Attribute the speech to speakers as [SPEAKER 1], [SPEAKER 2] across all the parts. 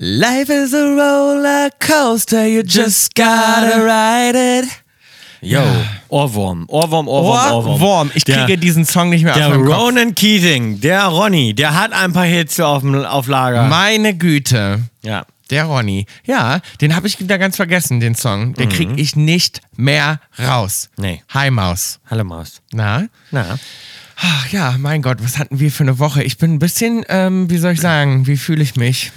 [SPEAKER 1] Life is a roller coaster, you just gotta ride it.
[SPEAKER 2] Yo, Ohrwurm, Ohrwurm, Ohrwurm, Ohrwurm.
[SPEAKER 3] Ohrwurm. Ich
[SPEAKER 2] Der-
[SPEAKER 3] kriege diesen Song nicht mehr aus
[SPEAKER 2] Der
[SPEAKER 3] meinem Kopf.
[SPEAKER 2] Ronan Keating, der Ronny, der hat ein paar Hits auf, dem- auf Lager.
[SPEAKER 3] Meine Güte.
[SPEAKER 2] ja.
[SPEAKER 3] Der Ronny. Ja, den habe ich wieder ganz vergessen, den Song. Den kriege ich nicht mehr raus.
[SPEAKER 2] Mhm. Nee.
[SPEAKER 3] Hi Maus.
[SPEAKER 2] Hallo Maus.
[SPEAKER 3] Na?
[SPEAKER 2] Na,
[SPEAKER 3] Ach ja, mein Gott, was hatten wir für eine Woche? Ich bin ein bisschen, ähm, wie soll ich sagen, wie fühle ich mich?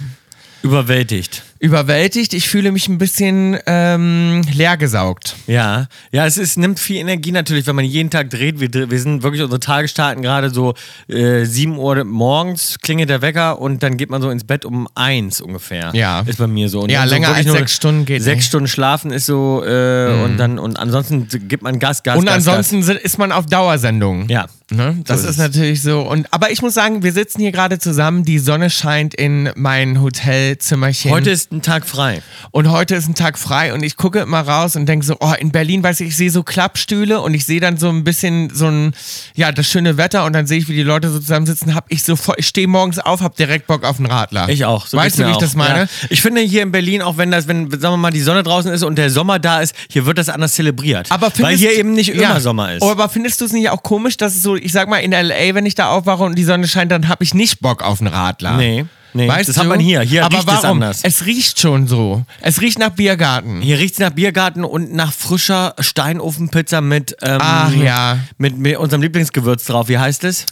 [SPEAKER 2] überwältigt.
[SPEAKER 3] Überwältigt, ich fühle mich ein bisschen ähm, leergesaugt.
[SPEAKER 2] Ja, ja, es ist, nimmt viel Energie natürlich, wenn man jeden Tag dreht. Wir, dre- wir sind wirklich, unsere Tage starten gerade so äh, 7 Uhr morgens, klingelt der Wecker und dann geht man so ins Bett um 1 ungefähr.
[SPEAKER 3] Ja.
[SPEAKER 2] Ist bei mir so. Und
[SPEAKER 3] Ja,
[SPEAKER 2] dann so
[SPEAKER 3] länger
[SPEAKER 2] wirklich
[SPEAKER 3] als
[SPEAKER 2] nur
[SPEAKER 3] sechs Stunden geht
[SPEAKER 2] Sechs
[SPEAKER 3] nicht. Mhm.
[SPEAKER 2] Stunden schlafen ist so äh, und dann, und ansonsten gibt man Gas, Gas,
[SPEAKER 3] Und
[SPEAKER 2] Gas,
[SPEAKER 3] ansonsten sind, ist man auf Dauersendung.
[SPEAKER 2] Gas. Ja.
[SPEAKER 3] Ne? Das
[SPEAKER 2] ist
[SPEAKER 3] ist
[SPEAKER 2] es.
[SPEAKER 3] natürlich so. Und, aber ich muss sagen, wir sitzen hier gerade zusammen, die Sonne scheint in mein Hotelzimmerchen.
[SPEAKER 2] Heute ist ein Tag frei.
[SPEAKER 3] und heute ist ein Tag frei und ich gucke immer raus und denke so, oh, in Berlin, weiß ich, ich sehe so Klappstühle und ich sehe dann so ein bisschen so ein, ja, das schöne Wetter und dann sehe ich, wie die Leute so zusammensitzen, hab ich so, voll- ich stehe morgens auf, hab direkt Bock auf einen Radler.
[SPEAKER 2] Ich auch. So geht's
[SPEAKER 3] weißt du,
[SPEAKER 2] mir
[SPEAKER 3] wie ich
[SPEAKER 2] auch.
[SPEAKER 3] das meine?
[SPEAKER 2] Ja. Ich finde hier in Berlin, auch wenn das, wenn, sagen wir mal, die Sonne draußen ist und der Sommer da ist, hier wird das anders zelebriert.
[SPEAKER 3] Aber
[SPEAKER 2] Weil
[SPEAKER 3] findest-
[SPEAKER 2] hier eben nicht immer
[SPEAKER 3] ja.
[SPEAKER 2] Sommer ist.
[SPEAKER 3] Aber findest du es nicht auch komisch, dass es so, ich sag mal, in L.A., wenn ich da aufwache und die Sonne scheint, dann hab ich nicht Bock auf einen Radler.
[SPEAKER 2] Nee, nee,
[SPEAKER 3] Weißt
[SPEAKER 2] das
[SPEAKER 3] du?
[SPEAKER 2] hat man hier. Hier
[SPEAKER 3] Aber
[SPEAKER 2] riecht es
[SPEAKER 3] warum?
[SPEAKER 2] anders.
[SPEAKER 3] Es riecht schon so. Es riecht nach Biergarten.
[SPEAKER 2] Hier riecht's nach Biergarten und nach frischer Steinofenpizza mit, ähm,
[SPEAKER 3] Ach ja.
[SPEAKER 2] mit, mit unserem Lieblingsgewürz drauf. Wie heißt es?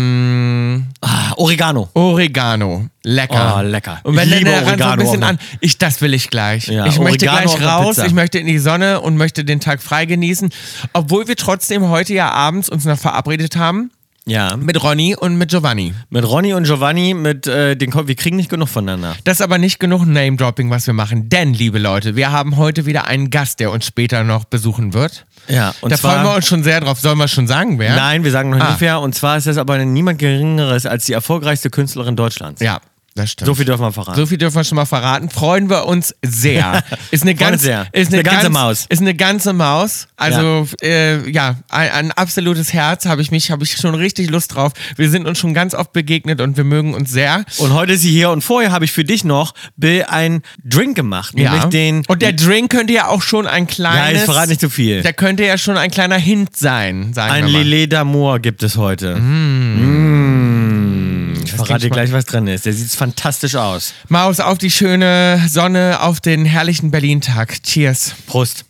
[SPEAKER 3] Ähm,
[SPEAKER 2] Ah, Oregano.
[SPEAKER 3] Oregano. Lecker.
[SPEAKER 2] Oh, lecker.
[SPEAKER 3] Und wenn
[SPEAKER 2] Ich
[SPEAKER 3] dann
[SPEAKER 2] liebe
[SPEAKER 3] der Rand so ein
[SPEAKER 2] Oregano
[SPEAKER 3] bisschen
[SPEAKER 2] auch noch.
[SPEAKER 3] an. Ich, das will ich gleich.
[SPEAKER 2] Ja,
[SPEAKER 3] ich möchte
[SPEAKER 2] Oregano auf
[SPEAKER 3] gleich
[SPEAKER 2] der
[SPEAKER 3] raus,
[SPEAKER 2] Pizza.
[SPEAKER 3] ich möchte in die Sonne und möchte den Tag frei genießen. Obwohl wir trotzdem heute ja abends uns noch verabredet haben
[SPEAKER 2] Ja. Mit,
[SPEAKER 3] mit Ronny und mit Giovanni.
[SPEAKER 2] mit Ronny und Giovanni, mit äh, den Ko Wir kriegen nicht genug voneinander.
[SPEAKER 3] Das ist aber nicht genug Name-Dropping, was wir machen. Denn, liebe Leute, wir haben heute wieder einen Gast, der uns später noch besuchen wird.
[SPEAKER 2] Ja, und
[SPEAKER 3] da
[SPEAKER 2] zwar-
[SPEAKER 3] freuen wir uns schon sehr drauf. Sollen wir schon sagen, wer?
[SPEAKER 2] Nein, wir sagen noch
[SPEAKER 3] Ah.
[SPEAKER 2] ungefähr. Und zwar ist das aber niemand Geringeres als die erfolgreichste Künstlerin Deutschlands.
[SPEAKER 3] Ja, das stimmt.
[SPEAKER 2] So viel dürfen wir verraten.
[SPEAKER 3] So viel dürfen wir schon mal verraten. Freuen wir uns sehr. Ist eine,
[SPEAKER 2] Freuen
[SPEAKER 3] ganz,
[SPEAKER 2] uns sehr.
[SPEAKER 3] Ist eine, ganze ganz,
[SPEAKER 2] Maus.
[SPEAKER 3] Ist eine ganze Maus. Also äh, ja, ein, ein absolutes Herz habe ich mich, habe ich schon richtig Lust drauf. Wir sind uns schon ganz oft begegnet und wir mögen uns sehr.
[SPEAKER 2] Und heute ist sie hier und vorher habe ich für dich noch, Bill, einen Drink gemacht. Nämlich den.
[SPEAKER 3] und der Drink könnte ja auch schon ein
[SPEAKER 2] ja,
[SPEAKER 3] kleines.
[SPEAKER 2] ich verrate nicht zu viel.
[SPEAKER 3] Der könnte ja schon ein kleiner Hint sein, sagen
[SPEAKER 2] Ein
[SPEAKER 3] wir mal.
[SPEAKER 2] Lillet d'Amour gibt es heute. Mm. Ich verrate dir
[SPEAKER 3] klingt
[SPEAKER 2] gleich, was drin ist. Der sieht fantastisch aus.
[SPEAKER 3] Maus auf die schöne Sonne, auf den herrlichen Berlin-Tag. Cheers.
[SPEAKER 2] Prost.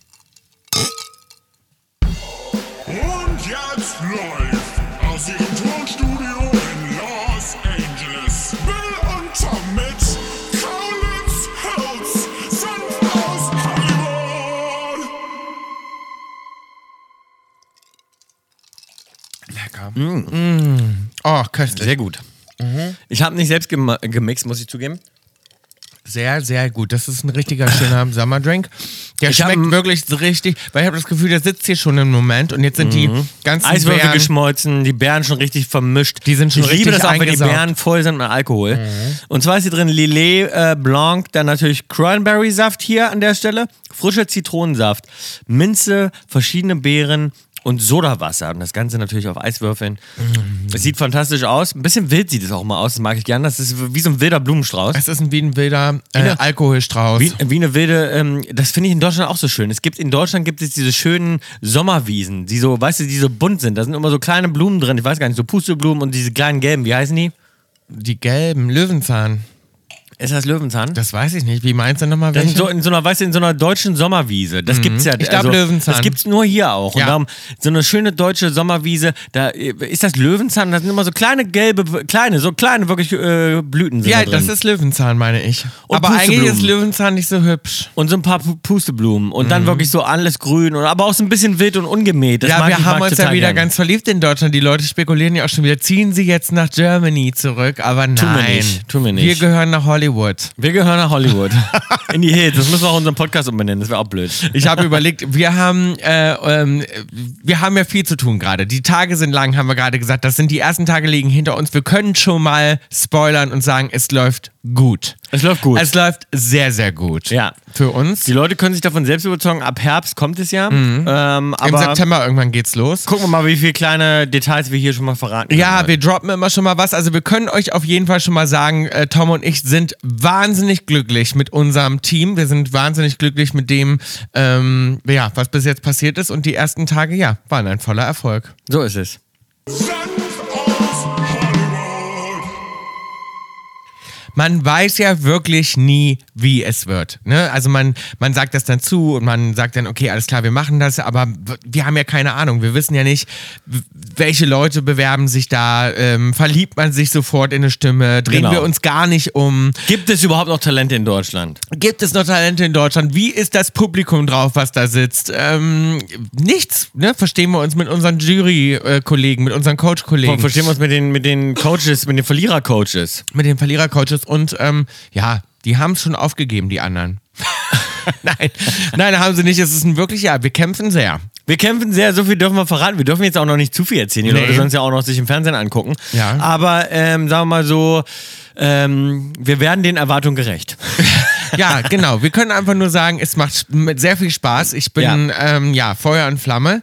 [SPEAKER 4] Und jetzt läuft aus ihrem Tonstudio in Los Angeles Bill und Tom mit Kaulitz Hills, Senf aus Hollywood.
[SPEAKER 3] Oh, köstlich.
[SPEAKER 2] Mm. Sehr gut. Ich habe nicht selbst gema- gemixt, muss ich zugeben.
[SPEAKER 3] Sehr, sehr gut. Das ist ein richtiger schöner Sommerdrink. Der
[SPEAKER 2] Ich hab
[SPEAKER 3] schmeckt
[SPEAKER 2] m-
[SPEAKER 3] wirklich so richtig, weil ich habe das Gefühl, der sitzt hier schon im Moment und jetzt sind die ganzen
[SPEAKER 2] Mhm. Eiswürfel
[SPEAKER 3] Beeren-
[SPEAKER 2] geschmolzen, die Beeren schon richtig vermischt.
[SPEAKER 3] Die sind schon
[SPEAKER 2] Ich liebe
[SPEAKER 3] richtig
[SPEAKER 2] das auch, wenn
[SPEAKER 3] eingesaugt. Mhm.
[SPEAKER 2] die Beeren voll sind mit Alkohol. Und zwar ist hier drin Lillet äh, Blanc, dann natürlich Cranberry-Saft hier an der Stelle, frischer Zitronensaft, Minze, verschiedene Beeren und Sodawasser. Und das Ganze natürlich auf Eiswürfeln.
[SPEAKER 3] Mhm.
[SPEAKER 2] Es sieht fantastisch aus. Ein bisschen wild sieht es auch mal aus, das mag ich gern. Das ist wie so ein wilder Blumenstrauß.
[SPEAKER 3] Es ist ein wie ein wilder äh,
[SPEAKER 2] eine-
[SPEAKER 3] Alkoholstrauß.
[SPEAKER 2] Genau. Wie, wie eine wilde, ähm, das finde ich in Deutschland auch so schön. Es gibt in Deutschland gibt es diese schönen Sommerwiesen, die so, weißt du, die so bunt sind. Da sind immer so kleine Blumen drin. Ich weiß gar nicht, so Pusteblumen und diese kleinen gelben. Wie heißen die?
[SPEAKER 3] die gelben Löwenzahn.
[SPEAKER 2] Ist das Löwenzahn?
[SPEAKER 3] Das weiß ich nicht. Wie meinst du nochmal
[SPEAKER 2] Das
[SPEAKER 3] welche?
[SPEAKER 2] sind so in so einer, weißt du, in so einer deutschen Sommerwiese. Das gibt's ja.
[SPEAKER 3] Mhm.
[SPEAKER 2] also,
[SPEAKER 3] Ich glaub, Löwenzahn.
[SPEAKER 2] Das gibt's nur hier auch. Und
[SPEAKER 3] Ja.
[SPEAKER 2] darum, so eine schöne deutsche Sommerwiese, da äh, ist das Löwenzahn, da sind immer so kleine gelbe, kleine, so kleine wirklich äh, Blüten sind
[SPEAKER 3] ja,
[SPEAKER 2] da drin.
[SPEAKER 3] das ist Löwenzahn, meine ich.
[SPEAKER 2] Und
[SPEAKER 3] Aber eigentlich
[SPEAKER 2] Pusteblumen.
[SPEAKER 3] ist Löwenzahn nicht so hübsch.
[SPEAKER 2] und so ein paar Pu- Pusteblumen und dann wirklich so alles grün und aber auch so ein bisschen wild und ungemäht. Das
[SPEAKER 3] Mhm. ja,
[SPEAKER 2] mag
[SPEAKER 3] wir
[SPEAKER 2] ich,
[SPEAKER 3] haben
[SPEAKER 2] mag
[SPEAKER 3] uns ja
[SPEAKER 2] total
[SPEAKER 3] wieder
[SPEAKER 2] gern.
[SPEAKER 3] ganz verliebt in Deutschland. Die Leute spekulieren ja auch schon wieder, ziehen sie jetzt nach Germany zurück? Aber nein.
[SPEAKER 2] wir nicht, tun wir nicht.
[SPEAKER 3] Wir gehören nach Hollywood.
[SPEAKER 2] Wir gehören nach Hollywood. In die Hills. Das müssen wir auch unseren Podcast umbenennen. Das wäre auch blöd.
[SPEAKER 3] Ich habe überlegt, wir haben, äh, ähm, wir haben ja viel zu tun gerade. Die Tage sind lang, haben wir gerade gesagt. Das sind die ersten Tage liegen hinter uns. Wir können schon mal spoilern und sagen, es läuft gut.
[SPEAKER 2] Es läuft gut.
[SPEAKER 3] Es läuft sehr, sehr gut.
[SPEAKER 2] Also, Ja.
[SPEAKER 3] Für uns.
[SPEAKER 2] die Leute können sich davon selbst überzeugen. Ab Herbst kommt es ja. Ähm,
[SPEAKER 3] Im
[SPEAKER 2] aber
[SPEAKER 3] September irgendwann geht's los.
[SPEAKER 2] gucken wir mal, wie viele kleine Details wir hier schon mal verraten.
[SPEAKER 3] Ja,
[SPEAKER 2] wir
[SPEAKER 3] wir droppen immer schon mal was. Also wir können euch auf jeden Fall schon mal sagen, äh, Tom und ich sind wahnsinnig glücklich mit unserem Team. Wir sind wahnsinnig glücklich mit dem, ähm, ja, was bis jetzt passiert ist. Und die ersten Tage, ja, waren ein voller Erfolg.
[SPEAKER 2] so ist es.
[SPEAKER 4] Senf aus Hollywood.
[SPEAKER 3] Man weiß ja wirklich nie, wie es wird. Ne? Also man, man sagt das dann zu und man sagt dann, okay, alles klar, wir machen das, aber w- wir haben ja keine Ahnung. Wir wissen ja nicht, w- welche Leute bewerben sich da, ähm, verliebt man sich sofort in eine Stimme, drehen
[SPEAKER 2] Genau.
[SPEAKER 3] wir uns gar nicht um.
[SPEAKER 2] Gibt es überhaupt noch Talente in Deutschland?
[SPEAKER 3] Gibt es noch Talente in Deutschland? Wie ist das Publikum drauf, was da sitzt? Ähm, nichts, ne? Verstehen wir uns mit unseren Jury-Kollegen, mit unseren
[SPEAKER 2] Ver-
[SPEAKER 3] Coach-Kollegen,
[SPEAKER 2] Verstehen wir uns mit den, mit den Coaches, mit den Verlierer-Coaches.
[SPEAKER 3] mit den Verlierer-Coaches und ähm, ja, die haben es schon aufgegeben, die anderen. nein, nein, haben sie nicht. Es ist ein wirklich, ja, wir kämpfen sehr.
[SPEAKER 2] Wir kämpfen sehr, so viel dürfen wir verraten. Wir dürfen jetzt auch noch nicht zu viel erzählen. Die
[SPEAKER 3] Nee.
[SPEAKER 2] Leute sollen es ja auch noch sich im Fernsehen angucken.
[SPEAKER 3] Ja.
[SPEAKER 2] Aber ähm, sagen wir mal so, ähm, wir werden den Erwartungen gerecht.
[SPEAKER 3] Ja, genau. Wir können einfach nur sagen, es macht sch- mit sehr viel Spaß. Ich bin ja, ähm, ja Feuer und Flamme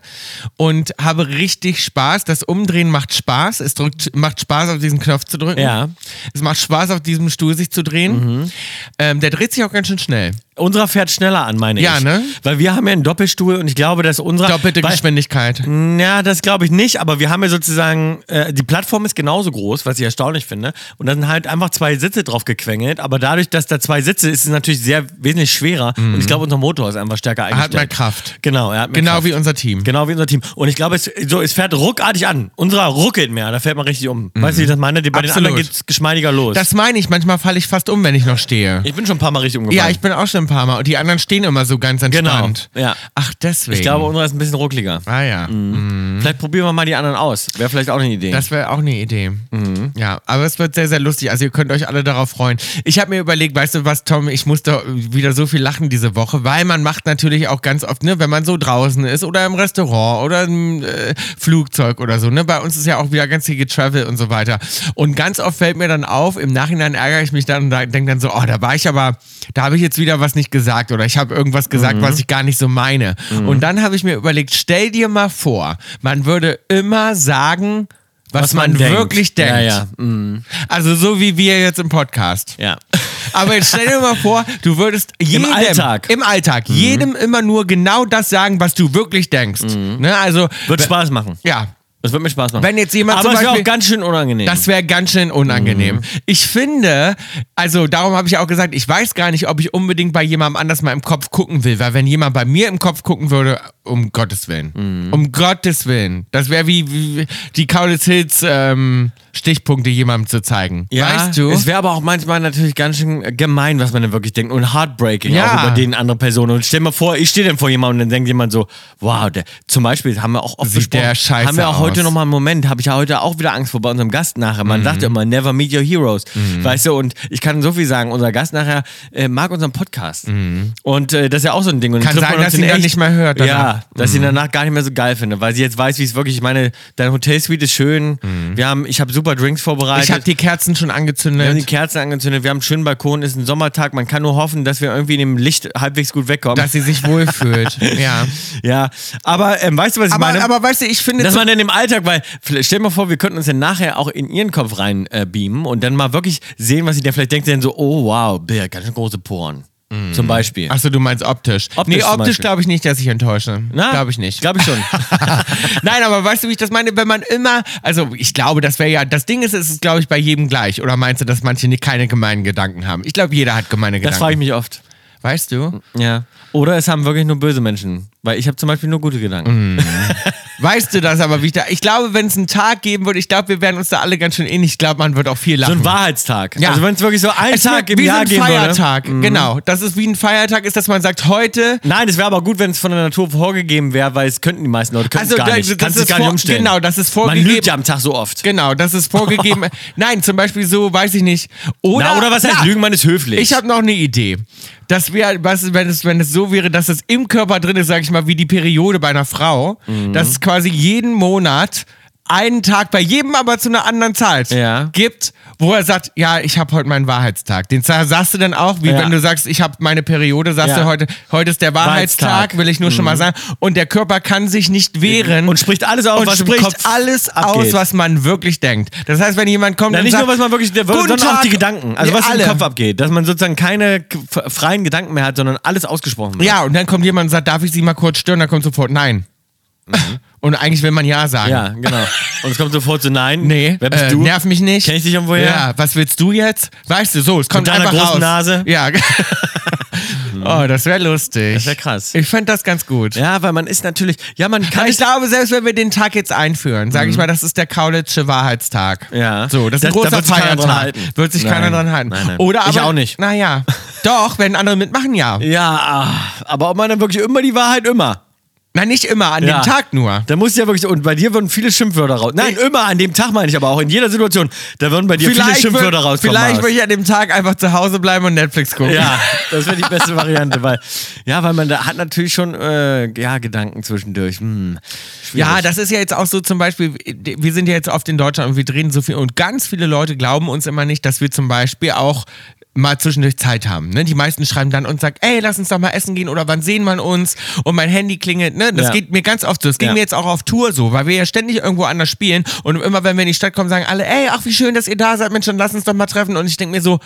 [SPEAKER 3] und habe richtig Spaß. Das Umdrehen macht Spaß. Es drückt, macht Spaß, auf diesen Knopf zu drücken.
[SPEAKER 2] Ja. Mhm.
[SPEAKER 3] Es macht Spaß, auf diesem Stuhl sich zu drehen. Ähm, der dreht sich auch ganz schön schnell.
[SPEAKER 2] Unserer fährt schneller an, meine
[SPEAKER 3] Ja,
[SPEAKER 2] ich.
[SPEAKER 3] ne?
[SPEAKER 2] Weil wir haben ja einen Doppelstuhl und ich glaube, dass unserer...
[SPEAKER 3] Doppelte
[SPEAKER 2] weil- Mhm.
[SPEAKER 3] Geschwindigkeit.
[SPEAKER 2] Ja, das glaube ich nicht, aber wir haben ja sozusagen, äh, die Plattform ist genauso groß, was ich erstaunlich finde. Und da sind halt einfach zwei Sitze drauf gequengelt, aber dadurch, dass da zwei Sitze ist, ist es natürlich sehr wesentlich schwerer. Und ich glaube, unser Motor ist einfach stärker eingestellt.
[SPEAKER 3] Mhm. mehr Kraft.
[SPEAKER 2] Genau, er hat mehr
[SPEAKER 3] Genau
[SPEAKER 2] Kraft.
[SPEAKER 3] wie unser Team.
[SPEAKER 2] Genau wie unser Team. Und ich glaube, es, so, es fährt ruckartig an. Unserer ruckelt mehr, da fährt man richtig um. Weißt du, wie ich das meine? Die- Bei den
[SPEAKER 3] Mhm. Absolut.
[SPEAKER 2] anderen geht es geschmeidiger los.
[SPEAKER 3] Das meine ich. Manchmal falle ich fast um, wenn ich noch stehe.
[SPEAKER 2] ich bin schon ein paar Mal richtig umgefallen.
[SPEAKER 3] ja, ich bin auch schon ein paar Mal. Und die anderen stehen immer so ganz entspannt.
[SPEAKER 2] Genau, ja.
[SPEAKER 3] Ach, deswegen.
[SPEAKER 2] Ich glaube, unserer ist ein bisschen ruckeliger.
[SPEAKER 3] Ah ja.
[SPEAKER 2] Vielleicht probieren wir mal die anderen aus. Wäre vielleicht auch eine Idee.
[SPEAKER 3] Das wäre auch eine Idee. Ja, aber es wird sehr, sehr lustig. Also ihr könnt euch alle darauf freuen. Ich habe mir überlegt, weißt du was, Tom, ich musste wieder so viel lachen diese Woche, weil man macht natürlich auch ganz oft, ne, wenn man so draußen ist oder im Restaurant oder im äh, Flugzeug oder so, ne, bei uns ist ja auch wieder ganz viel Getravel und so weiter. Und ganz oft fällt mir dann auf, im Nachhinein ärgere ich mich dann und da, denke dann so, oh, da war ich aber, da habe ich jetzt wieder was nicht gesagt oder ich habe irgendwas gesagt, was ich gar nicht so meine. Und dann habe ich mir überlegt, stell dir mal vor, man würde immer sagen, was, man, wirklich denkt.
[SPEAKER 2] Ja, ja. Mhm.
[SPEAKER 3] Also so wie wir jetzt im Podcast.
[SPEAKER 2] ja.
[SPEAKER 3] Aber jetzt stell dir mal vor, du würdest jedem,
[SPEAKER 2] Alltag. Mhm.
[SPEAKER 3] im Alltag jedem immer nur genau das sagen, was du wirklich denkst.
[SPEAKER 2] Mhm.
[SPEAKER 3] Ne? Also
[SPEAKER 2] Wird
[SPEAKER 3] we-
[SPEAKER 2] Spaß machen.
[SPEAKER 3] Ja,
[SPEAKER 2] Das wird mir Spaß machen.
[SPEAKER 3] Wenn jetzt jemand
[SPEAKER 2] Aber
[SPEAKER 3] zum
[SPEAKER 2] es wäre auch
[SPEAKER 3] Beispiel-
[SPEAKER 2] ganz schön unangenehm.
[SPEAKER 3] das wäre ganz schön unangenehm. Ich finde, also darum habe ich auch gesagt, ich weiß gar nicht, ob ich unbedingt bei jemandem anders mal im Kopf gucken will, weil wenn jemand bei mir im Kopf gucken würde, um Gottes Willen, um Gottes Willen, das wäre wie, wie die Kaulitz Hills ähm, Stichpunkte jemandem zu zeigen. weißt du?
[SPEAKER 2] Es wäre aber auch manchmal natürlich ganz schön äh, gemein, was man denn wirklich denkt. Und heartbreaking
[SPEAKER 3] Ja.
[SPEAKER 2] auch über den andere Personen. Und stell mal vor, ich stehe dann vor jemandem und dann denkt jemand so, wow, der, zum Beispiel haben wir auch oft
[SPEAKER 3] Sieht
[SPEAKER 2] besprochen,
[SPEAKER 3] der scheiße
[SPEAKER 2] haben wir auch heute
[SPEAKER 3] aus. Mhm.
[SPEAKER 2] nochmal einen Moment, habe ich ja heute auch wieder Angst vor bei unserem Gast nachher. Man sagt ja immer, never meet your heroes. Weißt du, und ich kann so viel sagen, unser Gast nachher äh, mag unseren Podcast. Und äh, das ist ja auch so ein Ding. Und
[SPEAKER 3] Mhm. Kann
[SPEAKER 2] trifft
[SPEAKER 3] sein,
[SPEAKER 2] man uns
[SPEAKER 3] dass
[SPEAKER 2] in
[SPEAKER 3] ihn er
[SPEAKER 2] echt.
[SPEAKER 3] nicht mehr hört danach. Mhm.
[SPEAKER 2] Ja, dass ich ihn danach gar nicht mehr so geil finde, weil sie jetzt weiß, wie es wirklich, ich meine, dein Hotelsuite ist schön. Wir haben, ich habe super Drinks vorbereitet.
[SPEAKER 3] Mhm. ich habe die Kerzen schon
[SPEAKER 2] Wir haben die
[SPEAKER 3] angezündet.
[SPEAKER 2] Kerzen angezündet, wir haben einen schönen Balkon, ist ein Sommertag, man kann nur hoffen, dass wir irgendwie in dem Licht halbwegs gut wegkommen.
[SPEAKER 3] Dass sie sich wohlfühlt. ja.
[SPEAKER 2] ja, aber ähm, weißt du, was ich
[SPEAKER 3] Aber,
[SPEAKER 2] meine?
[SPEAKER 3] aber weißt du, ich finde.
[SPEAKER 2] dass
[SPEAKER 3] so-
[SPEAKER 2] man dann im Alltag, weil vielleicht- stell dir mal vor, wir könnten uns dann nachher auch in ihren Kopf rein äh, beamen und dann mal wirklich sehen, was sie dann vielleicht denkt, dann so, oh wow, Birk, ganz schön große Poren.
[SPEAKER 3] Mhm.
[SPEAKER 2] Zum Beispiel.
[SPEAKER 3] Achso, du meinst optisch.
[SPEAKER 2] Optisch
[SPEAKER 3] nee,
[SPEAKER 2] zum
[SPEAKER 3] optisch
[SPEAKER 2] Beispiel.
[SPEAKER 3] glaube ich nicht, dass ich enttäusche. Glaube ich nicht.
[SPEAKER 2] Glaube ich schon.
[SPEAKER 3] Nein, aber weißt du, wie ich das meine? Wenn man immer, also ich glaube, das wäre ja, das Ding ist, es ist, glaube ich, bei jedem gleich. Oder meinst du, dass manche nicht keine gemeinen Gedanken haben? Ich glaube, jeder hat gemeine
[SPEAKER 2] Das
[SPEAKER 3] Gedanken.
[SPEAKER 2] frage ich mich oft.
[SPEAKER 3] Weißt du?
[SPEAKER 2] Ja. Oder es haben wirklich nur böse Menschen. Weil ich habe zum Beispiel nur gute
[SPEAKER 3] Mhm.
[SPEAKER 2] Gedanken.
[SPEAKER 3] Weißt du das aber, wie ich da, ich glaube, wenn es einen Tag geben würde, ich glaube, wir wären uns da alle ganz schön ähnlich. Ich glaube, man wird auch viel
[SPEAKER 2] So
[SPEAKER 3] lachen.
[SPEAKER 2] ein Wahrheitstag.
[SPEAKER 3] Ja.
[SPEAKER 2] Also wenn es wirklich so ein
[SPEAKER 3] Es wär-
[SPEAKER 2] Tag im
[SPEAKER 3] wie so
[SPEAKER 2] Jahr
[SPEAKER 3] ein
[SPEAKER 2] geben würde. Mhm.
[SPEAKER 3] Feiertag, genau. Das ist wie ein Feiertag ist, dass man sagt, heute
[SPEAKER 2] Nein, es wäre aber gut, wenn es von der Natur vorgegeben wäre, weil es könnten die meisten Leute könnten
[SPEAKER 3] Also,
[SPEAKER 2] es gar
[SPEAKER 3] da-
[SPEAKER 2] nicht.
[SPEAKER 3] das
[SPEAKER 2] Kannst es
[SPEAKER 3] ist
[SPEAKER 2] gar nicht
[SPEAKER 3] vor-
[SPEAKER 2] umstellen.
[SPEAKER 3] genau, das ist
[SPEAKER 2] Man
[SPEAKER 3] vorgegeben.
[SPEAKER 2] lügt ja am Tag so oft.
[SPEAKER 3] Genau, das ist vorgegeben. Nein, zum Beispiel so, weiß ich nicht. Oder,
[SPEAKER 2] Na, oder was heißt
[SPEAKER 3] Na,
[SPEAKER 2] Lügen? Man ist höflich.
[SPEAKER 3] Ich habe noch eine Idee. Dass wir, was, wenn, es, wenn es so wäre, dass es
[SPEAKER 2] Mhm.
[SPEAKER 3] im Körper drin ist, sag ich mal, wie die Periode bei einer Frau, dass es quasi jeden Monat einen Tag bei jedem aber zu einer anderen Zeit
[SPEAKER 2] Ja.
[SPEAKER 3] gibt, wo er sagt, ja, ich habe heute meinen Wahrheitstag. Den sa- sagst du dann auch, wie
[SPEAKER 2] Ja.
[SPEAKER 3] wenn du sagst, ich habe meine Periode, sagst
[SPEAKER 2] Ja.
[SPEAKER 3] du heute, heute ist der Wahrheitstag,
[SPEAKER 2] Wahrheitstag. Mhm.
[SPEAKER 3] will ich nur schon mal sagen. Und der Körper kann sich nicht wehren.
[SPEAKER 2] Und spricht alles aus,
[SPEAKER 3] und
[SPEAKER 2] was im
[SPEAKER 3] spricht
[SPEAKER 2] Kopf
[SPEAKER 3] alles
[SPEAKER 2] abgeht.
[SPEAKER 3] aus, was man wirklich denkt. Das heißt, wenn jemand kommt
[SPEAKER 2] Na,
[SPEAKER 3] und
[SPEAKER 2] nicht
[SPEAKER 3] sagt,
[SPEAKER 2] nur, was man wirklich,
[SPEAKER 3] "Guten
[SPEAKER 2] sondern auch
[SPEAKER 3] Tag."
[SPEAKER 2] die Gedanken. Also,
[SPEAKER 3] Nee,
[SPEAKER 2] was
[SPEAKER 3] alle.
[SPEAKER 2] im Kopf abgeht. Dass man sozusagen keine k- f- freien Gedanken mehr hat, sondern alles ausgesprochen wird.
[SPEAKER 3] Ja, und dann kommt jemand und sagt, darf ich Sie mal kurz stören? Dann kommt sofort Nein. Und eigentlich will man Ja sagen.
[SPEAKER 2] Mhm. Ja, genau. Und es kommt sofort zu Nein.
[SPEAKER 3] Nee,
[SPEAKER 2] Wer bist
[SPEAKER 3] äh,
[SPEAKER 2] du?
[SPEAKER 3] nerv mich nicht.
[SPEAKER 2] Kenn ich dich irgendwoher?
[SPEAKER 3] Ja, was willst du jetzt? Weißt du, so, es kommt
[SPEAKER 2] deiner
[SPEAKER 3] einfach
[SPEAKER 2] großen
[SPEAKER 3] raus.
[SPEAKER 2] Nase? Mhm.
[SPEAKER 3] Ja. oh, das wäre lustig. Das
[SPEAKER 2] wär krass.
[SPEAKER 3] Ich fände das ganz gut.
[SPEAKER 2] Ja, weil man ist natürlich. Ja, man
[SPEAKER 3] Aber
[SPEAKER 2] kann. Mhm.
[SPEAKER 3] ich glaube, selbst wenn wir den Tag jetzt einführen, sage ich mal, das ist der Kaulitsche Wahrheitstag.
[SPEAKER 2] Ja.
[SPEAKER 3] So, das ist
[SPEAKER 2] Das- da
[SPEAKER 3] ein großer
[SPEAKER 2] wird sich keiner
[SPEAKER 3] Feiertag.
[SPEAKER 2] dran halten.
[SPEAKER 3] Wird sich
[SPEAKER 2] Nein.
[SPEAKER 3] keiner dran halten.
[SPEAKER 2] Nein, nein.
[SPEAKER 3] Oder aber,
[SPEAKER 2] Ich auch nicht.
[SPEAKER 3] Naja. Doch, wenn andere mitmachen, ja.
[SPEAKER 2] ja, ah, aber ob man dann wirklich immer die Wahrheit immer.
[SPEAKER 3] Nein, nicht immer, an
[SPEAKER 2] Ja.
[SPEAKER 3] dem Tag nur.
[SPEAKER 2] Da muss ja wirklich. Und bei dir würden viele Schimpfwörter raus. Nein, immer an dem Tag meine ich aber auch. In jeder Situation. Da würden bei dir viele
[SPEAKER 3] würd-
[SPEAKER 2] Schimpfwörter rauskommen.
[SPEAKER 3] Vielleicht
[SPEAKER 2] Marius.
[SPEAKER 3] würde ich an dem Tag einfach zu Hause bleiben und Netflix gucken.
[SPEAKER 2] Ja, das wäre die beste Variante, weil ja, weil man da hat natürlich schon äh, ja Gedanken zwischendurch. Hm, schwierig.
[SPEAKER 3] Ja, das ist ja jetzt auch so zum Beispiel, wir sind ja jetzt oft in Deutschland und wir drehen so viel und ganz viele Leute glauben uns immer nicht, dass wir zum Beispiel auch mal zwischendurch Zeit haben. Ne? Die meisten schreiben dann und sagen, ey, lass uns doch mal essen gehen oder wann sehen wir uns und mein Handy klingelt. Ne? Das
[SPEAKER 2] Ja.
[SPEAKER 3] geht mir ganz oft so. Das ging
[SPEAKER 2] Ja.
[SPEAKER 3] mir jetzt auch auf Tour so, weil wir ja ständig irgendwo anders spielen und immer, wenn wir in die Stadt kommen, sagen alle, ey, ach wie schön, dass ihr da seid, Mensch, dann lass uns doch mal treffen. Und ich denke mir so,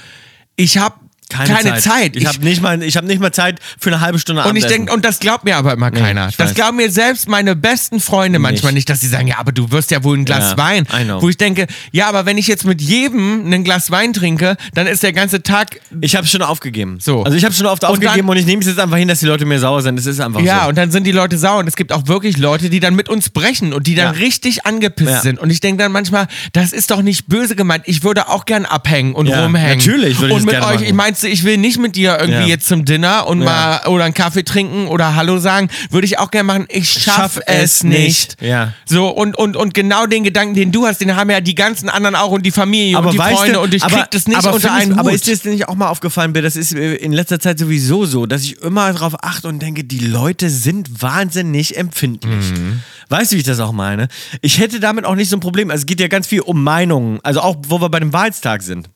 [SPEAKER 3] ich habe keine, Zeit.
[SPEAKER 2] Ich, hab habe nicht mal, ich habe nicht mal Zeit für eine halbe Stunde
[SPEAKER 3] Und ich
[SPEAKER 2] Abendessen.
[SPEAKER 3] denke, und das glaubt mir aber immer keiner.
[SPEAKER 2] ich
[SPEAKER 3] Das
[SPEAKER 2] weiß.
[SPEAKER 3] glauben mir selbst meine besten Freunde manchmal nicht, dass sie sagen, ja, aber du wirst ja wohl ein Glas
[SPEAKER 2] Ja,
[SPEAKER 3] Wein.
[SPEAKER 2] I know.
[SPEAKER 3] Wo ich denke, ja, aber wenn ich jetzt mit jedem ein Glas Wein trinke, dann ist der ganze Tag.
[SPEAKER 2] ich habe schon aufgegeben.
[SPEAKER 3] So.
[SPEAKER 2] Also ich habe schon oft
[SPEAKER 3] Und
[SPEAKER 2] aufgegeben
[SPEAKER 3] dann-
[SPEAKER 2] und ich nehme es jetzt einfach hin, dass die Leute mir sauer sind. Es ist einfach
[SPEAKER 3] Ja,
[SPEAKER 2] so.
[SPEAKER 3] und dann sind die Leute sauer. Und es gibt auch wirklich Leute, die dann mit uns brechen und die dann
[SPEAKER 2] Ja.
[SPEAKER 3] richtig angepisst
[SPEAKER 2] Ja.
[SPEAKER 3] sind. Und ich denke dann manchmal, das ist doch nicht böse gemeint. Ich würde auch gern abhängen und
[SPEAKER 2] Ja,
[SPEAKER 3] rumhängen.
[SPEAKER 2] natürlich würde ich
[SPEAKER 3] Und
[SPEAKER 2] das
[SPEAKER 3] mit
[SPEAKER 2] gerne
[SPEAKER 3] euch,
[SPEAKER 2] machen.
[SPEAKER 3] ich meinst du, ich will nicht mit dir irgendwie
[SPEAKER 2] Ja.
[SPEAKER 3] jetzt zum Dinner und
[SPEAKER 2] Ja.
[SPEAKER 3] mal oder einen Kaffee trinken oder Hallo sagen. Würde ich auch gern machen. Ich schaff, es nicht.
[SPEAKER 2] Ja.
[SPEAKER 3] So, und, und, und genau den Gedanken, den du hast, den haben ja die ganzen anderen auch und die Familie und die
[SPEAKER 2] weißt
[SPEAKER 3] Freunde
[SPEAKER 2] du,
[SPEAKER 3] und ich krieg das nicht
[SPEAKER 2] aber
[SPEAKER 3] unter
[SPEAKER 2] findest-
[SPEAKER 3] einen Hut.
[SPEAKER 2] Aber ist dir das nicht auch mal aufgefallen, Bill? Das ist äh, in letzter Zeit sowieso so, dass ich immer darauf achte und denke, die Leute sind wahnsinnig empfindlich.
[SPEAKER 3] Mhm.
[SPEAKER 2] Weißt du, wie ich das auch meine? Ich hätte damit auch nicht so ein Problem. Also es geht ja ganz viel um Meinungen. Also auch, wo wir bei dem Wahlstag sind.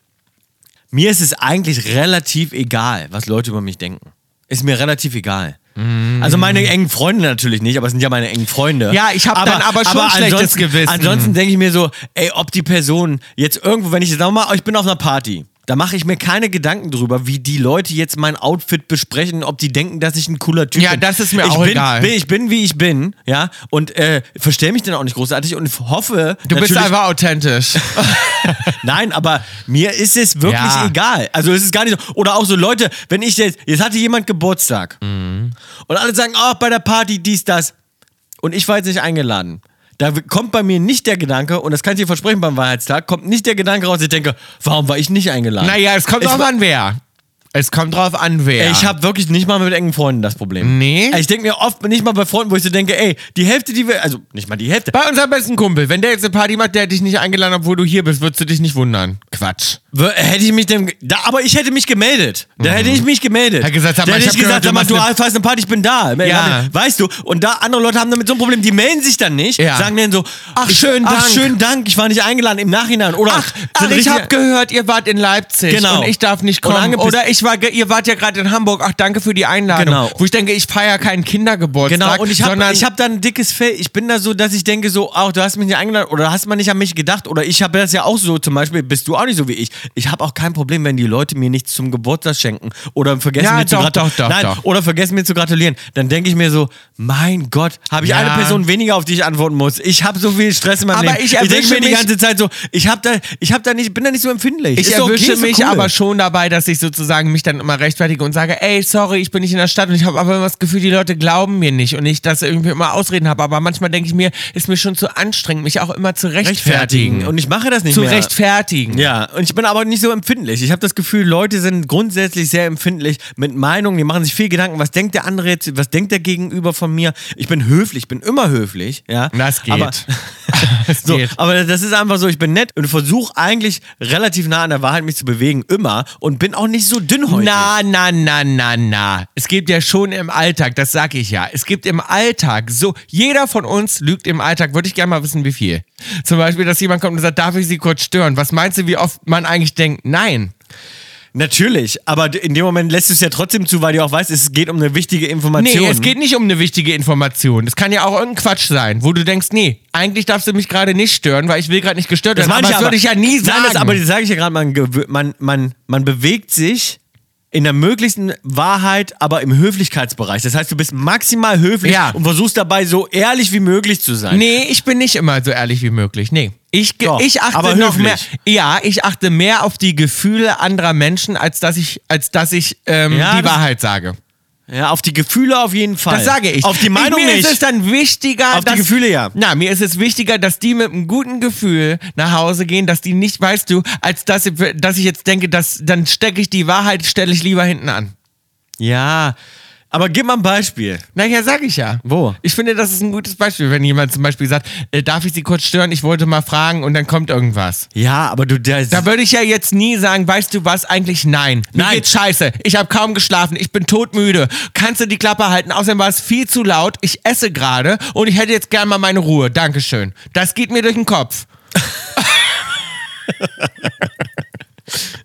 [SPEAKER 2] Mir ist es eigentlich relativ egal, was Leute über mich denken. Ist mir relativ egal. Also meine engen Freunde natürlich nicht, aber es sind ja meine engen Freunde.
[SPEAKER 3] Mhm. Ja, ich hab dann aber schon schlechtes
[SPEAKER 2] ansonsten-
[SPEAKER 3] Gewissen.
[SPEAKER 2] Ansonsten denke ich mir so, ey, ob die Person jetzt irgendwo, wenn ich jetzt sag mal, ich bin auf einer Party, da mache ich mir keine Gedanken drüber, wie die Leute jetzt mein Outfit besprechen, ob die denken, dass ich ein cooler Typ
[SPEAKER 3] Ja,
[SPEAKER 2] bin.
[SPEAKER 3] das ist mir
[SPEAKER 2] ich
[SPEAKER 3] auch
[SPEAKER 2] bin,
[SPEAKER 3] egal.
[SPEAKER 2] Bin, ich bin, wie ich bin, ja, und äh, verstell mich dann auch nicht großartig und hoffe,
[SPEAKER 3] du bist
[SPEAKER 2] natürlich-
[SPEAKER 3] einfach authentisch.
[SPEAKER 2] Nein, aber mir ist es wirklich
[SPEAKER 3] Ja.
[SPEAKER 2] egal. Also es ist gar nicht so. Oder auch so Leute, wenn ich jetzt, jetzt hatte jemand Geburtstag
[SPEAKER 3] Mhm.
[SPEAKER 2] und alle sagen, oh, bei der Party dies, das. Und ich war jetzt nicht eingeladen. Da w- kommt bei mir nicht der Gedanke, und das kann ich dir versprechen beim Wahrheitstag, kommt nicht der Gedanke raus, ich denke, warum war ich nicht eingeladen?
[SPEAKER 3] naja, es kommt
[SPEAKER 2] Ich
[SPEAKER 3] drauf
[SPEAKER 2] wa-
[SPEAKER 3] an, wer. Es kommt drauf an, wer.
[SPEAKER 2] Ey, Ich habe wirklich nicht mal mit engen Freunden das Problem.
[SPEAKER 3] Nee?
[SPEAKER 2] Ey, Ich denke mir oft nicht mal bei Freunden, wo ich so denke, ey, die Hälfte, die wir, also nicht mal die Hälfte,
[SPEAKER 3] Bei unserem besten Kumpel, wenn der jetzt eine Party macht, der dich nicht eingeladen hat, obwohl du hier bist, würdest du dich nicht wundern. Quatsch.
[SPEAKER 2] W- Hätte ich mich dem. Da, aber ich hätte mich gemeldet. Da hätte ich mich gemeldet.
[SPEAKER 3] Mhm. Hat gesagt, sag
[SPEAKER 2] da
[SPEAKER 3] mal,
[SPEAKER 2] hätte
[SPEAKER 3] ich
[SPEAKER 2] ich
[SPEAKER 3] hab
[SPEAKER 2] gesagt,
[SPEAKER 3] gehört, du
[SPEAKER 2] sag mal,
[SPEAKER 3] machst
[SPEAKER 2] du
[SPEAKER 3] eine-
[SPEAKER 2] fährst eine Party, ich bin da.
[SPEAKER 3] Ja.
[SPEAKER 2] Weißt du? Und da andere Leute haben damit so ein Problem, die melden sich dann nicht,
[SPEAKER 3] Ja.
[SPEAKER 2] sagen dann so, ach, schönen Dank. Ach, schönen Dank, ich war nicht eingeladen im Nachhinein. Oder
[SPEAKER 3] Ach,
[SPEAKER 2] sind
[SPEAKER 3] ach ich
[SPEAKER 2] richtig-
[SPEAKER 3] habe gehört, ihr wart in Leipzig
[SPEAKER 2] Genau.
[SPEAKER 3] und ich darf nicht
[SPEAKER 2] Und
[SPEAKER 3] kommen.
[SPEAKER 2] angepisst.
[SPEAKER 3] Oder ich war, ge- ihr wart ja gerade in Hamburg. Ach, danke für die Einladung.
[SPEAKER 2] Genau.
[SPEAKER 3] Wo ich denke, ich feiere keinen Kindergeburtstag,
[SPEAKER 2] Genau, und ich habe
[SPEAKER 3] sondern
[SPEAKER 2] ich hab da ein dickes Fell. Ich bin da so, dass ich denke so, ach, du hast mich nicht eingeladen oder hast mal nicht an mich gedacht oder ich habe das ja auch so, zum Beispiel bist du auch nicht so wie ich. Ich habe auch kein Problem, wenn die Leute mir nichts zum Geburtstag schenken oder vergessen
[SPEAKER 3] Ja,
[SPEAKER 2] mir zu
[SPEAKER 3] doch,
[SPEAKER 2] gratu-
[SPEAKER 3] doch, doch,
[SPEAKER 2] Nein,
[SPEAKER 3] doch.
[SPEAKER 2] oder vergessen mir zu gratulieren. Dann denke ich mir so, mein Gott, habe ich
[SPEAKER 3] Ja.
[SPEAKER 2] eine Person weniger, auf die ich antworten muss. Ich habe so viel Stress in meinem
[SPEAKER 3] Aber
[SPEAKER 2] Leben.
[SPEAKER 3] ich
[SPEAKER 2] denke
[SPEAKER 3] erwische
[SPEAKER 2] mir die
[SPEAKER 3] mich-
[SPEAKER 2] ganze Zeit so, ich habe da, ich habe da nicht, bin da nicht so empfindlich.
[SPEAKER 3] Ich
[SPEAKER 2] Ist doch
[SPEAKER 3] erwische
[SPEAKER 2] okay, ist doch
[SPEAKER 3] mich
[SPEAKER 2] cool.
[SPEAKER 3] aber schon dabei, dass ich sozusagen mich dann immer rechtfertige und sage, ey, sorry, ich bin nicht in der Stadt und ich habe aber immer das Gefühl, die Leute glauben mir nicht und ich das irgendwie immer Ausreden habe. Aber manchmal denke ich mir, ist mir schon zu anstrengend, mich auch immer zu rechtfertigen.
[SPEAKER 2] rechtfertigen und ich mache das nicht
[SPEAKER 3] zu
[SPEAKER 2] mehr.
[SPEAKER 3] rechtfertigen.
[SPEAKER 2] Ja, und ich bin aber nicht so empfindlich. Ich habe das Gefühl, Leute sind grundsätzlich sehr empfindlich mit Meinungen. Die machen sich viel Gedanken. Was denkt der andere jetzt? Was denkt der Gegenüber von mir? Ich bin höflich, ich bin immer höflich. Ja,
[SPEAKER 3] Das geht.
[SPEAKER 2] Aber,
[SPEAKER 3] Das
[SPEAKER 2] so,
[SPEAKER 3] geht.
[SPEAKER 2] aber das ist einfach so. Ich bin nett und versuche eigentlich relativ nah an der Wahrheit mich zu bewegen immer und bin auch nicht so dünnhäutig.
[SPEAKER 3] Na, na, na, na, na. Es gibt ja schon im Alltag, das sag ich ja. Es gibt im Alltag so, jeder von uns lügt im Alltag. Würde ich gerne mal wissen, wie viel. Zum Beispiel, dass jemand kommt und sagt, darf ich Sie kurz stören? Was meinst du, wie oft man eigentlich denkt? Nein.
[SPEAKER 2] Natürlich, aber d- in dem Moment lässt du es ja trotzdem zu, weil du auch weißt, es geht um eine wichtige Information.
[SPEAKER 3] Nee, es geht nicht um eine wichtige Information. Es kann ja auch irgendein Quatsch sein, wo du denkst, nee, eigentlich darfst du mich gerade nicht stören, weil ich will gerade nicht gestört
[SPEAKER 2] das
[SPEAKER 3] werden.
[SPEAKER 2] meine
[SPEAKER 3] aber
[SPEAKER 2] ich
[SPEAKER 3] das würde ich ja nie sagen.
[SPEAKER 2] Nein, das, aber das sage ich ja gerade, man, gewö- man, man, man bewegt sich in der möglichsten Wahrheit, aber im Höflichkeitsbereich. Das heißt, du bist maximal höflich
[SPEAKER 3] Ja.
[SPEAKER 2] und versuchst dabei so ehrlich wie möglich zu sein.
[SPEAKER 3] Nee, ich bin nicht immer so ehrlich wie möglich. Nee. Ich, ge-
[SPEAKER 2] Doch,
[SPEAKER 3] ich achte
[SPEAKER 2] aber
[SPEAKER 3] noch
[SPEAKER 2] höflich.
[SPEAKER 3] mehr. Ja, ich achte mehr auf die Gefühle anderer Menschen, als dass ich, als dass ich ähm,
[SPEAKER 2] Ja,
[SPEAKER 3] die
[SPEAKER 2] das-
[SPEAKER 3] Wahrheit sage.
[SPEAKER 2] Ja, auf die Gefühle auf jeden Fall.
[SPEAKER 3] Das sage ich.
[SPEAKER 2] Auf die Meinung
[SPEAKER 3] ich, mir
[SPEAKER 2] nicht.
[SPEAKER 3] ist es dann wichtiger,
[SPEAKER 2] Auf die
[SPEAKER 3] dass-
[SPEAKER 2] Gefühle ja.
[SPEAKER 3] Na, mir ist es wichtiger, dass die mit einem guten Gefühl nach Hause gehen, dass die nicht, weißt du, als dass ich, dass ich jetzt denke, dass dann stecke ich die Wahrheit, stelle ich lieber hinten an.
[SPEAKER 2] ja, aber gib mal ein Beispiel.
[SPEAKER 3] Naja, sag ich ja.
[SPEAKER 2] Wo?
[SPEAKER 3] Ich finde, das ist ein gutes Beispiel, wenn jemand zum Beispiel sagt, äh, darf ich Sie kurz stören? Ich wollte mal fragen und dann kommt irgendwas.
[SPEAKER 2] Ja, aber du, der,
[SPEAKER 3] Da würde ich ja jetzt nie sagen, weißt du was, eigentlich nein. Mir
[SPEAKER 2] Nein.
[SPEAKER 3] geht's scheiße. Ich habe kaum geschlafen. Ich bin todmüde. Kannst du die Klappe halten? Außerdem war es viel zu laut. Ich esse gerade und ich hätte jetzt gern mal meine Ruhe. Dankeschön. Das geht mir durch den Kopf.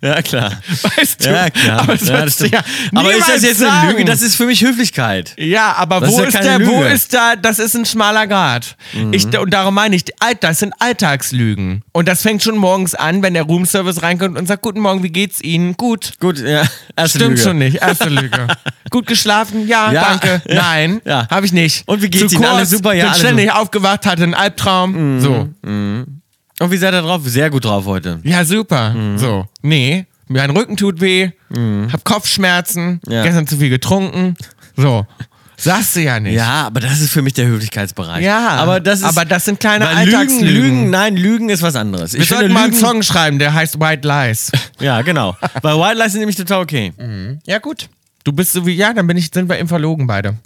[SPEAKER 2] ja klar.
[SPEAKER 3] Weißt du?
[SPEAKER 2] Ja, klar.
[SPEAKER 3] Aber, das
[SPEAKER 2] ja, das
[SPEAKER 3] würdest du
[SPEAKER 2] stimmt.
[SPEAKER 3] ja
[SPEAKER 2] aber ist das
[SPEAKER 3] niemals
[SPEAKER 2] jetzt
[SPEAKER 3] sagen.
[SPEAKER 2] eine Lüge? Das ist für mich Höflichkeit.
[SPEAKER 3] Ja, aber
[SPEAKER 2] Das
[SPEAKER 3] wo
[SPEAKER 2] ist
[SPEAKER 3] ist,
[SPEAKER 2] ja
[SPEAKER 3] der,
[SPEAKER 2] keine
[SPEAKER 3] wo
[SPEAKER 2] Lüge. Mhm.
[SPEAKER 3] ist da, das ist ein schmaler Grad. Ich, und darum meine ich, Alt- das sind Alltagslügen. Und das fängt schon morgens an, wenn der Roomservice reinkommt und sagt, guten Morgen, wie geht's Ihnen? Gut.
[SPEAKER 2] Gut, ja. Erste
[SPEAKER 3] Stimmt
[SPEAKER 2] Lüge.
[SPEAKER 3] schon nicht, erste Lüge. Gut geschlafen? Ja,
[SPEAKER 2] Ja.
[SPEAKER 3] danke.
[SPEAKER 2] Ja.
[SPEAKER 3] Nein,
[SPEAKER 2] Ja.
[SPEAKER 3] habe ich nicht.
[SPEAKER 2] Und wie geht's
[SPEAKER 3] Zu
[SPEAKER 2] Ihnen? Alles
[SPEAKER 3] kurz,
[SPEAKER 2] super? Mm. Ja,
[SPEAKER 3] Bin
[SPEAKER 2] alles
[SPEAKER 3] ständig aufgewacht, hatte einen Albtraum. So.
[SPEAKER 2] Und wie seid ihr drauf? Sehr gut drauf heute.
[SPEAKER 3] Ja, super.
[SPEAKER 2] Mm.
[SPEAKER 3] So. Nee, mein Rücken tut weh, hab Kopfschmerzen,
[SPEAKER 2] Ja.
[SPEAKER 3] gestern zu viel getrunken. So. Sagst du ja nicht.
[SPEAKER 2] Ja, aber das ist für mich der Höflichkeitsbereich.
[SPEAKER 3] Ja,
[SPEAKER 2] aber das ist.
[SPEAKER 3] aber das sind kleine
[SPEAKER 2] Weil Lügen,
[SPEAKER 3] Alltagslügen.
[SPEAKER 2] Lügen, nein, Lügen ist was anderes.
[SPEAKER 3] Wir sollten mal einen Song schreiben, der heißt White Lies.
[SPEAKER 2] Ja, genau. Bei White Lies sind nämlich total okay.
[SPEAKER 3] ja, gut. Du bist so wie, ja, dann bin ich, sind wir eben verlogen beide.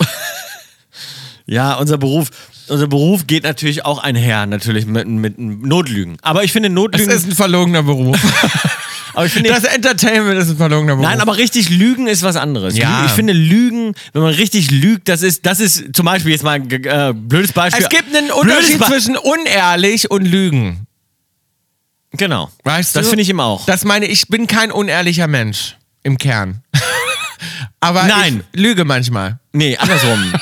[SPEAKER 2] Ja, unser Beruf, unser Beruf geht natürlich auch einher, natürlich mit, mit Notlügen. Aber ich finde
[SPEAKER 3] Das
[SPEAKER 2] Notlügen.
[SPEAKER 3] ist ein verlogener Beruf.
[SPEAKER 2] aber ich finde,
[SPEAKER 3] Das Entertainment ist ein verlogener Beruf.
[SPEAKER 2] Nein, aber richtig lügen ist was anderes.
[SPEAKER 3] Ja.
[SPEAKER 2] Lü- Ich finde Lügen, wenn man richtig lügt, das ist, das ist zum Beispiel jetzt mal ein ge- äh, blödes Beispiel.
[SPEAKER 3] es gibt einen
[SPEAKER 2] Blödes
[SPEAKER 3] Unterschied
[SPEAKER 2] Be-
[SPEAKER 3] zwischen unehrlich und Lügen.
[SPEAKER 2] Genau.
[SPEAKER 3] Weißt
[SPEAKER 2] das
[SPEAKER 3] du?
[SPEAKER 2] finde ich eben auch.
[SPEAKER 3] Das meine ich, bin kein unehrlicher Mensch im Kern. aber
[SPEAKER 2] Nein.
[SPEAKER 3] ich lüge manchmal.
[SPEAKER 2] nee, andersrum.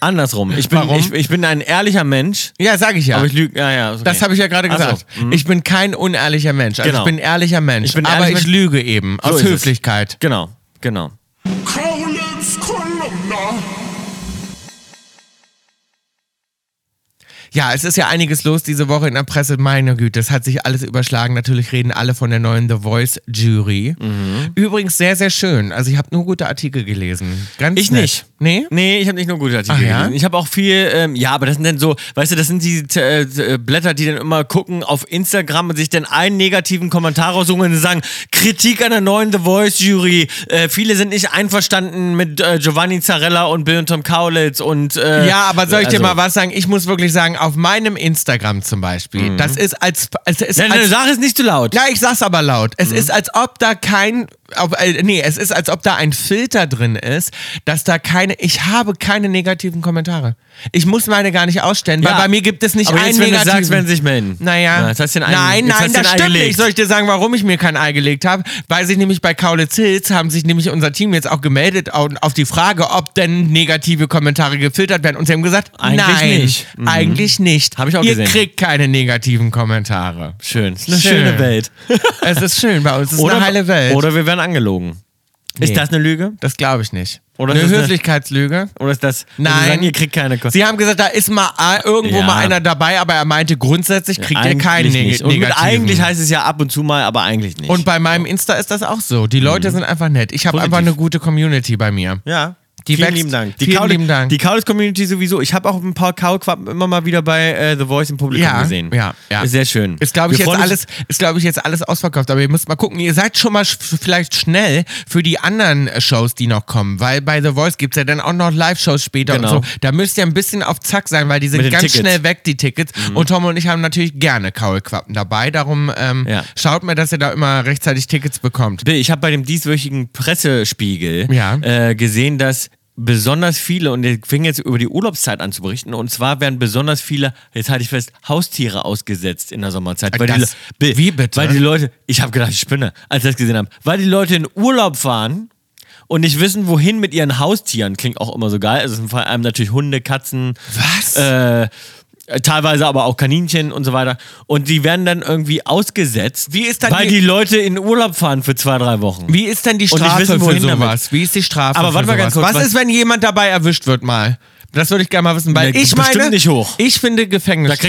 [SPEAKER 2] andersrum. Ich bin,
[SPEAKER 3] Warum?
[SPEAKER 2] Ich, ich bin ein ehrlicher Mensch,
[SPEAKER 3] Ja, sage ich ja.
[SPEAKER 2] aber ich lüge. Ja, ja, ist okay.
[SPEAKER 3] Das habe ich ja gerade
[SPEAKER 2] Ach so. Mhm.
[SPEAKER 3] gesagt. Ich bin kein unehrlicher Mensch. Also
[SPEAKER 2] Genau.
[SPEAKER 3] ich bin ein ehrlicher Mensch.
[SPEAKER 2] Ich bin
[SPEAKER 3] aber
[SPEAKER 2] ehrlich
[SPEAKER 3] ich
[SPEAKER 2] mit-
[SPEAKER 3] lüge eben.
[SPEAKER 2] So
[SPEAKER 3] aus
[SPEAKER 2] ist es.
[SPEAKER 3] Höflichkeit.
[SPEAKER 2] Genau, genau.
[SPEAKER 4] Kaulitz Kolumna.
[SPEAKER 3] Ja, es ist ja einiges los diese Woche in der Presse. Meine Güte, das hat sich alles überschlagen. Natürlich reden alle von der neuen The Voice Jury.
[SPEAKER 2] Mhm.
[SPEAKER 3] Übrigens sehr, sehr schön. Also ich habe nur gute Artikel gelesen. Ganz
[SPEAKER 2] Ich
[SPEAKER 3] nett.
[SPEAKER 2] nicht.
[SPEAKER 3] Nee?
[SPEAKER 2] Nee, ich habe nicht nur gute Artikel
[SPEAKER 3] Ach ja?
[SPEAKER 2] gelesen. Ich habe auch viel, ähm, ja, aber das sind dann so, weißt du, das sind die äh, äh, Blätter, die dann immer gucken auf Instagram und sich dann einen negativen Kommentar raussuchen und sagen, Kritik an der neuen The Voice Jury. Äh, viele sind nicht einverstanden mit äh, Giovanni Zarella und Bill und Tom Kaulitz und äh,
[SPEAKER 3] Ja, aber soll ich dir
[SPEAKER 2] also-
[SPEAKER 3] mal was sagen? Ich muss wirklich sagen, auf meinem Instagram zum Beispiel, das ist als... als, ist
[SPEAKER 2] Mhm. Nein, nein,
[SPEAKER 3] als
[SPEAKER 2] sag Mhm. es nicht zu laut.
[SPEAKER 3] ja, ich sag's aber laut. Es ist, als ob da kein. Ob, äh, nee, es ist, als ob da ein Filter drin ist, dass da keine. Ich habe keine negativen Kommentare. Ich muss meine gar nicht ausstellen, weil
[SPEAKER 2] Ja.
[SPEAKER 3] bei mir gibt es nicht
[SPEAKER 2] aber
[SPEAKER 3] einen
[SPEAKER 2] jetzt, wenn du
[SPEAKER 3] negativen.
[SPEAKER 2] sagst, werden sie sich melden.
[SPEAKER 3] Naja.
[SPEAKER 2] Na, jetzt hast du den einen,
[SPEAKER 3] nein,
[SPEAKER 2] jetzt
[SPEAKER 3] nein,
[SPEAKER 2] hast du den
[SPEAKER 3] das
[SPEAKER 2] einen
[SPEAKER 3] stimmt
[SPEAKER 2] gelegt.
[SPEAKER 3] nicht. Soll ich dir sagen, warum ich mir kein Ei gelegt habe? Weil sich nämlich bei Kaulitz Hills haben sich nämlich unser Team jetzt auch gemeldet au- auf die Frage, ob denn negative Kommentare gefiltert werden. Und sie haben gesagt,
[SPEAKER 2] Eigentlich
[SPEAKER 3] nein,
[SPEAKER 2] nicht. Mhm.
[SPEAKER 3] eigentlich nicht.
[SPEAKER 2] Hab ich auch
[SPEAKER 3] Ihr
[SPEAKER 2] gesehen.
[SPEAKER 3] kriegt keine negativen Kommentare.
[SPEAKER 2] Schön. Ist eine
[SPEAKER 3] Schön.
[SPEAKER 2] schöne Welt.
[SPEAKER 3] Es ist schön bei uns. Es ist eine heile Welt.
[SPEAKER 2] Oder wir werden angelogen.
[SPEAKER 3] Nee.
[SPEAKER 2] Ist das eine Lüge?
[SPEAKER 3] das glaube ich nicht.
[SPEAKER 2] Oder
[SPEAKER 3] eine
[SPEAKER 2] ist es eine-
[SPEAKER 3] Höflichkeitslüge.
[SPEAKER 2] Oder ist das? wenn Sie
[SPEAKER 3] Nein.
[SPEAKER 2] sagen, ihr kriegt keine Ko
[SPEAKER 3] Sie haben gesagt, da ist mal a- irgendwo
[SPEAKER 2] Ja.
[SPEAKER 3] mal einer dabei, aber er meinte grundsätzlich kriegt er
[SPEAKER 2] Eigentlich
[SPEAKER 3] keinen neg
[SPEAKER 2] nicht. Und mit
[SPEAKER 3] negativen.
[SPEAKER 2] eigentlich heißt es ja ab und zu mal, aber eigentlich nicht. Mhm.
[SPEAKER 3] und bei meinem Insta ist das auch so. Die Leute sind einfach nett. Ich habe
[SPEAKER 2] Positiv.
[SPEAKER 3] einfach eine gute Community bei mir.
[SPEAKER 2] ja.
[SPEAKER 3] Die
[SPEAKER 2] Vielen
[SPEAKER 3] wächst.
[SPEAKER 2] lieben Dank. Die
[SPEAKER 3] Vielen
[SPEAKER 2] Kaul-
[SPEAKER 3] lieben Dank.
[SPEAKER 2] Die Kaulitz-Community sowieso. Ich habe auch ein paar Kaulquappen immer mal wieder bei äh, The Voice im Publikum
[SPEAKER 3] ja,
[SPEAKER 2] gesehen.
[SPEAKER 3] ja, ja.
[SPEAKER 2] Ist sehr schön.
[SPEAKER 3] Ist, glaube ich,
[SPEAKER 2] Wir
[SPEAKER 3] jetzt
[SPEAKER 2] freuen uns-
[SPEAKER 3] alles, ist, glaube ich, jetzt alles ausverkauft. Aber ihr müsst mal gucken, ihr seid schon mal sch vielleicht schnell für die anderen äh, Shows, die noch kommen. Weil bei The Voice gibt es ja dann auch noch Live-Shows später
[SPEAKER 2] Genau.
[SPEAKER 3] und so. Da müsst ihr ein bisschen auf Zack sein, weil die sind
[SPEAKER 2] Mit den
[SPEAKER 3] ganz
[SPEAKER 2] Tickets. Mhm.
[SPEAKER 3] schnell weg, die Tickets. Und Tom und ich haben natürlich gerne Kaulquappen dabei. Darum ähm,
[SPEAKER 2] Ja.
[SPEAKER 3] schaut mal, dass ihr da immer rechtzeitig Tickets bekommt.
[SPEAKER 2] Bill, ich habe bei dem dieswöchigen Pressespiegel
[SPEAKER 3] Ja.
[SPEAKER 2] äh, gesehen, dass besonders viele, und ich fing jetzt über die Urlaubszeit an zu berichten, und zwar werden besonders viele, jetzt halte ich fest, Haustiere ausgesetzt in der Sommerzeit. Weil die,
[SPEAKER 3] das-
[SPEAKER 2] Le- Bill,
[SPEAKER 3] wie bitte?
[SPEAKER 2] Weil die Leute, ich habe gedacht, ich spinne, als ich das gesehen habe, weil die Leute in Urlaub fahren und nicht wissen, wohin mit ihren Haustieren, klingt auch immer so geil, also es sind vor allem natürlich Hunde, Katzen,
[SPEAKER 3] Was?
[SPEAKER 2] äh, teilweise aber auch Kaninchen und so weiter. Und die werden dann irgendwie ausgesetzt,
[SPEAKER 3] Wie ist dann
[SPEAKER 2] weil
[SPEAKER 3] die-
[SPEAKER 2] die Leute in Urlaub fahren für zwei, drei Wochen.
[SPEAKER 3] Wie ist denn die
[SPEAKER 2] Und nicht
[SPEAKER 3] Strafe
[SPEAKER 2] wissen,
[SPEAKER 3] für
[SPEAKER 2] wohin
[SPEAKER 3] sowas?
[SPEAKER 2] damit.
[SPEAKER 3] Wie ist die Strafe
[SPEAKER 2] Aber
[SPEAKER 3] für
[SPEAKER 2] warte mal ganz
[SPEAKER 3] sowas?
[SPEAKER 2] kurz,
[SPEAKER 3] Was
[SPEAKER 2] was-
[SPEAKER 3] ist, wenn jemand dabei erwischt wird mal? Das würde ich gerne mal wissen, weil
[SPEAKER 2] Nee,
[SPEAKER 3] ich
[SPEAKER 2] bestimmt
[SPEAKER 3] meine,
[SPEAKER 2] nicht hoch.
[SPEAKER 3] ich finde Gefängnisstrafe.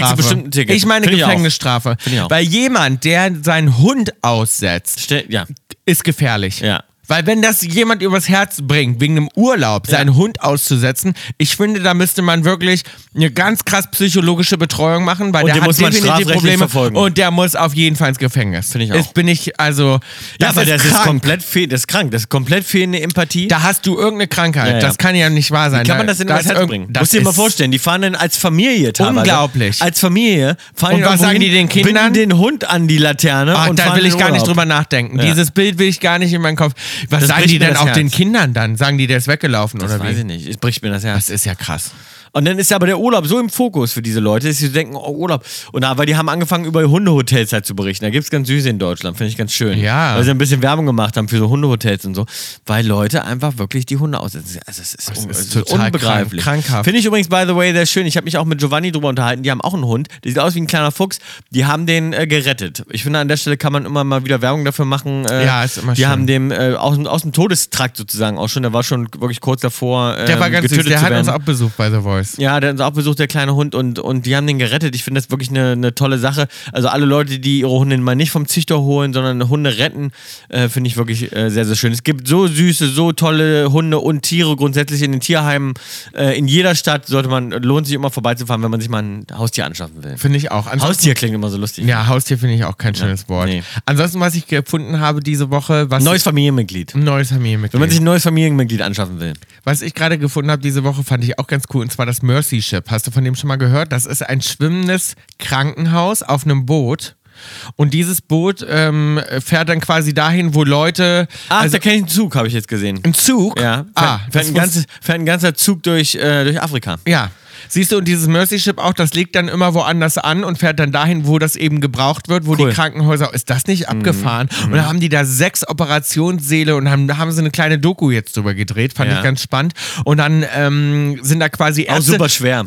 [SPEAKER 2] Da kriegst du bestimmt ein Ticket.
[SPEAKER 3] Ich meine
[SPEAKER 2] Finde ich auch.
[SPEAKER 3] Gefängnisstrafe.
[SPEAKER 2] Finde ich auch.
[SPEAKER 3] weil jemand, der seinen Hund aussetzt,
[SPEAKER 2] Ste- ja.
[SPEAKER 3] ist gefährlich.
[SPEAKER 2] Ja.
[SPEAKER 3] Weil wenn das jemand übers Herz bringt, wegen einem Urlaub seinen Hund auszusetzen, ich finde, da müsste man wirklich eine ganz krass psychologische Betreuung machen, weil
[SPEAKER 2] Und
[SPEAKER 3] der
[SPEAKER 2] den
[SPEAKER 3] hat
[SPEAKER 2] muss man
[SPEAKER 3] definitiv
[SPEAKER 2] strafrechtlich
[SPEAKER 3] Probleme
[SPEAKER 2] verfolgen.
[SPEAKER 3] und der muss auf jeden Fall ins Gefängnis.
[SPEAKER 2] Finde ich auch.
[SPEAKER 3] Das bin ich also.
[SPEAKER 2] Ja,
[SPEAKER 3] das
[SPEAKER 2] aber das ist
[SPEAKER 3] krank.
[SPEAKER 2] komplett fehl, das ist krank, das ist komplett fehlende Empathie.
[SPEAKER 3] Da hast du irgendeine Krankheit.
[SPEAKER 2] Ja, ja.
[SPEAKER 3] Das kann ja nicht wahr sein.
[SPEAKER 2] kann man das in das
[SPEAKER 3] ist
[SPEAKER 2] Herz
[SPEAKER 3] irgend-
[SPEAKER 2] bringen?
[SPEAKER 3] das
[SPEAKER 2] Musst du dir mal
[SPEAKER 3] ist-
[SPEAKER 2] vorstellen, die fahren dann als Familie teilweise.
[SPEAKER 3] Unglaublich.
[SPEAKER 2] Als Familie fahren
[SPEAKER 3] Und was
[SPEAKER 2] irgendwo
[SPEAKER 3] sagen die den Kindern?
[SPEAKER 2] Binden den Hund an die Laterne
[SPEAKER 3] Ach,
[SPEAKER 2] und
[SPEAKER 3] Ah, da
[SPEAKER 2] fahren
[SPEAKER 3] will
[SPEAKER 2] in
[SPEAKER 3] ich gar nicht
[SPEAKER 2] Urlaub.
[SPEAKER 3] drüber nachdenken.
[SPEAKER 2] Ja.
[SPEAKER 3] Dieses Bild will ich gar nicht in meinen Kopf. Was
[SPEAKER 2] Das
[SPEAKER 3] sagen
[SPEAKER 2] bricht
[SPEAKER 3] die
[SPEAKER 2] mir
[SPEAKER 3] denn
[SPEAKER 2] das
[SPEAKER 3] auch
[SPEAKER 2] Herz.
[SPEAKER 3] den Kindern dann? Sagen die, der ist weggelaufen
[SPEAKER 2] Das
[SPEAKER 3] oder
[SPEAKER 2] weiß ich
[SPEAKER 3] wie?
[SPEAKER 2] nicht, es bricht mir das Herz.
[SPEAKER 3] Das ist ja krass.
[SPEAKER 2] Und dann ist aber der Urlaub so im Fokus für diese Leute, dass sie denken, oh Urlaub. Und da, weil die haben angefangen, über Hundehotels halt zu berichten. Da gibt es ganz süße in Deutschland, finde ich ganz schön.
[SPEAKER 3] Ja.
[SPEAKER 2] Weil sie ein bisschen Werbung gemacht haben für so Hundehotels und so. Weil Leute einfach wirklich die Hunde aussetzen. Also es ist, un
[SPEAKER 3] ist
[SPEAKER 2] es ist
[SPEAKER 3] total
[SPEAKER 2] unbegreiflich.
[SPEAKER 3] krank- krankhaft.
[SPEAKER 2] Finde ich übrigens, by the way, sehr schön. Ich habe mich auch mit Giovanni drüber unterhalten. Die haben auch einen Hund. Der sieht aus wie ein kleiner Fuchs. Die haben den äh, gerettet. Ich finde, an der Stelle kann man immer mal wieder Werbung dafür machen. Äh,
[SPEAKER 3] Ja, ist immer
[SPEAKER 2] Die
[SPEAKER 3] schön.
[SPEAKER 2] haben dem äh, aus, dem- aus dem Todestrakt sozusagen auch schon. Der war schon wirklich kurz davor,
[SPEAKER 3] Der
[SPEAKER 2] ähm,
[SPEAKER 3] war ganz süß.
[SPEAKER 2] getötet
[SPEAKER 3] Der
[SPEAKER 2] zu
[SPEAKER 3] hat uns
[SPEAKER 2] werden.
[SPEAKER 3] auch besucht bei The Voice.
[SPEAKER 2] Ja, der hat uns auch besucht, der kleine Hund, und, und die haben den gerettet. Ich finde das wirklich eine, eine tolle Sache. Also alle Leute, die ihre Hunde mal nicht vom Züchter holen, sondern Hunde retten, äh, finde ich wirklich äh, sehr, sehr schön. Es gibt so süße, so tolle Hunde und Tiere grundsätzlich in den Tierheimen. Äh, in jeder Stadt sollte man, lohnt sich immer vorbeizufahren, wenn man sich mal ein Haustier anschaffen will.
[SPEAKER 3] Finde ich auch. Ansonsten-
[SPEAKER 2] Haustier klingt immer so lustig.
[SPEAKER 3] Ja, Haustier finde ich auch kein schönes Wort.
[SPEAKER 2] nee.
[SPEAKER 3] Ansonsten, was ich gefunden habe diese Woche, was
[SPEAKER 2] Neues Familienmitglied.
[SPEAKER 3] ein neues Familienmitglied.
[SPEAKER 2] Wenn man sich ein neues Familienmitglied anschaffen will.
[SPEAKER 3] Was ich gerade gefunden habe diese Woche, fand ich auch ganz cool, und zwar das Mercy Ship. Hast du von dem schon mal gehört? Das ist ein schwimmendes Krankenhaus auf einem Boot. Und dieses Boot ähm, fährt dann quasi dahin, wo Leute.
[SPEAKER 2] Ach,
[SPEAKER 3] also
[SPEAKER 2] da kenne ich einen Zug, habe ich jetzt gesehen.
[SPEAKER 3] ein Zug.
[SPEAKER 2] Ja, fährt,
[SPEAKER 3] ah,
[SPEAKER 2] fährt,
[SPEAKER 3] das
[SPEAKER 2] ein
[SPEAKER 3] wus-
[SPEAKER 2] ganzes, fährt ein ganzer Zug durch, äh, durch Afrika.
[SPEAKER 3] Ja. Siehst du, und dieses Mercy Ship auch, das legt dann immer woanders an und fährt dann dahin, wo das eben gebraucht wird, wo
[SPEAKER 2] Cool. Mhm.
[SPEAKER 3] die Krankenhäuser. Ist das nicht abgefahren? Und da haben die da sechs Operationssäle und haben, da haben sie eine kleine Doku jetzt drüber gedreht. Fand
[SPEAKER 2] Ja.
[SPEAKER 3] ich ganz spannend. Und dann ähm, sind da quasi
[SPEAKER 2] Auch
[SPEAKER 3] Ärzte.
[SPEAKER 2] super schwer.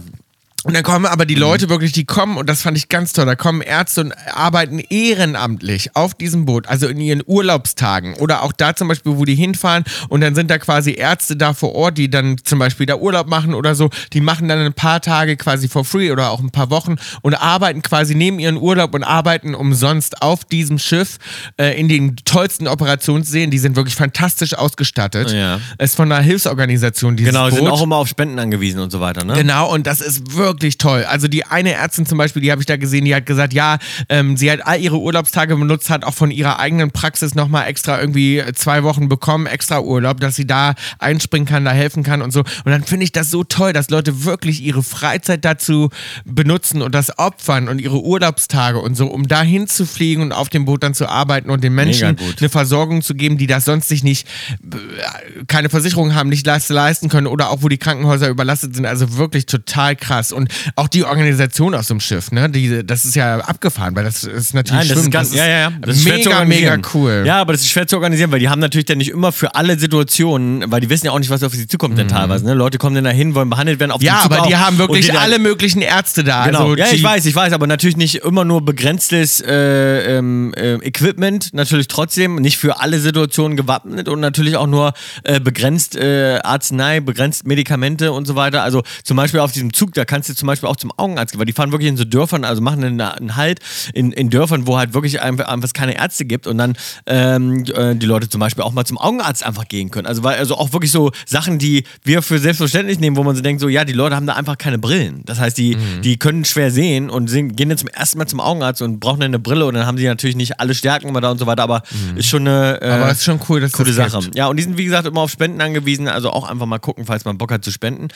[SPEAKER 3] Und dann kommen aber die
[SPEAKER 2] Mhm.
[SPEAKER 3] Leute wirklich, die kommen, und das fand ich ganz toll, da kommen Ärzte und arbeiten ehrenamtlich auf diesem Boot, also in ihren Urlaubstagen oder auch da zum Beispiel, wo die hinfahren und dann sind da quasi Ärzte da vor Ort, die dann zum Beispiel da Urlaub machen oder so, die machen dann ein paar Tage quasi for free oder auch ein paar Wochen und arbeiten quasi neben ihren Urlaub und arbeiten umsonst auf diesem Schiff äh, in den tollsten Operationsseen, die sind wirklich fantastisch ausgestattet.
[SPEAKER 2] Ja.
[SPEAKER 3] Ist von einer Hilfsorganisation dieses
[SPEAKER 2] Genau,
[SPEAKER 3] Boot.
[SPEAKER 2] sind auch immer auf Spenden angewiesen und so weiter, ne?
[SPEAKER 3] Genau, und das ist wirklich toll. Also die eine Ärztin zum Beispiel, die habe ich da gesehen, die hat gesagt, ja, ähm, sie hat all ihre Urlaubstage benutzt, hat auch von ihrer eigenen Praxis nochmal extra irgendwie zwei Wochen bekommen, extra Urlaub, dass sie da einspringen kann, da helfen kann und so. Und dann finde ich das so toll, dass Leute wirklich ihre Freizeit dazu benutzen und das opfern und ihre Urlaubstage und so, um da hinzufliegen und auf dem Boot dann zu arbeiten und den Menschen
[SPEAKER 2] Mega gut.
[SPEAKER 3] eine Versorgung zu geben, die das sonst sich nicht äh, keine Versicherung haben, nicht leis- leisten können oder auch wo die Krankenhäuser überlastet sind. Also wirklich total krass. Und auch die Organisation aus dem Schiff, ne? Die, das ist ja abgefahren, weil das ist natürlich
[SPEAKER 2] Nein, das ist
[SPEAKER 3] schwimmt.
[SPEAKER 2] ganz, ja, ja, ja. Das ist schwer zu
[SPEAKER 3] mega, mega
[SPEAKER 2] organisieren.
[SPEAKER 3] cool.
[SPEAKER 2] Ja, aber das ist schwer zu organisieren, weil die haben natürlich dann nicht immer für alle Situationen, weil die wissen ja auch nicht, was auf sie zukommt, denn teilweise. Ne? Leute kommen dann dahin, wollen behandelt werden. Auf
[SPEAKER 3] Mhm. Ja,
[SPEAKER 2] dem Zug
[SPEAKER 3] aber die
[SPEAKER 2] auch.
[SPEAKER 3] haben
[SPEAKER 2] Und
[SPEAKER 3] wirklich
[SPEAKER 2] die dann-
[SPEAKER 3] alle möglichen Ärzte da.
[SPEAKER 2] Genau.
[SPEAKER 3] Also
[SPEAKER 2] ja,
[SPEAKER 3] die,
[SPEAKER 2] ich weiß, ich weiß, aber natürlich nicht immer nur begrenztes äh, ähm, äh, Equipment, natürlich trotzdem nicht für alle Situationen gewappnet und natürlich auch nur äh, begrenzt äh, Arznei, begrenzt Medikamente und so weiter. Also zum Beispiel auf diesem Zug, da kannst kannst du zum Beispiel auch zum Augenarzt gehen, weil die fahren wirklich in so Dörfern, also machen einen, einen Halt in, in Dörfern, wo halt wirklich einfach, einfach es keine Ärzte gibt und dann ähm, die- äh, die Leute zum Beispiel auch mal zum Augenarzt einfach gehen können. Also weil also auch wirklich so Sachen, die wir für selbstverständlich nehmen, wo man so denkt, so ja, die Leute haben da einfach keine Brillen. Das heißt, die,
[SPEAKER 3] Mhm.
[SPEAKER 2] die können schwer sehen und sind, gehen dann zum ersten Mal zum Augenarzt und brauchen dann eine Brille und dann haben sie natürlich nicht alle Stärken immer da und so weiter, aber ist schon eine äh,
[SPEAKER 3] Mhm. Aber ist schon cool, dass
[SPEAKER 2] coole
[SPEAKER 3] das
[SPEAKER 2] Sache.
[SPEAKER 3] gibt.
[SPEAKER 2] Ja, und die sind wie gesagt immer auf Spenden angewiesen, also auch einfach mal gucken, falls man Bock hat zu spenden.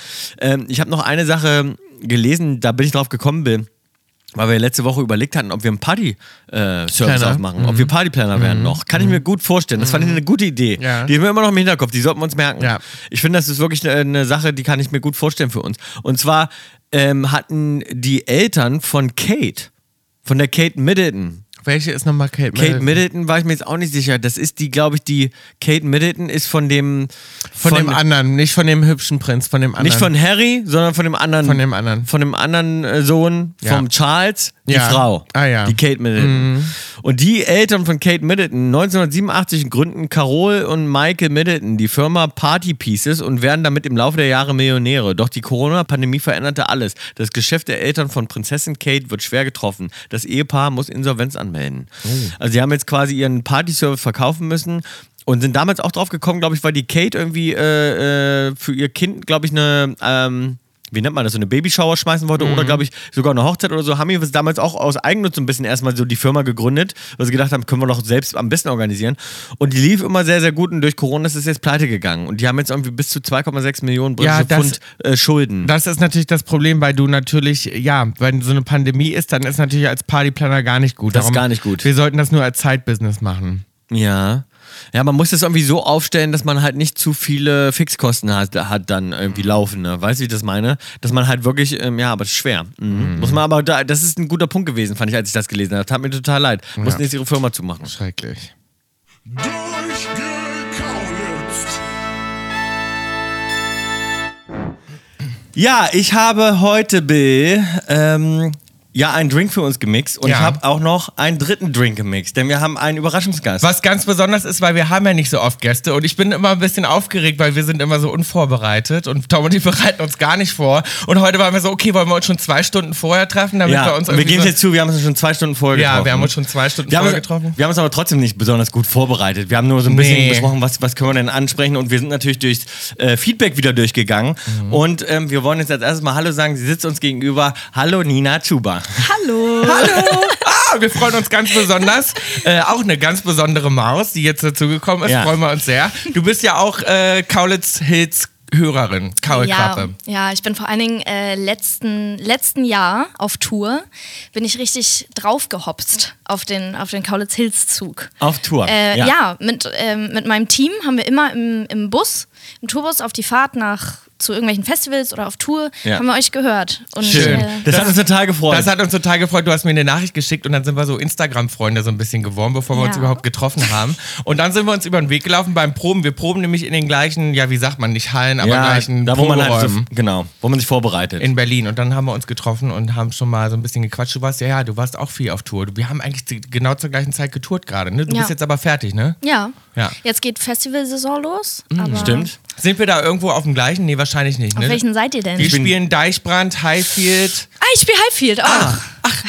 [SPEAKER 2] Ähm, ich habe noch eine Sache gelesen, da bin ich drauf gekommen, Bill. Weil wir letzte Woche überlegt hatten, ob wir einen Party-Service
[SPEAKER 3] Planner. Mhm.
[SPEAKER 2] aufmachen, ob wir Partyplaner werden noch. Kann ich mir gut vorstellen. Das fand ich eine gute Idee.
[SPEAKER 3] Ja.
[SPEAKER 2] Die haben wir immer noch im Hinterkopf, die sollten wir uns merken.
[SPEAKER 3] Ja.
[SPEAKER 2] Ich finde, das ist wirklich eine, eine Sache, die kann ich mir gut vorstellen für uns. Und zwar ähm, hatten die Eltern von Kate, von der Kate Middleton,
[SPEAKER 3] Welche ist nochmal Kate Äh,
[SPEAKER 2] Kate Middleton war ich mir jetzt auch nicht sicher. Das ist die, glaube ich, die Kate Middleton ist von dem
[SPEAKER 3] Von, dem anderen, nicht von dem hübschen Prinz, von dem anderen.
[SPEAKER 2] nicht von Harry, sondern von dem anderen
[SPEAKER 3] Von dem anderen.
[SPEAKER 2] von dem anderen äh, Sohn
[SPEAKER 3] Mhm. Ja.
[SPEAKER 2] vom Charles, die
[SPEAKER 3] Ja.
[SPEAKER 2] Frau,
[SPEAKER 3] Ah, ja. Mhm.
[SPEAKER 2] die Kate Middleton. Und die Eltern von Kate Middleton 1987 gründen Carol und Michael Middleton die Firma Party Pieces und werden damit im Laufe der Jahre Millionäre. Doch die Corona-Pandemie veränderte alles. Das Geschäft der Eltern von Prinzessin Kate wird schwer getroffen. Das Ehepaar muss Insolvenz anmelden.
[SPEAKER 3] Oh.
[SPEAKER 2] Also sie haben jetzt quasi ihren Party-Service verkaufen müssen. Und sind damals auch drauf gekommen, glaube ich, weil die Kate irgendwie äh, äh, für ihr Kind, glaube ich, eine ähm, wie nennt man das, so eine Babyshower schmeißen wollte oder glaube ich sogar eine Hochzeit oder so, haben wir das damals auch aus Eigennutz so ein bisschen erstmal so die Firma gegründet, weil sie gedacht haben, können wir doch selbst am besten organisieren. Und die lief immer sehr, sehr gut und durch Corona ist es jetzt pleite gegangen. Und die haben jetzt irgendwie bis zu 2,6 Millionen britische
[SPEAKER 3] Ja, das-
[SPEAKER 2] Pfund äh, Schulden.
[SPEAKER 3] Das ist natürlich das Problem, weil du natürlich, ja, wenn so eine Pandemie ist, dann ist natürlich als Partyplaner gar nicht gut.
[SPEAKER 2] Das ist gar nicht gut.
[SPEAKER 3] Wir sollten das nur als Zeitbusiness machen.
[SPEAKER 2] ja. Ja, man muss das irgendwie so aufstellen, dass man halt nicht zu viele Fixkosten hat, hat dann irgendwie laufende. Weißt du, wie ich das meine? Dass man halt wirklich, ähm, ja, aber das ist schwer. Mhm. Muss man aber, da, das ist ein guter Punkt gewesen, fand ich, als ich das gelesen habe. Tat mir total leid. Mussten jetzt ihre Firma zumachen.
[SPEAKER 3] Schrecklich.
[SPEAKER 4] Durchgekauletzt.
[SPEAKER 2] Ja, ich habe heute, Bill, ähm, ja, einen Drink für uns gemixt und
[SPEAKER 3] Ja.
[SPEAKER 2] ich habe auch noch einen dritten Drink gemixt, denn wir haben einen Überraschungsgast.
[SPEAKER 3] Was ganz besonders ist, weil wir haben ja nicht so oft Gäste und ich bin immer ein bisschen aufgeregt, weil wir sind immer so unvorbereitet und Tom und ich bereiten uns gar nicht vor. Und heute waren wir so, okay, wollen wir uns schon zwei Stunden vorher treffen, damit
[SPEAKER 2] Ja,
[SPEAKER 3] wir uns
[SPEAKER 2] wir
[SPEAKER 3] irgendwie
[SPEAKER 2] geben es
[SPEAKER 3] so,
[SPEAKER 2] jetzt zu, wir haben uns schon zwei Stunden vorher getroffen.
[SPEAKER 3] Ja, wir haben uns schon zwei Stunden
[SPEAKER 2] wir haben,
[SPEAKER 3] vorher
[SPEAKER 2] uns,
[SPEAKER 3] getroffen.
[SPEAKER 2] wir haben uns aber trotzdem nicht besonders gut vorbereitet. Wir haben nur so ein bisschen
[SPEAKER 3] Nee.
[SPEAKER 2] besprochen, was, was können wir denn ansprechen. Und wir sind natürlich durch äh, Feedback wieder durchgegangen.
[SPEAKER 3] Mhm.
[SPEAKER 2] Und ähm, wir wollen jetzt als erstes mal Hallo sagen. Sie sitzt uns gegenüber. Hallo Nina Chuba.
[SPEAKER 3] Ah, wir freuen uns ganz besonders. äh, auch eine ganz besondere Maus, die jetzt dazugekommen ist.
[SPEAKER 2] Ja.
[SPEAKER 3] Freuen wir uns sehr. Du bist ja auch äh, Kaulitz Hills Hörerin,
[SPEAKER 5] Ja,
[SPEAKER 3] Kaulklappe.
[SPEAKER 5] ja, ich bin vor allen Dingen äh, letzten, letzten Jahr auf Tour, bin ich richtig draufgehopst auf den, auf den Kaulitz Hills Zug.
[SPEAKER 2] Auf Tour.
[SPEAKER 5] Äh,
[SPEAKER 2] Ja.
[SPEAKER 5] ja, mit, ähm, mit meinem Team haben wir immer im, im Bus, im Tourbus auf die Fahrt nach zu irgendwelchen Festivals oder auf Tour,
[SPEAKER 2] Ja.
[SPEAKER 5] haben wir euch gehört. Und,
[SPEAKER 3] Schön.
[SPEAKER 5] Äh,
[SPEAKER 2] Das, hat uns total gefreut.
[SPEAKER 3] Das hat uns total gefreut. Du hast mir eine Nachricht geschickt und dann sind wir so Instagram-Freunde so ein bisschen geworden, bevor wir
[SPEAKER 5] Ja.
[SPEAKER 3] uns überhaupt getroffen haben. Und dann sind wir uns über den Weg gelaufen beim Proben. Wir proben nämlich in den gleichen, ja, wie sagt man, nicht Hallen, aber
[SPEAKER 2] ja,
[SPEAKER 3] gleichen
[SPEAKER 2] da wo man halt so,
[SPEAKER 3] Proberäumen
[SPEAKER 2] genau, wo man sich vorbereitet.
[SPEAKER 3] in Berlin. Und dann haben wir uns getroffen und haben schon mal so ein bisschen gequatscht. Du warst ja, ja, du warst auch viel auf Tour. Du- Wir haben eigentlich zu- genau zur gleichen Zeit getourt gerade. Ne? Du
[SPEAKER 5] Ja.
[SPEAKER 3] bist jetzt aber fertig, ne?
[SPEAKER 5] ja.
[SPEAKER 3] Ja.
[SPEAKER 5] Jetzt geht Festivalsaison los. aber
[SPEAKER 2] Hm, Stimmt.
[SPEAKER 3] Sind wir da irgendwo auf dem gleichen? Nee, wahrscheinlich nicht.
[SPEAKER 5] Auf
[SPEAKER 3] Ne?
[SPEAKER 5] welchen seid ihr denn?
[SPEAKER 3] Wir
[SPEAKER 5] Ich
[SPEAKER 3] spielen Deichbrand, Highfield.
[SPEAKER 5] ah, ich spiele Highfield. Oh.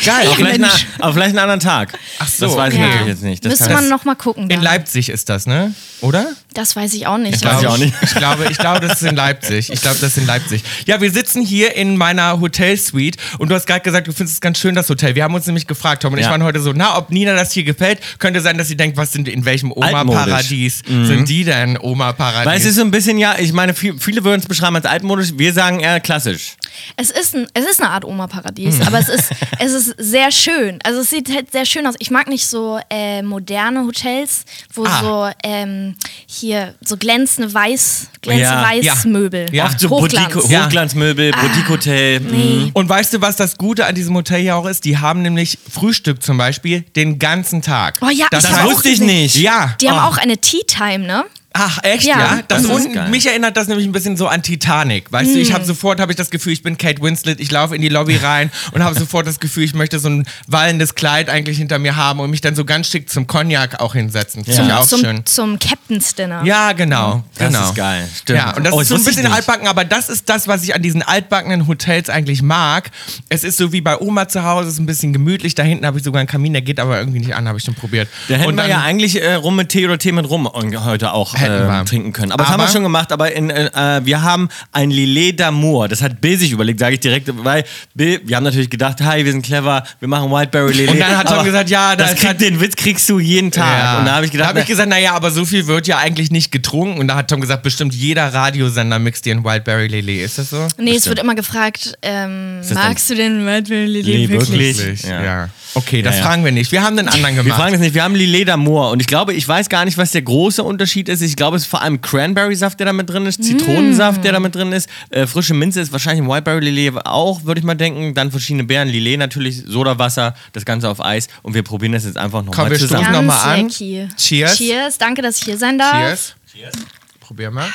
[SPEAKER 2] Geil, aber
[SPEAKER 5] Ja,
[SPEAKER 2] vielleicht,
[SPEAKER 5] Mensch.
[SPEAKER 2] na, aber vielleicht einen anderen Tag.
[SPEAKER 3] Ach so,
[SPEAKER 2] Das weiß ich
[SPEAKER 3] okay.
[SPEAKER 2] natürlich jetzt nicht. Das
[SPEAKER 5] Müsste
[SPEAKER 2] kann-
[SPEAKER 5] man nochmal gucken.
[SPEAKER 3] In
[SPEAKER 5] dann.
[SPEAKER 3] Leipzig ist das, ne? Oder?
[SPEAKER 5] Das weiß ich auch nicht. Also
[SPEAKER 2] Weiß ich
[SPEAKER 3] Glaube
[SPEAKER 2] auch nicht.
[SPEAKER 3] Ich glaube, ich glaube, das ist in Leipzig. Ich glaube, das ist in Leipzig. Ja, wir sitzen hier in meiner Hotelsuite und du hast gerade gesagt, du findest es ganz schön, das Hotel. Wir haben uns nämlich gefragt, Tom und
[SPEAKER 2] Ja.
[SPEAKER 3] ich waren heute so, na, ob Nina das hier gefällt. Könnte sein, dass sie denkt, was sind in welchem
[SPEAKER 2] Altmodisch. Mhm.
[SPEAKER 3] Oma-Paradies sind die denn, Oma-Paradies?
[SPEAKER 2] Weil es ist so ein bisschen, ja, ich meine, viel, viele würden es beschreiben als altmodisch, wir sagen eher klassisch.
[SPEAKER 5] Es ist, ein, es ist eine Art Oma-Paradies,
[SPEAKER 3] Hm.
[SPEAKER 5] aber es ist, es ist sehr schön. Also es sieht halt sehr schön aus. Ich mag nicht so äh, moderne Hotels, wo
[SPEAKER 3] Ah.
[SPEAKER 5] so ähm, hier so glänzende weiß,
[SPEAKER 2] Ja,
[SPEAKER 5] glänzende weiß
[SPEAKER 3] ja.
[SPEAKER 5] Möbel.
[SPEAKER 3] Ja.
[SPEAKER 2] Oft so
[SPEAKER 5] Hochglanz.
[SPEAKER 2] Boutique,
[SPEAKER 3] Ja.
[SPEAKER 2] Hochglanzmöbel, Boutique-Hotel. mhm.
[SPEAKER 3] Und weißt du, was das Gute an diesem Hotel hier auch ist? Die haben nämlich Frühstück zum Beispiel den ganzen Tag.
[SPEAKER 5] Oh ja,
[SPEAKER 3] das
[SPEAKER 5] ich
[SPEAKER 2] Das
[SPEAKER 5] Auch
[SPEAKER 3] heißt,
[SPEAKER 2] wusste ich
[SPEAKER 5] nicht.
[SPEAKER 2] nicht.
[SPEAKER 3] ja.
[SPEAKER 5] Die haben
[SPEAKER 2] Ah.
[SPEAKER 5] auch eine Tea-Time, ne?
[SPEAKER 3] Ach, echt,
[SPEAKER 5] Ja.
[SPEAKER 3] ja?
[SPEAKER 2] Das
[SPEAKER 3] Das
[SPEAKER 2] ist
[SPEAKER 3] unten,
[SPEAKER 2] geil.
[SPEAKER 3] mich erinnert das nämlich ein bisschen so an Titanic. Weißt du,
[SPEAKER 5] Hm.
[SPEAKER 3] ich habe sofort habe ich das Gefühl, ich bin Kate Winslet, ich laufe in die Lobby rein und habe sofort das Gefühl, ich möchte so ein wallendes Kleid eigentlich hinter mir haben und mich dann so ganz schick zum Cognac auch hinsetzen. Finde ich auch
[SPEAKER 5] zum,
[SPEAKER 3] schön.
[SPEAKER 5] zum Captain's Dinner.
[SPEAKER 3] Ja, genau.
[SPEAKER 2] Das
[SPEAKER 3] genau.
[SPEAKER 2] ist geil, stimmt.
[SPEAKER 3] Ja, und das
[SPEAKER 2] Oh,
[SPEAKER 3] ist
[SPEAKER 2] das
[SPEAKER 3] so ein
[SPEAKER 2] wusste ich
[SPEAKER 3] bisschen
[SPEAKER 2] nicht.
[SPEAKER 3] altbacken, aber das ist das, was ich an diesen altbackenen Hotels eigentlich mag. Es ist so wie bei Oma zu Hause, es ist ein bisschen gemütlich. Da hinten habe ich sogar einen Kamin, der geht aber irgendwie nicht an, habe ich schon probiert.
[SPEAKER 2] Da hätten
[SPEAKER 3] und
[SPEAKER 2] wir
[SPEAKER 3] dann,
[SPEAKER 2] ja eigentlich äh, Rum mit Tee oder Tee mit Rum und heute auch
[SPEAKER 3] Hätten wir.
[SPEAKER 2] äh, trinken können. Aber, das haben
[SPEAKER 3] Aber-
[SPEAKER 2] wir schon gemacht. Aber in, äh, äh, wir haben ein Lillet d'Amour. Das hat Bill sich überlegt, sage ich direkt. Weil Bill, wir haben natürlich gedacht, hi, wir sind clever, wir machen Whiteberry Lillet.
[SPEAKER 3] Und dann hat Tom
[SPEAKER 2] Aber
[SPEAKER 3] gesagt, ja, das
[SPEAKER 2] das krieg,
[SPEAKER 3] hat-
[SPEAKER 2] den Witz kriegst du jeden Tag.
[SPEAKER 3] Ja.
[SPEAKER 2] Und da habe ich gedacht,
[SPEAKER 3] da hab
[SPEAKER 2] na,
[SPEAKER 3] ich gesagt, naja, aber so viel wird ja eigentlich nicht getrunken. Und da hat Tom gesagt, bestimmt jeder Radiosender mixt dir ein Wildberry Lillet. Ist das so?
[SPEAKER 5] Nee, es wird immer gefragt, ähm,
[SPEAKER 2] das
[SPEAKER 5] magst du den Red Velvet
[SPEAKER 2] Nee,
[SPEAKER 5] Lilly
[SPEAKER 2] wirklich?
[SPEAKER 5] wirklich?
[SPEAKER 3] Ja.
[SPEAKER 2] Ja.
[SPEAKER 3] Okay, das
[SPEAKER 2] Ja, ja.
[SPEAKER 3] fragen wir nicht. Wir haben den anderen
[SPEAKER 2] wir
[SPEAKER 3] gemacht.
[SPEAKER 2] fragen das nicht. Wir haben Lillet d'Amour. Und ich glaube, ich weiß gar nicht, was der große Unterschied ist. Ich glaube, es ist vor allem Cranberry-Saft, der da mit drin
[SPEAKER 5] Mm.
[SPEAKER 2] ist, Zitronensaft, der da mit drin ist. Äh, frische Minze ist wahrscheinlich ein Whiteberry-Lillet auch, würde ich mal denken. Dann verschiedene Beeren, Lillet natürlich, Sodawasser, das Ganze auf Eis. Und wir probieren das jetzt einfach
[SPEAKER 3] Komm,
[SPEAKER 2] nochmal
[SPEAKER 3] wir
[SPEAKER 2] zusammen.
[SPEAKER 3] stoßen
[SPEAKER 5] Ganz
[SPEAKER 3] nochmal an.
[SPEAKER 5] lecky.
[SPEAKER 3] Cheers.
[SPEAKER 5] Cheers, danke, dass ich hier sein darf.
[SPEAKER 3] Cheers. Probier mal.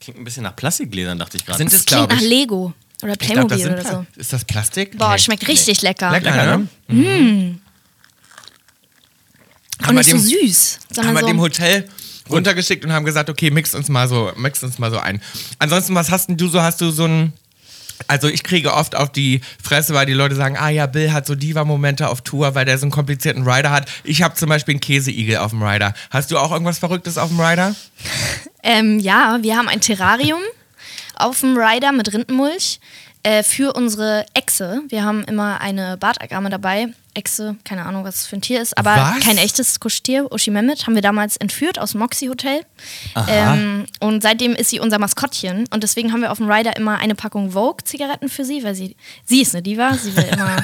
[SPEAKER 2] Klingt ein bisschen nach Plastikgläsern, dachte ich gerade.
[SPEAKER 3] Sind es,
[SPEAKER 5] Das klingt
[SPEAKER 3] glaube
[SPEAKER 5] nach
[SPEAKER 3] ich.
[SPEAKER 5] Lego oder
[SPEAKER 3] Ich glaub,
[SPEAKER 5] Playmobil
[SPEAKER 3] das sind
[SPEAKER 5] oder so.
[SPEAKER 3] Pla- Ist das Plastik?
[SPEAKER 5] Boah,
[SPEAKER 3] Nee.
[SPEAKER 5] schmeckt richtig lecker.
[SPEAKER 3] lecker,
[SPEAKER 2] Lecker,
[SPEAKER 3] ne?
[SPEAKER 2] ne?
[SPEAKER 5] Und
[SPEAKER 3] wir
[SPEAKER 5] nicht
[SPEAKER 3] dem-
[SPEAKER 5] so süß,
[SPEAKER 3] Haben
[SPEAKER 5] sondern
[SPEAKER 3] wir dem
[SPEAKER 5] so.
[SPEAKER 3] Hotel runtergeschickt und haben gesagt, okay, mix uns mal so, mix uns mal so ein. Ansonsten, was hast denn du so? Hast du so ein also ich kriege oft auf die Fresse, weil die Leute sagen, ah ja, Bill hat so Diva-Momente auf Tour, weil der so einen komplizierten Rider hat. Ich habe zum Beispiel einen Käseigel auf dem Rider. Hast du auch irgendwas Verrücktes auf dem Rider?
[SPEAKER 5] Ähm, ja, wir haben ein Terrarium auf dem Rider mit Rindenmulch äh, für unsere Echse. Wir haben immer eine Bartagame dabei. Echse, keine Ahnung, was das für ein Tier ist, aber
[SPEAKER 3] Was?
[SPEAKER 5] kein echtes Kuscheltier. Uschi Mehmet haben wir damals entführt aus dem Moxie Hotel. Ähm, und seitdem ist sie unser Maskottchen. Und deswegen haben wir auf dem Rider immer eine Packung Vogue-Zigaretten für sie, weil sie, sie ist eine Diva. Sie will immer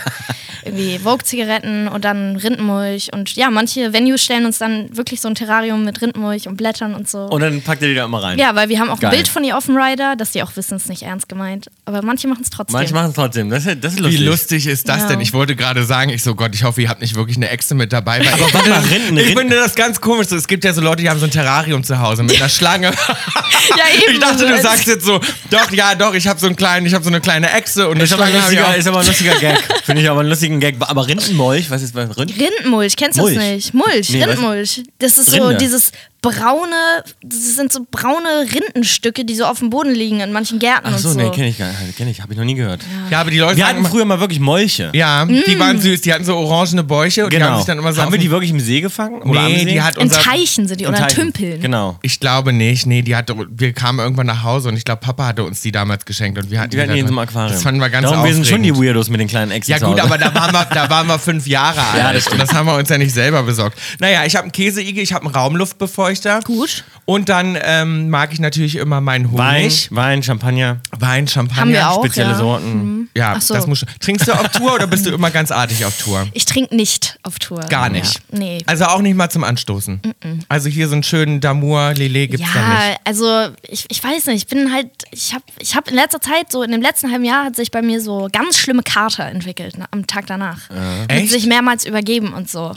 [SPEAKER 5] irgendwie Vogue-Zigaretten und dann Rindenmulch. Und ja, manche Venues stellen uns dann wirklich so ein Terrarium mit Rindenmulch und Blättern und so.
[SPEAKER 2] Und dann packt ihr die da immer rein.
[SPEAKER 5] Ja, weil wir haben auch
[SPEAKER 2] Geil.
[SPEAKER 5] ein Bild von ihr auf dem Rider, dass die auch wissen, es ist nicht ernst gemeint. Aber manche machen es trotzdem.
[SPEAKER 2] Manche machen es trotzdem. Das ist, das ist
[SPEAKER 3] Wie
[SPEAKER 2] lustig.
[SPEAKER 3] lustig ist das
[SPEAKER 5] Ja.
[SPEAKER 3] denn? Ich wollte gerade sagen, ich so Gott, ich hoffe, ihr habt nicht wirklich eine Echse mit dabei. Weil
[SPEAKER 2] Aber warte mal, Rinden,
[SPEAKER 3] ich
[SPEAKER 2] Rinden.
[SPEAKER 3] finde das ganz komisch. so, Es gibt ja so Leute, die haben so ein Terrarium zu Hause mit einer Schlange.
[SPEAKER 5] ja, eben.
[SPEAKER 3] Ich dachte, du
[SPEAKER 5] Also,
[SPEAKER 3] sagst jetzt so, doch, ja, doch, ich habe so einen kleinen, ich habe so eine kleine Echse und eine
[SPEAKER 2] Ist aber, ein
[SPEAKER 3] Schlange habe ich
[SPEAKER 2] lustiger,
[SPEAKER 3] auch.
[SPEAKER 2] ist aber ein lustiger Gag. Finde ich aber einen lustigen Gag. Aber Rindenmolch, was ist bei Rind?
[SPEAKER 5] Rindenmulch, kennst du das
[SPEAKER 2] Mulch.
[SPEAKER 5] nicht? Mulch,
[SPEAKER 2] Nee,
[SPEAKER 5] Rindenmulch. Das ist so
[SPEAKER 2] Rinde.
[SPEAKER 5] dieses braune, das sind so braune Rindenstücke, die so auf dem Boden liegen in manchen Gärten
[SPEAKER 2] Achso,
[SPEAKER 5] und so.
[SPEAKER 2] nee, kenne ich gar nicht. Kenn ich, habe ich noch nie gehört.
[SPEAKER 3] Ja, aber die Leute
[SPEAKER 2] Wir
[SPEAKER 3] sagen
[SPEAKER 2] hatten
[SPEAKER 3] immer,
[SPEAKER 2] früher mal wirklich Molche.
[SPEAKER 3] ja, die
[SPEAKER 5] Mm.
[SPEAKER 3] waren süß, die hatten so orangene Bäuche und die haben sich dann immer so
[SPEAKER 2] Genau. haben
[SPEAKER 3] auf
[SPEAKER 2] wir die
[SPEAKER 3] den-
[SPEAKER 2] wirklich im See gefangen? Oder am
[SPEAKER 3] Nee,
[SPEAKER 2] See?
[SPEAKER 3] die hat
[SPEAKER 5] in
[SPEAKER 3] unser
[SPEAKER 5] Teichen sind die
[SPEAKER 2] Im
[SPEAKER 5] oder in
[SPEAKER 2] Teich.
[SPEAKER 5] Tümpeln.
[SPEAKER 2] Genau.
[SPEAKER 3] ich glaube nicht, nee, die hatte, wir kamen irgendwann nach Hause und ich glaube, Papa hatte uns die damals geschenkt und wir hatten
[SPEAKER 2] Die werden
[SPEAKER 3] da
[SPEAKER 2] hier in so einem
[SPEAKER 3] drin.
[SPEAKER 2] Aquarium.
[SPEAKER 3] Das fanden wir ganz
[SPEAKER 2] Darum, wir sind schon die
[SPEAKER 3] aufregend.
[SPEAKER 2] Weirdos mit den kleinen Exen
[SPEAKER 3] Ja
[SPEAKER 2] zu
[SPEAKER 3] gut,
[SPEAKER 2] Hause.
[SPEAKER 3] aber da waren wir, da waren wir fünf Jahre alt.
[SPEAKER 2] Ja, das
[SPEAKER 3] und das haben wir uns ja nicht selber besorgt. Naja, ich habe einen Käseigel, ich habe einen Raumluftbefeuchter.
[SPEAKER 5] Gut.
[SPEAKER 3] Und dann ähm, mag ich natürlich immer meinen
[SPEAKER 2] Wein,
[SPEAKER 3] Honig.
[SPEAKER 2] Wein, Champagner,
[SPEAKER 3] Wein, Champagner.
[SPEAKER 5] Haben wir auch,
[SPEAKER 2] spezielle
[SPEAKER 5] ja. Mhm.
[SPEAKER 2] Sorten.
[SPEAKER 3] Ja,
[SPEAKER 5] Ach so.
[SPEAKER 3] das muss schon. Trinkst du auf Tour oder bist du immer ganz artig auf Tour?
[SPEAKER 5] Ich trinke nicht auf Tour.
[SPEAKER 3] Gar nicht.
[SPEAKER 5] Ja. Nee.
[SPEAKER 3] Also auch nicht mal zum Anstoßen. Also hier so einen schönen Damour Lillet gibt's da nicht.
[SPEAKER 5] Ja, also ich, ich weiß nicht, ich bin halt, ich habe ich hab in letzter Zeit, so in dem letzten halben Jahr hat sich bei mir so ganz schlimme Kater entwickelt, na, am Tag danach. Hat
[SPEAKER 3] Echt? Ah.
[SPEAKER 5] sich mehrmals übergeben und so.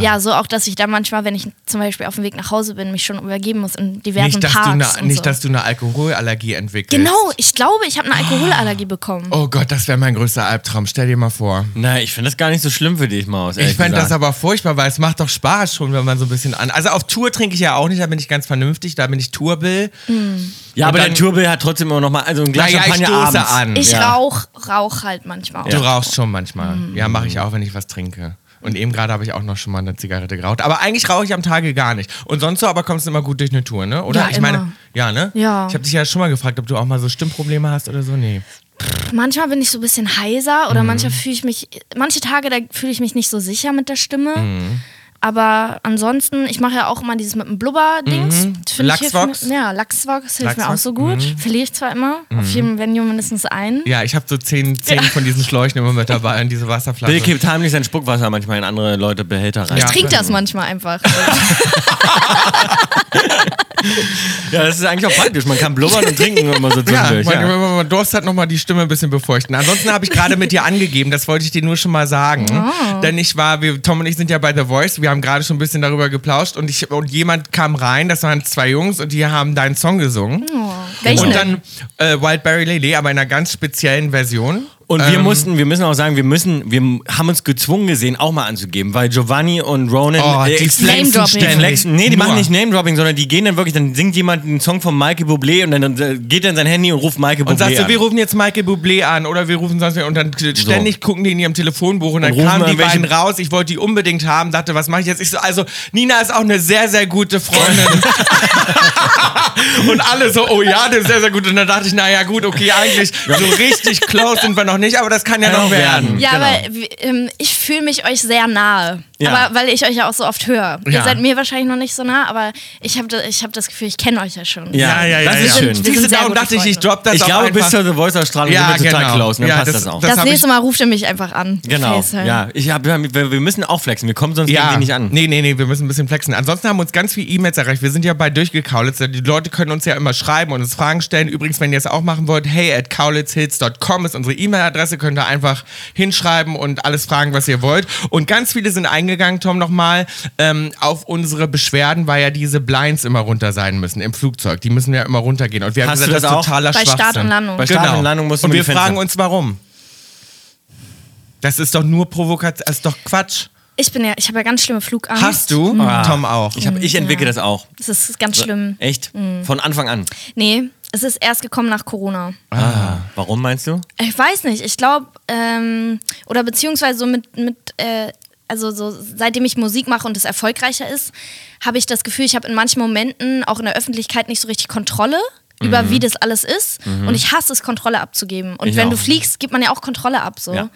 [SPEAKER 5] Ja, so auch, dass ich dann manchmal, wenn ich zum Beispiel auf dem Weg nach Hause bin, mich schon übergeben muss in diversen
[SPEAKER 3] Nicht, dass du
[SPEAKER 5] Parks.
[SPEAKER 3] eine,
[SPEAKER 5] und
[SPEAKER 3] nicht,
[SPEAKER 5] so.
[SPEAKER 3] dass du eine Alkoholallergie entwickelst.
[SPEAKER 5] genau, ich glaube, ich habe eine Alkoholallergie bekommen.
[SPEAKER 3] Oh Gott, das wäre mein größter Albtraum. Stell dir mal vor.
[SPEAKER 2] Nein, ich finde das gar nicht so schlimm für dich, Maus.
[SPEAKER 3] Ich
[SPEAKER 2] ehrlich
[SPEAKER 3] fände das
[SPEAKER 2] gesagt.
[SPEAKER 3] aber furchtbar, weil es macht doch Spaß schon, wenn man so ein bisschen an. Also auf Tour trinke ich ja auch nicht, da bin ich ganz vernünftig, da bin ich Tourbill.
[SPEAKER 5] Mhm.
[SPEAKER 2] Ja, aber
[SPEAKER 3] Und
[SPEAKER 2] der
[SPEAKER 3] dann-
[SPEAKER 2] Turbel hat trotzdem immer noch mal also ein Glas
[SPEAKER 3] Naja, ich
[SPEAKER 2] Champagner
[SPEAKER 3] stoße
[SPEAKER 2] abends.
[SPEAKER 3] an.
[SPEAKER 5] Ich
[SPEAKER 2] Ja.
[SPEAKER 5] rauch, rauch Mhm. halt manchmal auch.
[SPEAKER 3] Du rauchst schon manchmal. Ja, mache ich auch, wenn ich was trinke. Und eben gerade habe ich auch noch schon mal eine Zigarette geraucht. Aber eigentlich rauche ich am Tage gar nicht. Und sonst so, aber kommst du immer gut durch eine Tour, ne? Oder?
[SPEAKER 5] Ja,
[SPEAKER 3] ich
[SPEAKER 5] immer.
[SPEAKER 3] meine, ja, ne?
[SPEAKER 5] Ja.
[SPEAKER 3] Ich habe dich ja schon mal gefragt, ob du auch mal so Stimmprobleme hast oder so. Nee.
[SPEAKER 5] Manchmal bin ich so ein bisschen heiser
[SPEAKER 3] Mhm.
[SPEAKER 5] oder manchmal fühle ich mich, manche Tage, da fühle ich mich nicht so sicher mit der Stimme.
[SPEAKER 3] Mhm.
[SPEAKER 5] Aber ansonsten, ich mache ja auch immer dieses mit dem Blubber-Dings.
[SPEAKER 3] Mhm.
[SPEAKER 5] Das finde ich hilft
[SPEAKER 3] Lachsvox?
[SPEAKER 5] mir- Ja, Lachsvox hilft mir auch
[SPEAKER 3] Lachsvox,
[SPEAKER 5] so gut. Verliere ich zwar immer,
[SPEAKER 3] Mhm.
[SPEAKER 5] auf jedem Venue mindestens einen.
[SPEAKER 3] Ja, ich habe so zehn, zehn von diesen Schläuchen immer mit dabei und diese Wasserflasche.
[SPEAKER 2] Bill kippt heimlich sein Spuckwasser manchmal in andere Leute Behälter rein.
[SPEAKER 3] Ja.
[SPEAKER 5] Ich trinke das manchmal einfach.
[SPEAKER 2] Ja, das ist eigentlich auch praktisch. Man kann blubbern und trinken immer so
[SPEAKER 3] Ja,
[SPEAKER 2] zwischendurch.
[SPEAKER 3] wenn
[SPEAKER 2] Ja,
[SPEAKER 3] wenn man Durst hat, nochmal die Stimme ein bisschen befeuchten. Ansonsten habe ich gerade mit dir angegeben, das wollte ich dir nur schon mal sagen.
[SPEAKER 2] Ah.
[SPEAKER 3] Denn ich war, wir, Tom und ich sind ja bei The Voice, wir haben gerade schon ein bisschen darüber geplauscht und, ich, und jemand kam rein, das waren zwei Jungs und die haben deinen Song gesungen.
[SPEAKER 2] Hm,
[SPEAKER 5] Welchen
[SPEAKER 3] Und
[SPEAKER 5] denn?
[SPEAKER 3] dann äh, Wildberry Lele, aber in einer ganz speziellen Version.
[SPEAKER 2] Und
[SPEAKER 3] Ähm.
[SPEAKER 2] wir mussten, wir müssen auch sagen, wir müssen, wir haben uns gezwungen gesehen, auch mal anzugeben, weil Giovanni und Ronan
[SPEAKER 3] Oh, die
[SPEAKER 2] ex-
[SPEAKER 3] flexen
[SPEAKER 5] Name-Dropping.
[SPEAKER 3] ständig.
[SPEAKER 2] flexen. äh, Nee, die
[SPEAKER 3] Nur.
[SPEAKER 2] machen nicht Name-Dropping, sondern die gehen dann wirklich, dann singt jemand einen Song von Michael Bublé und dann äh, geht er in sein Handy und ruft Michael Bublé
[SPEAKER 3] Und sagst
[SPEAKER 2] an.
[SPEAKER 3] du, wir rufen jetzt Michael Bublé an oder wir rufen sonst wer und dann ständig gucken die in ihrem Telefonbuch und dann
[SPEAKER 2] Und rufen
[SPEAKER 3] kamen die
[SPEAKER 2] irgendwelche-
[SPEAKER 3] beiden raus. Ich wollte die unbedingt haben, dachte, was mache ich jetzt? Ich so, also Nina ist auch eine sehr sehr gute Freundin. und alle so, oh ja, das ist sehr sehr gut. Und dann dachte ich, naja gut, okay, eigentlich so richtig close sind wir noch nicht, aber das kann ja
[SPEAKER 2] Kann
[SPEAKER 3] noch
[SPEAKER 2] auch
[SPEAKER 3] werden.
[SPEAKER 2] werden.
[SPEAKER 5] Ja,
[SPEAKER 2] Genau.
[SPEAKER 5] aber w- ähm, ich fühle mich euch sehr nahe.
[SPEAKER 2] Ja.
[SPEAKER 5] Aber weil ich euch ja auch so oft höre.
[SPEAKER 3] Ja.
[SPEAKER 5] Ihr seid mir wahrscheinlich noch nicht so nah, aber ich habe da, ich hab das Gefühl, ich kenne euch ja schon.
[SPEAKER 2] Ja, das ist
[SPEAKER 5] sind-
[SPEAKER 2] schön.
[SPEAKER 5] wir
[SPEAKER 3] Siehst du,
[SPEAKER 5] sehr
[SPEAKER 3] darum
[SPEAKER 5] gute
[SPEAKER 3] dachte ich, ich
[SPEAKER 5] Freunde.
[SPEAKER 3] drop das
[SPEAKER 2] ich
[SPEAKER 3] auch
[SPEAKER 2] glaube,
[SPEAKER 3] einfach.
[SPEAKER 2] bis zur The Voice-Ausstrahlung
[SPEAKER 3] Ja,
[SPEAKER 2] sind wir total
[SPEAKER 3] genau.
[SPEAKER 2] close. und Dann
[SPEAKER 3] Ja,
[SPEAKER 2] passt
[SPEAKER 3] das-
[SPEAKER 2] das, auch.
[SPEAKER 3] das-
[SPEAKER 5] Das,
[SPEAKER 3] hab
[SPEAKER 5] nächste
[SPEAKER 3] ich-
[SPEAKER 5] Mal ruft ihr mich einfach an. halt.
[SPEAKER 2] genau.
[SPEAKER 5] FaceTime.
[SPEAKER 2] Ja, ich hab, wir, wir müssen auch flexen. Wir kommen sonst
[SPEAKER 3] Ja,
[SPEAKER 2] irgendwie nicht an.
[SPEAKER 3] nee, nee, nee, wir müssen ein bisschen flexen. Ansonsten haben uns ganz viele E-Mails erreicht. Wir sind ja bei Durchgekaulitz. Die Leute können uns ja immer schreiben und uns Fragen stellen. Übrigens, wenn ihr es auch machen wollt, hey at kaulitzhits.com ist unsere E-Mail-Adresse. Könnt ihr einfach hinschreiben und alles fragen, was ihr wollt. Und ganz viele sind eingegangen, Tom, nochmal, ähm, auf unsere Beschwerden, weil ja diese Blinds immer runter sein müssen im Flugzeug. Die müssen ja immer runtergehen. Und wir haben
[SPEAKER 2] Hast
[SPEAKER 3] gesagt,
[SPEAKER 2] du das
[SPEAKER 3] das ist
[SPEAKER 2] auch?
[SPEAKER 3] totaler
[SPEAKER 5] Bei Start
[SPEAKER 3] Schwachsinn. Genau.
[SPEAKER 5] und Landung.
[SPEAKER 2] Bei Start und Landung musst du
[SPEAKER 3] Und
[SPEAKER 2] mit
[SPEAKER 3] wir
[SPEAKER 2] die Fenster-
[SPEAKER 3] fragen uns, warum. Das ist doch nur Provokation, das ist doch Quatsch.
[SPEAKER 5] Ich bin ja, ich habe ja ganz schlimme Flugangst.
[SPEAKER 3] Hast du?
[SPEAKER 2] Ah.
[SPEAKER 3] Tom auch.
[SPEAKER 2] Ich, hab, ich entwickle das auch.
[SPEAKER 5] Das ist ganz schlimm. Mhm.
[SPEAKER 2] Echt? Von Anfang an.
[SPEAKER 5] Nee, es ist erst gekommen nach Corona.
[SPEAKER 3] Ah.
[SPEAKER 2] Warum meinst du?
[SPEAKER 5] Ich weiß nicht, ich glaube, ähm, oder beziehungsweise so mit, mit äh, also so seitdem ich Musik mache und es erfolgreicher ist, habe ich das Gefühl, ich habe in manchen Momenten auch in der Öffentlichkeit nicht so richtig Kontrolle über
[SPEAKER 3] Mhm.
[SPEAKER 5] wie das alles ist. Und ich hasse es, Kontrolle abzugeben. Und
[SPEAKER 2] Ich
[SPEAKER 5] wenn du
[SPEAKER 2] auch.
[SPEAKER 5] fliegst, gibt man ja auch Kontrolle ab. So.
[SPEAKER 2] Ja.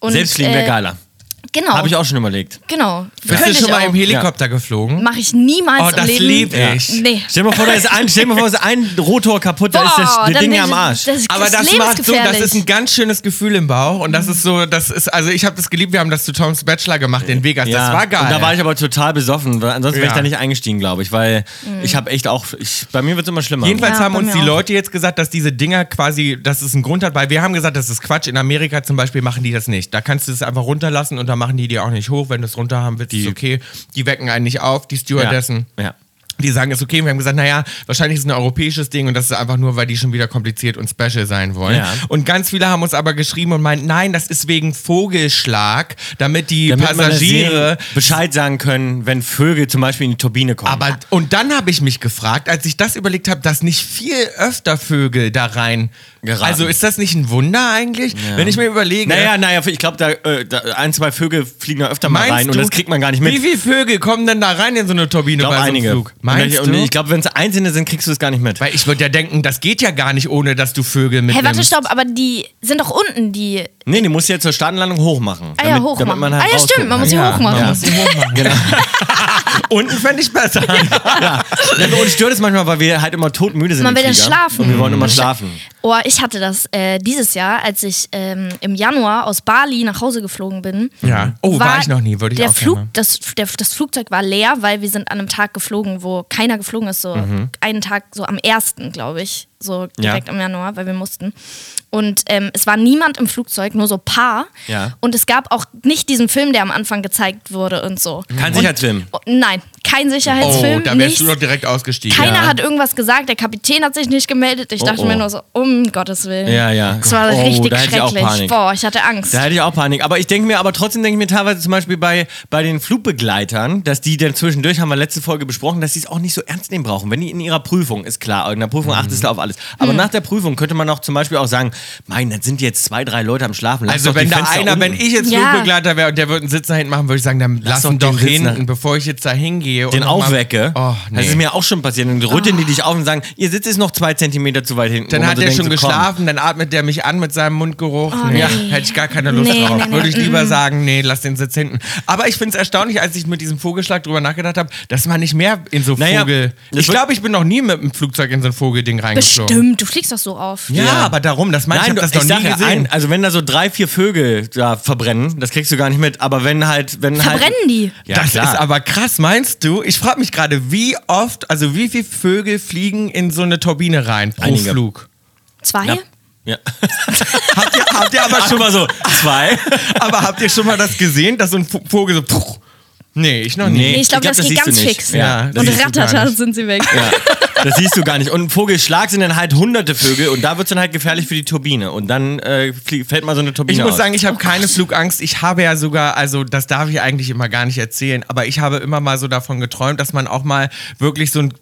[SPEAKER 5] Und,
[SPEAKER 2] Selbst fliegen wäre
[SPEAKER 5] äh,
[SPEAKER 2] geiler.
[SPEAKER 5] Genau.
[SPEAKER 2] Habe ich auch schon überlegt.
[SPEAKER 5] Genau.
[SPEAKER 3] Bist du
[SPEAKER 5] Könnte
[SPEAKER 3] schon
[SPEAKER 5] ich
[SPEAKER 3] mal im
[SPEAKER 5] auch.
[SPEAKER 3] Helikopter geflogen?
[SPEAKER 5] Mache ich niemals
[SPEAKER 3] Oh,
[SPEAKER 5] im
[SPEAKER 3] das
[SPEAKER 5] Leben.
[SPEAKER 3] lieb ich.
[SPEAKER 5] Nee.
[SPEAKER 2] Stell dir mal vor, da ist ein, stell dir mal vor, da ist ein Rotor kaputt, da ist das,
[SPEAKER 5] Boah,
[SPEAKER 2] das
[SPEAKER 5] dann
[SPEAKER 2] Ding
[SPEAKER 5] bin
[SPEAKER 2] am
[SPEAKER 5] ich-
[SPEAKER 2] Arsch.
[SPEAKER 5] Das,
[SPEAKER 3] Aber
[SPEAKER 5] das,
[SPEAKER 3] das
[SPEAKER 5] Leben
[SPEAKER 3] macht
[SPEAKER 5] ist
[SPEAKER 3] so, das
[SPEAKER 5] gefährlich.
[SPEAKER 3] ist ein ganz schönes Gefühl im Bauch und
[SPEAKER 5] Mhm.
[SPEAKER 3] das ist so, das ist, also ich habe das geliebt, wir haben das zu Toms Bachelor gemacht in Vegas, das war geil.
[SPEAKER 2] Und da war ich aber total besoffen, weil ansonsten wäre
[SPEAKER 3] Ja.
[SPEAKER 2] ich da nicht eingestiegen, glaube ich, weil ich habe echt auch, ich, bei mir wird es immer schlimmer.
[SPEAKER 3] Jedenfalls
[SPEAKER 5] Mhm. Ja,
[SPEAKER 3] haben
[SPEAKER 5] bei
[SPEAKER 3] uns
[SPEAKER 5] mir
[SPEAKER 3] die
[SPEAKER 5] auch.
[SPEAKER 3] Leute jetzt gesagt, dass diese Dinger quasi, dass es einen Grund hat, weil wir haben gesagt, das ist Quatsch. In Amerika zum Beispiel machen die das nicht. Da kannst du es einfach runterlassen und da machen die dir auch nicht hoch. Wenn du es runter haben willst, ist
[SPEAKER 2] Die-
[SPEAKER 3] okay. Die wecken einen nicht auf, die Stewardessen.
[SPEAKER 2] Ja. Ja.
[SPEAKER 3] Die sagen, ist okay. Und wir haben gesagt, naja, wahrscheinlich ist es ein europäisches Ding und das ist einfach nur, weil die schon wieder kompliziert und special sein wollen.
[SPEAKER 2] Ja.
[SPEAKER 3] Und ganz viele haben uns aber geschrieben und meinten, nein, das ist wegen Vogelschlag, damit die
[SPEAKER 2] Damit man das
[SPEAKER 3] Passagiere
[SPEAKER 2] sehen, Bescheid sagen können, wenn Vögel zum Beispiel in die Turbine kommen.
[SPEAKER 3] aber und dann habe ich mich gefragt, als ich das überlegt habe, dass nicht viel öfter Vögel da rein
[SPEAKER 2] Geraten.
[SPEAKER 3] Also ist das nicht ein Wunder eigentlich, wenn ich mir überlege?
[SPEAKER 2] naja, naja, ich glaube, da, äh, da ein, zwei Vögel fliegen da öfter mal
[SPEAKER 3] ne? meinst
[SPEAKER 2] rein
[SPEAKER 3] du,
[SPEAKER 2] und das kriegt man gar nicht mit.
[SPEAKER 3] Wie
[SPEAKER 2] Ich
[SPEAKER 3] viele Vögel kommen denn da rein in so eine Turbine
[SPEAKER 2] glaube,
[SPEAKER 3] bei so einem
[SPEAKER 2] einige.
[SPEAKER 3] Flug?
[SPEAKER 2] und
[SPEAKER 3] Meinst
[SPEAKER 2] ich,
[SPEAKER 3] du?
[SPEAKER 2] und ich glaube, wenn es einzelne sind, kriegst du es gar nicht mit.
[SPEAKER 3] Weil ich würde ja denken, das geht ja gar nicht, ohne dass du Vögel
[SPEAKER 5] Hey,
[SPEAKER 3] mitnimmst.
[SPEAKER 5] warte, stopp, aber die sind doch unten, die
[SPEAKER 2] Nee, die musst du jetzt zur Startlandung hochmachen.
[SPEAKER 5] Eier
[SPEAKER 2] damit,
[SPEAKER 5] hochmachen.
[SPEAKER 2] Damit man halt
[SPEAKER 5] ah ja, stimmt, man muss sie
[SPEAKER 3] Ja,
[SPEAKER 5] hochmachen.
[SPEAKER 3] man muss sie hochmachen. genau. Unten fände ich besser.
[SPEAKER 2] Ja, uns stört es manchmal, weil wir halt immer todmüde sind.
[SPEAKER 5] Man
[SPEAKER 2] im
[SPEAKER 5] will dann
[SPEAKER 2] Flieger.
[SPEAKER 5] schlafen.
[SPEAKER 2] Und wir wollen immer
[SPEAKER 3] Mhm.
[SPEAKER 5] Schla-
[SPEAKER 2] schlafen.
[SPEAKER 5] Oh, ich hatte das äh, dieses Jahr, als ich ähm, im Januar aus Bali nach Hause geflogen bin.
[SPEAKER 3] Ja. Oh, war ich noch nie, würde ich
[SPEAKER 5] der
[SPEAKER 3] auch gerne
[SPEAKER 5] Flug,
[SPEAKER 3] mal.
[SPEAKER 5] das, der, das Flugzeug war leer, weil wir sind an einem Tag geflogen, wo keiner geflogen ist. So
[SPEAKER 3] Mhm.
[SPEAKER 5] einen Tag, so am 1., glaube ich, so direkt im Januar, weil wir mussten. Und ähm, es war niemand im Flugzeug, nur so Paar.
[SPEAKER 2] Ja.
[SPEAKER 5] Und es gab auch nicht diesen Film, der am Anfang gezeigt wurde und so.
[SPEAKER 2] Kein
[SPEAKER 5] und,
[SPEAKER 2] Sicherheitsfilm.
[SPEAKER 5] Oh, nein, kein Sicherheitsfilm.
[SPEAKER 3] Oh, da wärst
[SPEAKER 5] nichts.
[SPEAKER 3] du doch direkt ausgestiegen.
[SPEAKER 5] Keiner
[SPEAKER 2] Ja.
[SPEAKER 5] hat irgendwas gesagt, der Kapitän hat sich nicht gemeldet. Ich
[SPEAKER 2] Oh,
[SPEAKER 5] dachte
[SPEAKER 2] oh.
[SPEAKER 5] mir nur so, um Gottes Willen.
[SPEAKER 2] Ja, ja.
[SPEAKER 5] Es war
[SPEAKER 2] Oh,
[SPEAKER 5] richtig
[SPEAKER 2] da hätte ich auch
[SPEAKER 5] schrecklich.
[SPEAKER 2] Panik.
[SPEAKER 5] Boah, ich hatte Angst.
[SPEAKER 2] Da hätte ich auch Panik. Aber ich denke mir, aber trotzdem denke ich mir teilweise zum Beispiel bei, bei den Flugbegleitern, dass die dann zwischendurch, haben wir letzte Folge besprochen, dass die es auch nicht so ernst nehmen brauchen. Wenn die in ihrer Prüfung, ist klar, in der
[SPEAKER 3] Mhm.
[SPEAKER 2] Prüfung achtest du auf alles. Aber
[SPEAKER 5] Mhm.
[SPEAKER 2] nach der Prüfung könnte man auch zum Beispiel auch sagen, mein, dann sind jetzt zwei, drei Leute am Schlafen. Lass
[SPEAKER 3] Also
[SPEAKER 2] doch
[SPEAKER 3] wenn
[SPEAKER 2] die
[SPEAKER 3] da
[SPEAKER 2] Fenster
[SPEAKER 3] einer,
[SPEAKER 2] unten.
[SPEAKER 3] wenn ich jetzt
[SPEAKER 5] Ja.
[SPEAKER 3] Flugbegleiter wäre und der würde einen Sitz da hinten machen, würde ich sagen, dann lass,
[SPEAKER 2] Lass
[SPEAKER 3] ihn
[SPEAKER 2] doch
[SPEAKER 3] doch
[SPEAKER 2] den Sitz
[SPEAKER 3] hinten,
[SPEAKER 2] nach-
[SPEAKER 3] bevor ich jetzt da hingehe. und
[SPEAKER 2] den
[SPEAKER 3] noch mal-
[SPEAKER 2] aufwecke,
[SPEAKER 3] Oh,
[SPEAKER 2] das
[SPEAKER 3] nee.
[SPEAKER 2] ist mir auch schon passiert. Dann rütteln
[SPEAKER 5] Ah.
[SPEAKER 2] die dich auf und sagen, ihr Sitz ist noch zwei Zentimeter zu weit hinten.
[SPEAKER 3] dann
[SPEAKER 2] Wo man
[SPEAKER 3] hat
[SPEAKER 2] so
[SPEAKER 3] der
[SPEAKER 2] denkt,
[SPEAKER 3] schon
[SPEAKER 2] so, komm.
[SPEAKER 3] geschlafen, dann atmet der mich an mit seinem Mundgeruch.
[SPEAKER 5] Oh,
[SPEAKER 3] nee.
[SPEAKER 5] nee.
[SPEAKER 3] Hätte ich gar keine Lust
[SPEAKER 5] Nee,
[SPEAKER 3] drauf.
[SPEAKER 5] nee, Mhm. nee,
[SPEAKER 3] Würde ich lieber sagen, nee, lass den Sitz hinten. Aber ich finde es erstaunlich, als ich mit diesem Vogelschlag drüber nachgedacht habe, dass man nicht mehr in so
[SPEAKER 2] Naja,
[SPEAKER 3] Vogel...
[SPEAKER 2] das
[SPEAKER 3] Ich
[SPEAKER 2] wird-
[SPEAKER 3] glaube, ich bin noch nie mit einem Flugzeug in so ein Vogelding reingeflogen.
[SPEAKER 5] Bestimmt, du fliegst doch so auf.
[SPEAKER 3] Ja,
[SPEAKER 2] Ja.
[SPEAKER 3] aber darum, das meine ich,
[SPEAKER 2] Nein,
[SPEAKER 3] ich
[SPEAKER 2] du,
[SPEAKER 3] hab
[SPEAKER 2] ich
[SPEAKER 3] das noch nie
[SPEAKER 2] sage ja,
[SPEAKER 3] gesehen.
[SPEAKER 2] ein, also wenn da so drei, vier Vögel da verbrennen, das kriegst du gar nicht mit. Aber wenn halt, wenn halt,
[SPEAKER 5] Verbrennen die?
[SPEAKER 2] Ja,
[SPEAKER 3] das
[SPEAKER 2] klar.
[SPEAKER 3] ist aber krass, meinst Weißt du, ich frage mich gerade, wie oft, also wie viele Vögel fliegen in so eine Turbine rein pro
[SPEAKER 2] Einige.
[SPEAKER 3] Flug?
[SPEAKER 5] Zwei?
[SPEAKER 2] Ja.
[SPEAKER 3] Habt ihr, habt ihr aber
[SPEAKER 2] Ach, schon
[SPEAKER 3] schon
[SPEAKER 2] mal so. Zwei.
[SPEAKER 3] Aber habt ihr schon mal das gesehen, dass so ein V- Vogel so. Puch, nee, ich noch
[SPEAKER 5] Nee,
[SPEAKER 2] Nee.
[SPEAKER 3] nicht.
[SPEAKER 5] ich glaube,
[SPEAKER 2] ich glaub,
[SPEAKER 5] das,
[SPEAKER 2] das
[SPEAKER 5] geht
[SPEAKER 2] siehst du
[SPEAKER 5] ganz
[SPEAKER 2] nicht.
[SPEAKER 5] fix.
[SPEAKER 3] Ja, das
[SPEAKER 5] und
[SPEAKER 3] siehst du gar
[SPEAKER 5] rattata
[SPEAKER 3] nicht.
[SPEAKER 5] sind sie weg.
[SPEAKER 2] Ja, das siehst du gar nicht. Und ein Vogelschlag sind dann halt hunderte Vögel und da wird es dann halt gefährlich für die Turbine. Und dann äh, flie- fällt mal so eine Turbine
[SPEAKER 3] Ich muss
[SPEAKER 2] aus.
[SPEAKER 3] sagen, ich habe keine Flugangst. Ich habe ja sogar, also das darf ich eigentlich immer gar nicht erzählen, aber ich habe immer mal so davon geträumt, dass man auch mal wirklich so ein,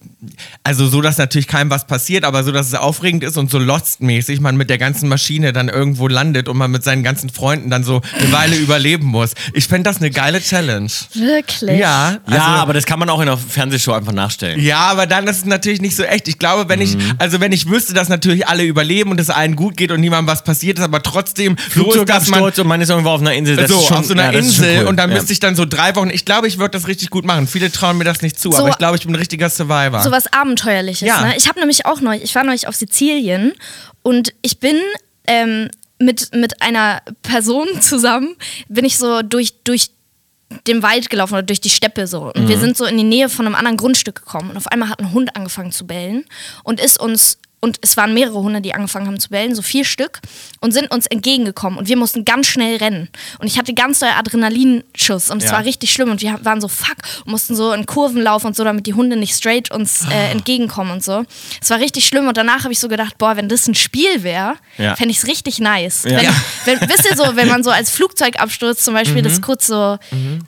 [SPEAKER 3] also so, dass natürlich keinem was passiert, aber so, dass es aufregend ist und so Lost-mäßig man mit der ganzen Maschine dann irgendwo landet und man mit seinen ganzen Freunden dann so eine Weile überleben muss. Ich fände das eine geile Challenge.
[SPEAKER 5] Wirklich?
[SPEAKER 3] Ja, also,
[SPEAKER 2] ja, aber das kann man auch in einer Fernsehshow einfach nachstellen.
[SPEAKER 3] Ja, aber dann ist es natürlich nicht so echt. Ich glaube, wenn ich, also wenn ich wüsste, dass natürlich alle überleben und es allen gut geht und niemandem was passiert ist, aber trotzdem so ist, dass man
[SPEAKER 2] Flugzeugabsturz und man ist irgendwo auf einer Insel. Das
[SPEAKER 3] so
[SPEAKER 2] ist schon,
[SPEAKER 3] auf so einer
[SPEAKER 2] ja, das ist schon
[SPEAKER 3] Insel
[SPEAKER 2] cool.
[SPEAKER 3] und dann
[SPEAKER 2] ja.
[SPEAKER 3] müsste ich dann so drei Wochen. Ich glaube, ich würde das richtig gut machen. Viele trauen mir das nicht zu,
[SPEAKER 5] So-
[SPEAKER 3] aber ich glaube, ich bin ein richtiger Survivor.
[SPEAKER 5] So was Abenteuerliches.
[SPEAKER 3] Ja.
[SPEAKER 5] Ne? Ich habe nämlich auch neulich, ich war neulich auf Sizilien und ich bin ähm, mit, mit einer Person zusammen, bin ich so durch, durch den Wald gelaufen oder durch die Steppe so. Und wir
[SPEAKER 2] Mhm.
[SPEAKER 5] sind so in die Nähe von einem anderen Grundstück gekommen und auf einmal hat ein Hund angefangen zu bellen und ist uns. Und es waren mehrere Hunde, die angefangen haben zu bellen, so vier Stück, und sind uns entgegengekommen. Und wir mussten ganz schnell rennen. Und ich hatte ganz doll Adrenalinschuss. Und es
[SPEAKER 2] Ja.
[SPEAKER 5] war richtig schlimm. Und wir waren so, fuck, und mussten so in Kurven laufen und so, damit die Hunde nicht straight uns
[SPEAKER 2] Ah.
[SPEAKER 5] äh, entgegenkommen und so. Es war richtig schlimm. Und danach habe ich so gedacht, boah, wenn das ein Spiel wäre,
[SPEAKER 2] Ja.
[SPEAKER 5] fände ich es richtig nice.
[SPEAKER 2] Ja.
[SPEAKER 5] Wenn,
[SPEAKER 2] Ja.
[SPEAKER 5] wenn, wisst ihr so, wenn man so als Flugzeugabsturz zum
[SPEAKER 2] Mhm.
[SPEAKER 5] Beispiel das kurz so,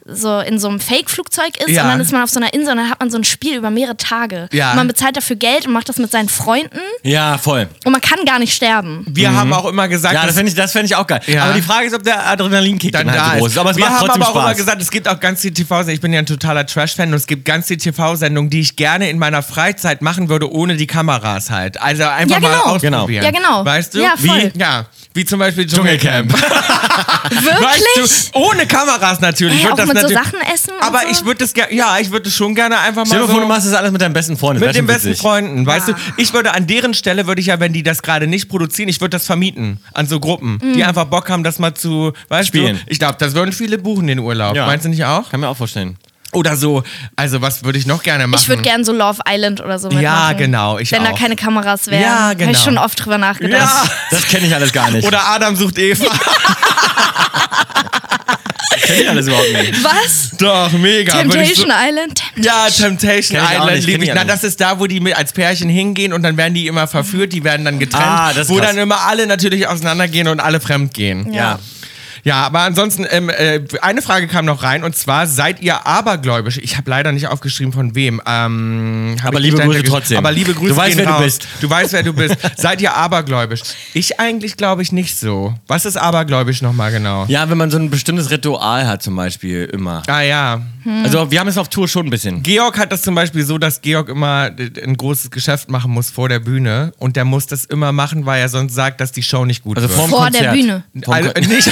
[SPEAKER 5] so in so einem Fake-Flugzeug ist
[SPEAKER 3] Ja.
[SPEAKER 5] und dann ist man auf so einer Insel und dann hat man so ein Spiel über mehrere Tage.
[SPEAKER 3] Ja.
[SPEAKER 5] Und man bezahlt dafür Geld und macht das mit seinen Freunden
[SPEAKER 2] ja, voll.
[SPEAKER 5] und man kann gar nicht sterben.
[SPEAKER 3] wir haben auch immer gesagt,
[SPEAKER 2] Mhm. Ja, das
[SPEAKER 3] dass-
[SPEAKER 2] fände ich, das fänd ich auch geil.
[SPEAKER 3] Ja.
[SPEAKER 2] Aber die Frage ist, ob der Adrenalinkick dann,
[SPEAKER 3] dann
[SPEAKER 2] halt
[SPEAKER 3] da
[SPEAKER 2] so groß
[SPEAKER 3] ist.
[SPEAKER 2] ist. Aber es
[SPEAKER 3] wir
[SPEAKER 2] macht
[SPEAKER 3] haben
[SPEAKER 2] trotzdem
[SPEAKER 3] aber auch immer
[SPEAKER 2] Spaß.
[SPEAKER 3] gesagt, es gibt auch ganz viele TV-Sendungen. Ich bin ja ein totaler Trash-Fan und es gibt ganz viele TV-Sendungen, die ich gerne in meiner Freizeit machen würde, ohne die Kameras halt. Also einfach
[SPEAKER 5] Ja, genau.
[SPEAKER 3] mal ausprobieren.
[SPEAKER 5] Ja, genau.
[SPEAKER 3] Weißt du?
[SPEAKER 5] Ja, voll.
[SPEAKER 3] Wie, ja, wie zum Beispiel Dschungelcamp.
[SPEAKER 2] Dschungelcamp.
[SPEAKER 5] Wirklich?
[SPEAKER 3] du, ohne Kameras natürlich.
[SPEAKER 5] Hä,
[SPEAKER 3] Würd
[SPEAKER 5] auch
[SPEAKER 3] das
[SPEAKER 5] mit so
[SPEAKER 3] natürlich
[SPEAKER 5] Sachen essen und
[SPEAKER 3] aber
[SPEAKER 5] so?
[SPEAKER 3] ich würde das gerne, ja, ich würde das schon gerne einfach mal
[SPEAKER 2] Stell dir mal
[SPEAKER 3] so
[SPEAKER 2] vor, du machst das alles mit deinem besten Freund. Das wär
[SPEAKER 3] mit den
[SPEAKER 2] schon
[SPEAKER 3] besten
[SPEAKER 2] witzig.
[SPEAKER 3] Freunden, weißt
[SPEAKER 5] Ja.
[SPEAKER 3] du? Ich würde an deren Stelle, würde ich ja, wenn die das gerade nicht produzieren, ich würde das vermieten an so Gruppen,
[SPEAKER 5] Mhm.
[SPEAKER 3] die einfach Bock haben, das mal zu, weißt
[SPEAKER 2] Spielen.
[SPEAKER 3] du? Ich glaube, das würden viele buchen, den Urlaub.
[SPEAKER 2] Ja.
[SPEAKER 3] Meinst du nicht auch?
[SPEAKER 2] Kann mir auch vorstellen.
[SPEAKER 3] Oder so, also was würde ich noch gerne machen?
[SPEAKER 5] Ich würde gern so Love Island oder so mitmachen.
[SPEAKER 3] genau, ich
[SPEAKER 5] Wenn da
[SPEAKER 3] auch.
[SPEAKER 5] keine Kameras wären.
[SPEAKER 3] Ja,
[SPEAKER 5] Habe
[SPEAKER 3] genau.
[SPEAKER 5] ich schon oft drüber nachgedacht.
[SPEAKER 3] Ja.
[SPEAKER 2] Das kenne ich alles gar nicht.
[SPEAKER 3] Oder Adam sucht Eva.
[SPEAKER 2] kenne ich alles überhaupt nicht.
[SPEAKER 5] Was?
[SPEAKER 3] Doch, mega. Würde ich so-
[SPEAKER 5] Temptation Island?
[SPEAKER 3] ja, Temptation
[SPEAKER 2] Kenn ich auch
[SPEAKER 3] Island
[SPEAKER 2] nicht,
[SPEAKER 3] liebe
[SPEAKER 2] kenn ich
[SPEAKER 3] ich.
[SPEAKER 2] auch
[SPEAKER 3] Na,
[SPEAKER 2] nicht.
[SPEAKER 3] das ist da, wo die mit als Pärchen hingehen und dann werden die immer verführt, die werden dann getrennt,
[SPEAKER 2] Ah, das ist
[SPEAKER 3] wo
[SPEAKER 2] krass.
[SPEAKER 3] dann immer alle natürlich auseinandergehen und alle fremd gehen.
[SPEAKER 2] Ja.
[SPEAKER 3] Ja, aber ansonsten, ähm, äh, eine Frage kam noch rein und zwar, seid ihr abergläubisch? Ich habe leider nicht aufgeschrieben, von wem. Ähm, hab
[SPEAKER 2] Aber
[SPEAKER 3] ich
[SPEAKER 2] liebe Grüße
[SPEAKER 3] nicht dahinter gesch-
[SPEAKER 2] trotzdem.
[SPEAKER 3] Aber liebe Grüße
[SPEAKER 2] Du weißt,
[SPEAKER 3] gehen
[SPEAKER 2] wer du
[SPEAKER 3] raus.
[SPEAKER 2] bist.
[SPEAKER 3] Du weißt, wer du bist. seid ihr abergläubisch? Ich eigentlich glaube ich nicht so. Was ist abergläubisch nochmal genau?
[SPEAKER 2] Ja, wenn man so ein bestimmtes Ritual hat, zum Beispiel immer.
[SPEAKER 3] Ah ja.
[SPEAKER 2] Also, wir haben es auf Tour schon ein bisschen.
[SPEAKER 3] Georg hat das zum Beispiel so, dass Georg immer äh, ein großes Geschäft machen muss vor der Bühne und der muss das immer machen, weil er sonst sagt, dass die Show nicht gut
[SPEAKER 2] Also
[SPEAKER 3] wird.
[SPEAKER 2] vorm
[SPEAKER 5] Vor der
[SPEAKER 2] Konzert.
[SPEAKER 5] Bühne.
[SPEAKER 2] Vorm
[SPEAKER 3] also,
[SPEAKER 2] Kon-
[SPEAKER 3] nicht,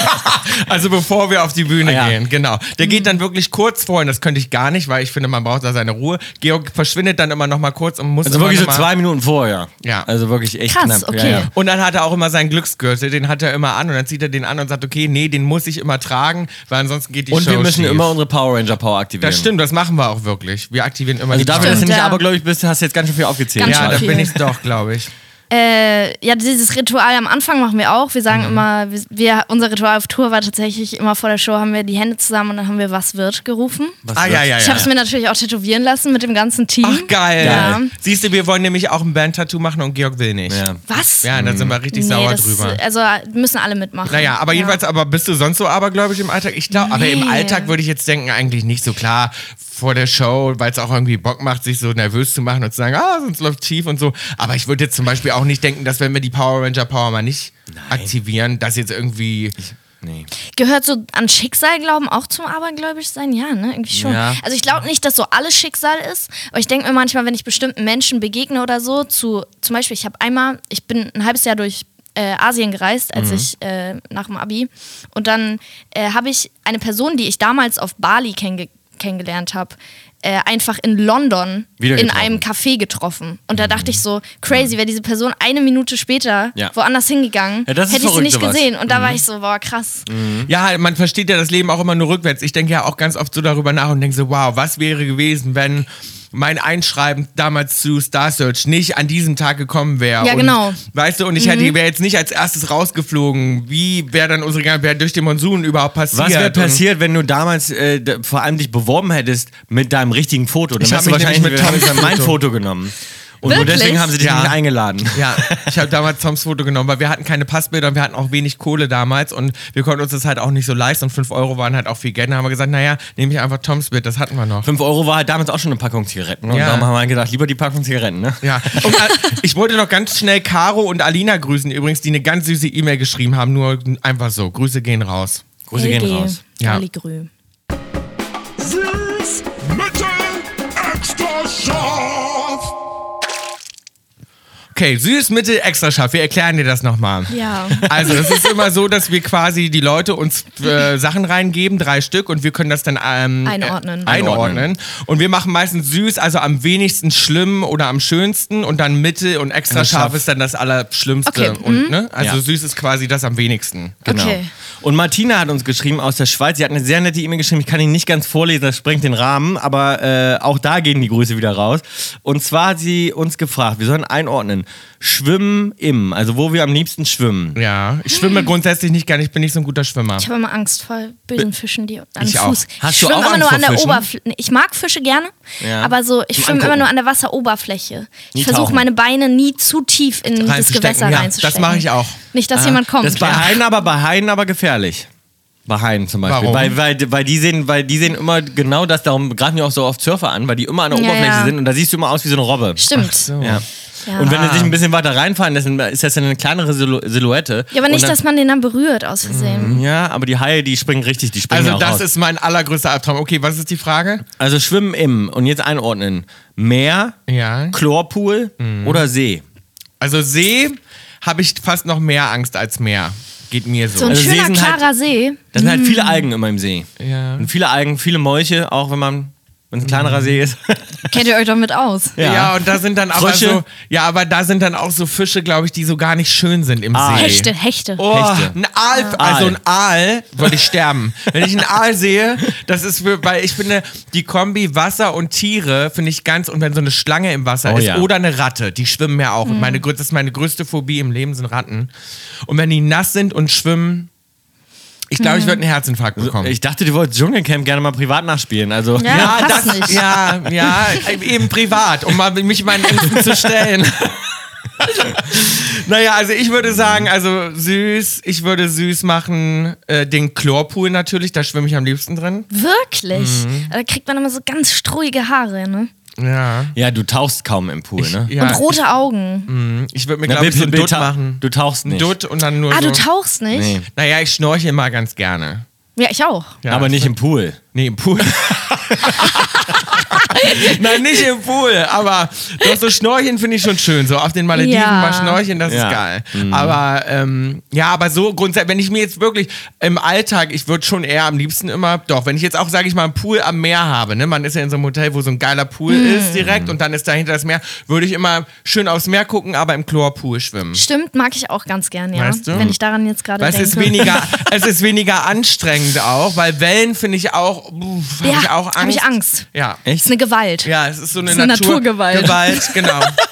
[SPEAKER 3] also bevor wir auf die Bühne
[SPEAKER 2] Ah, ja.
[SPEAKER 3] gehen, genau. Der
[SPEAKER 5] Mhm.
[SPEAKER 3] geht dann wirklich kurz vor und das könnte ich gar nicht, weil ich finde, man braucht da seine Ruhe. Georg verschwindet dann immer noch mal kurz und muss
[SPEAKER 2] also
[SPEAKER 3] immer
[SPEAKER 2] wirklich so
[SPEAKER 3] noch mal-
[SPEAKER 2] zwei Minuten vorher.
[SPEAKER 3] Ja.
[SPEAKER 2] Also wirklich echt
[SPEAKER 5] Krass,
[SPEAKER 2] knapp.
[SPEAKER 5] okay.
[SPEAKER 2] Ja, ja.
[SPEAKER 3] Und dann hat er auch immer seinen Glücksgürtel, den hat er immer an und dann zieht er den an und sagt, okay, nee, den muss ich immer tragen, weil ansonsten geht die
[SPEAKER 2] Und
[SPEAKER 3] Show
[SPEAKER 2] wir müssen
[SPEAKER 3] schief.
[SPEAKER 2] immer um- unsere Power Ranger Power aktivieren.
[SPEAKER 3] Das stimmt, das machen wir auch wirklich. Wir aktivieren immer
[SPEAKER 2] Also
[SPEAKER 3] die
[SPEAKER 2] dafür,
[SPEAKER 3] Power.
[SPEAKER 2] dass du
[SPEAKER 5] Stimmt,
[SPEAKER 2] nicht
[SPEAKER 5] ja.
[SPEAKER 2] abergläubisch bist, hast du jetzt ganz schön viel aufgezählt.
[SPEAKER 5] Ganz
[SPEAKER 3] Ja,
[SPEAKER 5] schön
[SPEAKER 3] da
[SPEAKER 5] viel.
[SPEAKER 3] bin ich doch, glaube ich.
[SPEAKER 5] Äh, ja, dieses Ritual am Anfang machen wir auch. Wir
[SPEAKER 3] Mhm.
[SPEAKER 5] sagen immer, wir- wir, unser Ritual auf Tour war tatsächlich immer vor der Show, haben wir die Hände zusammen und dann haben wir Was wird gerufen.
[SPEAKER 2] Was
[SPEAKER 3] Ah,
[SPEAKER 2] wird?
[SPEAKER 3] ja, ja,
[SPEAKER 5] Ich
[SPEAKER 3] ja.
[SPEAKER 5] habe es mir natürlich auch tätowieren lassen mit dem ganzen Team.
[SPEAKER 3] Ach, geil.
[SPEAKER 5] Ja.
[SPEAKER 3] Siehst du, wir wollen nämlich auch ein Band-Tattoo machen und Georg will nicht.
[SPEAKER 2] Ja.
[SPEAKER 5] Was?
[SPEAKER 3] Ja, da sind wir richtig
[SPEAKER 5] nee,
[SPEAKER 3] sauer
[SPEAKER 5] das,
[SPEAKER 3] drüber.
[SPEAKER 5] Also müssen alle mitmachen.
[SPEAKER 3] Naja, aber jedenfalls, aber bist du sonst so abergläubisch im Alltag? Ich glaube, aber im
[SPEAKER 5] Nee.
[SPEAKER 3] Alltag würde ich jetzt denken, eigentlich nicht so klar vor der Show, weil es auch irgendwie Bock macht, sich so nervös zu machen und zu sagen, ah, sonst läuft tief und so. Aber ich würde jetzt zum Beispiel auch nicht denken, dass wenn wir die Power Ranger Power mal nicht aktivieren, dass jetzt irgendwie.
[SPEAKER 2] Nee.
[SPEAKER 5] Gehört so an Schicksal glauben auch zum abergläubisch sein? Ja, ne? Irgendwie schon.
[SPEAKER 2] Ja.
[SPEAKER 5] Also ich glaube nicht, dass so alles Schicksal ist, aber ich denke mir manchmal, wenn ich bestimmten Menschen begegne oder so, zu, zum Beispiel, ich habe einmal, ich bin ein halbes Jahr durch äh, Asien gereist,
[SPEAKER 2] Mhm.
[SPEAKER 5] als ich äh, nach dem Abi und dann äh, habe ich eine Person, die ich damals auf Bali kennenge- kennengelernt habe, äh, einfach in London
[SPEAKER 2] Wieder
[SPEAKER 5] in
[SPEAKER 2] getroffen.
[SPEAKER 5] einem Café getroffen. Und da dachte ich so, crazy, wäre diese Person eine Minute später
[SPEAKER 2] Mhm. Ja.
[SPEAKER 5] woanders hingegangen,
[SPEAKER 2] Ja, das ist
[SPEAKER 5] hätte ich sie
[SPEAKER 2] verrückt,
[SPEAKER 5] nicht
[SPEAKER 2] sowas. Mhm.
[SPEAKER 5] gesehen. Und da war ich so, boah, krass.
[SPEAKER 3] Ja, man versteht ja das Leben auch immer nur rückwärts. Ich denke ja auch ganz oft so darüber nach und denke so, wow, was wäre gewesen, wenn mein Einschreiben damals zu Star Search nicht an diesem Tag gekommen wäre.
[SPEAKER 5] Ja,
[SPEAKER 3] und,
[SPEAKER 5] genau.
[SPEAKER 3] Weißt du, und ich hätte wäre jetzt nicht als erstes rausgeflogen. Wie wäre dann unsere ganze, wäre durch den Monsun überhaupt passiert?
[SPEAKER 2] Was wäre
[SPEAKER 3] Und
[SPEAKER 2] passiert, wenn du damals äh, d- vor allem dich beworben hättest mit deinem richtigen Foto? Dann
[SPEAKER 3] Ich
[SPEAKER 2] hast
[SPEAKER 3] hab
[SPEAKER 2] du
[SPEAKER 3] mich
[SPEAKER 2] wahrscheinlich
[SPEAKER 3] nämlich
[SPEAKER 2] mit
[SPEAKER 3] mit Toms
[SPEAKER 2] Tom's mein
[SPEAKER 3] Foto.
[SPEAKER 2] Foto genommen. Und nur
[SPEAKER 5] Wirklich?
[SPEAKER 2] deswegen haben sie dich
[SPEAKER 3] Ja.
[SPEAKER 2] nicht eingeladen.
[SPEAKER 3] Ja, ich habe damals Toms Foto genommen, weil wir hatten keine Passbilder und wir hatten auch wenig Kohle damals und wir konnten uns das halt auch nicht so leisten und 5 Euro waren halt auch viel Geld. Dann haben wir gesagt, naja, nehme ich einfach Toms Bild, das hatten wir noch.
[SPEAKER 2] 5 Euro war halt damals auch schon eine Packung Zigaretten. ne? Und
[SPEAKER 3] Ja.
[SPEAKER 2] darum haben wir halt gedacht, lieber die Packung Zigaretten, ne?
[SPEAKER 3] Ja. Und, äh, ich wollte noch ganz schnell Caro und Alina grüßen, übrigens, die eine ganz süße E-Mail geschrieben haben. Nur einfach so. Grüße gehen raus.
[SPEAKER 2] Grüße gehen raus.
[SPEAKER 3] Ja.
[SPEAKER 5] Alligrü.
[SPEAKER 4] Süß, Mittel, extra scharf.
[SPEAKER 3] Okay, süß, mittel, extra scharf. Wir erklären dir das nochmal.
[SPEAKER 5] Ja.
[SPEAKER 3] Also, es ist immer so, dass wir quasi die Leute uns äh, Sachen reingeben, drei Stück, und wir können das dann ähm,
[SPEAKER 5] Einordnen.
[SPEAKER 3] Äh, einordnen. Und wir machen meistens süß, also am wenigsten schlimm oder am schönsten, und dann mittel und extra
[SPEAKER 2] Und scharf.
[SPEAKER 3] scharf ist dann das Allerschlimmste.
[SPEAKER 5] Okay, mhm.
[SPEAKER 3] Und, ne? Also,
[SPEAKER 2] Ja.
[SPEAKER 3] süß ist quasi das am wenigsten.
[SPEAKER 2] Genau.
[SPEAKER 5] Okay.
[SPEAKER 2] Und Martina hat uns geschrieben aus der Schweiz. Sie hat eine sehr nette E-Mail geschrieben. Ich kann ihn nicht ganz vorlesen, das sprengt den Rahmen. Aber äh, auch da gehen die Grüße wieder raus. Und zwar hat sie uns gefragt, wir sollen einordnen. Schwimmen im, also wo wir am liebsten schwimmen.
[SPEAKER 3] Ja, ich schwimme grundsätzlich nicht gern, ich bin nicht so ein guter Schwimmer.
[SPEAKER 5] Ich habe immer Angst vor bösen Fischen, die an
[SPEAKER 3] Ich
[SPEAKER 5] den
[SPEAKER 3] auch.
[SPEAKER 5] Fuß.
[SPEAKER 2] Hast
[SPEAKER 5] ich
[SPEAKER 2] du
[SPEAKER 5] schwimme
[SPEAKER 2] Äh, auch
[SPEAKER 5] immer nur
[SPEAKER 2] Angst
[SPEAKER 5] an
[SPEAKER 2] vor
[SPEAKER 5] der
[SPEAKER 2] Fischen?
[SPEAKER 5] Oberfläche. Ich mag Fische gerne,
[SPEAKER 2] Ja.
[SPEAKER 5] aber so, ich
[SPEAKER 2] Zum
[SPEAKER 5] schwimme immer
[SPEAKER 2] Angucken.
[SPEAKER 5] nur an der Wasseroberfläche.
[SPEAKER 2] Nie
[SPEAKER 5] Ich versuche
[SPEAKER 2] tauchen.
[SPEAKER 5] meine Beine nie zu tief in das
[SPEAKER 3] Reinzustecken,
[SPEAKER 5] Gewässer
[SPEAKER 3] ja.
[SPEAKER 5] reinzustecken.
[SPEAKER 3] Das mache ich auch.
[SPEAKER 5] Nicht, dass jemand kommt.
[SPEAKER 2] Ah, Das ist bei Haien aber, bei Haien aber gefährlich. Bei Haien zum Beispiel.
[SPEAKER 3] Warum?
[SPEAKER 2] Weil, weil, weil, die sehen, weil die sehen immer genau das, darum greifen die auch so oft Surfer an, weil die immer an der
[SPEAKER 5] Ja,
[SPEAKER 2] Oberfläche
[SPEAKER 5] ja.
[SPEAKER 2] sind und da siehst du immer aus wie so eine Robbe.
[SPEAKER 5] Stimmt.
[SPEAKER 2] Ja.
[SPEAKER 5] Ja.
[SPEAKER 2] Und wenn die sich ein bisschen weiter reinfahren, lassen, ist das dann eine kleinere Silhou- Silhouette.
[SPEAKER 5] ja, aber
[SPEAKER 2] Und
[SPEAKER 5] nicht,
[SPEAKER 2] dann, Mhm.
[SPEAKER 5] dass man den dann berührt aus Versehen.
[SPEAKER 2] Ja, aber die Haie, die springen richtig, die springen
[SPEAKER 3] Also
[SPEAKER 2] auch
[SPEAKER 3] das
[SPEAKER 2] raus.
[SPEAKER 3] ist mein allergrößter Albtraum. Okay, was ist die Frage?
[SPEAKER 2] Also schwimmen im und jetzt einordnen. Meer,
[SPEAKER 3] Ja.
[SPEAKER 2] Chlorpool
[SPEAKER 3] Mhm.
[SPEAKER 2] oder See?
[SPEAKER 3] Also See habe ich fast noch mehr Angst als Meer. Geht mir so.
[SPEAKER 5] So ein
[SPEAKER 2] Also
[SPEAKER 5] schöner,
[SPEAKER 2] Seen halt-
[SPEAKER 5] klarer See.
[SPEAKER 2] Da sind halt
[SPEAKER 5] Mhm.
[SPEAKER 2] viele Algen immer im See.
[SPEAKER 3] Ja. Mhm.
[SPEAKER 2] Und viele Algen, viele Molche, auch wenn man wenn es ein kleinerer See ist.
[SPEAKER 5] Kennt ihr euch damit aus?
[SPEAKER 3] ja. und da sind dann aber
[SPEAKER 2] Frösche.
[SPEAKER 3] so, ja, aber da sind dann auch so Fische, glaube ich, die so gar nicht schön sind im
[SPEAKER 2] Ah.
[SPEAKER 3] See.
[SPEAKER 5] Hechte, Hechte.
[SPEAKER 3] Oh,
[SPEAKER 2] Hechte.
[SPEAKER 3] ein Aal, also ein Aal würde ich sterben. Wenn ich einen Aal sehe, das ist für, weil ich finde, die Kombi Wasser und Tiere finde ich ganz, und wenn so eine Schlange im Wasser
[SPEAKER 2] Oh
[SPEAKER 3] ist
[SPEAKER 2] ja.
[SPEAKER 3] oder eine Ratte, die schwimmen ja auch. Und meine, grö- das ist meine größte Phobie im Leben sind Ratten. Und wenn die nass sind und schwimmen, ich glaube, ich würde einen Herzinfarkt bekommen.
[SPEAKER 2] Ich dachte, du wolltest Dschungelcamp gerne mal privat nachspielen. Also
[SPEAKER 5] Ja. passt nicht.
[SPEAKER 3] ja, ja, eben privat, um mal mich meinen Ängsten zu stellen. naja, also ich würde sagen, also süß, ich würde süß machen, äh, den Chlorpool natürlich, da schwimme ich am liebsten drin.
[SPEAKER 5] Wirklich?
[SPEAKER 2] Mhm.
[SPEAKER 5] Da kriegt man immer so ganz struhige Haare, ne?
[SPEAKER 3] Ja.
[SPEAKER 2] ja, du tauchst kaum im Pool, ne?
[SPEAKER 3] ja.
[SPEAKER 5] Und rote Augen.
[SPEAKER 3] Ich würde mir,
[SPEAKER 2] Na,
[SPEAKER 3] glaube ich, so einen
[SPEAKER 2] Bild-
[SPEAKER 3] Dutt
[SPEAKER 2] Bild-
[SPEAKER 3] machen.
[SPEAKER 2] Du tauchst nicht.
[SPEAKER 3] Dutt und dann nur
[SPEAKER 5] Ah,
[SPEAKER 3] so.
[SPEAKER 5] du
[SPEAKER 2] Mhm.
[SPEAKER 5] tauchst nicht?
[SPEAKER 2] Nee.
[SPEAKER 3] naja, ich schnorche immer ganz gerne.
[SPEAKER 5] Ja, ich auch.
[SPEAKER 3] Ja,
[SPEAKER 2] aber
[SPEAKER 3] ich
[SPEAKER 2] nicht im Pool.
[SPEAKER 3] Nee, im Pool. Nein, nicht im Pool, aber doch so Schnorcheln finde ich schon schön. So auf den Malediven
[SPEAKER 5] Ja.
[SPEAKER 3] mal schnorcheln, das
[SPEAKER 2] Ja.
[SPEAKER 3] ist geil. Aber ähm, ja, aber so grundsätzlich, wenn ich mir jetzt wirklich im Alltag, ich würde schon eher am liebsten immer, doch, wenn ich jetzt auch, sage ich mal, einen Pool am Meer habe, ne, man ist ja in so einem Hotel, wo so ein geiler Pool
[SPEAKER 5] Mhm.
[SPEAKER 3] ist direkt und dann ist dahinter das Meer, würde ich immer schön aufs Meer gucken, aber im Chlorpool schwimmen.
[SPEAKER 5] Stimmt, mag ich auch ganz gern, ja.
[SPEAKER 3] Weißt du?
[SPEAKER 5] Wenn ich daran jetzt gerade
[SPEAKER 3] Weil
[SPEAKER 5] denke.
[SPEAKER 3] es ist weniger, es ist weniger anstrengend auch, weil Wellen finde ich auch, uff, habe
[SPEAKER 5] Ja,
[SPEAKER 3] ich auch Angst.
[SPEAKER 5] hab ich Angst.
[SPEAKER 3] Ja.
[SPEAKER 5] ist eine Gewalt.
[SPEAKER 3] Ja, es ist so eine,
[SPEAKER 5] ist eine
[SPEAKER 3] Natur-
[SPEAKER 5] Naturgewalt.
[SPEAKER 3] Gewalt, genau.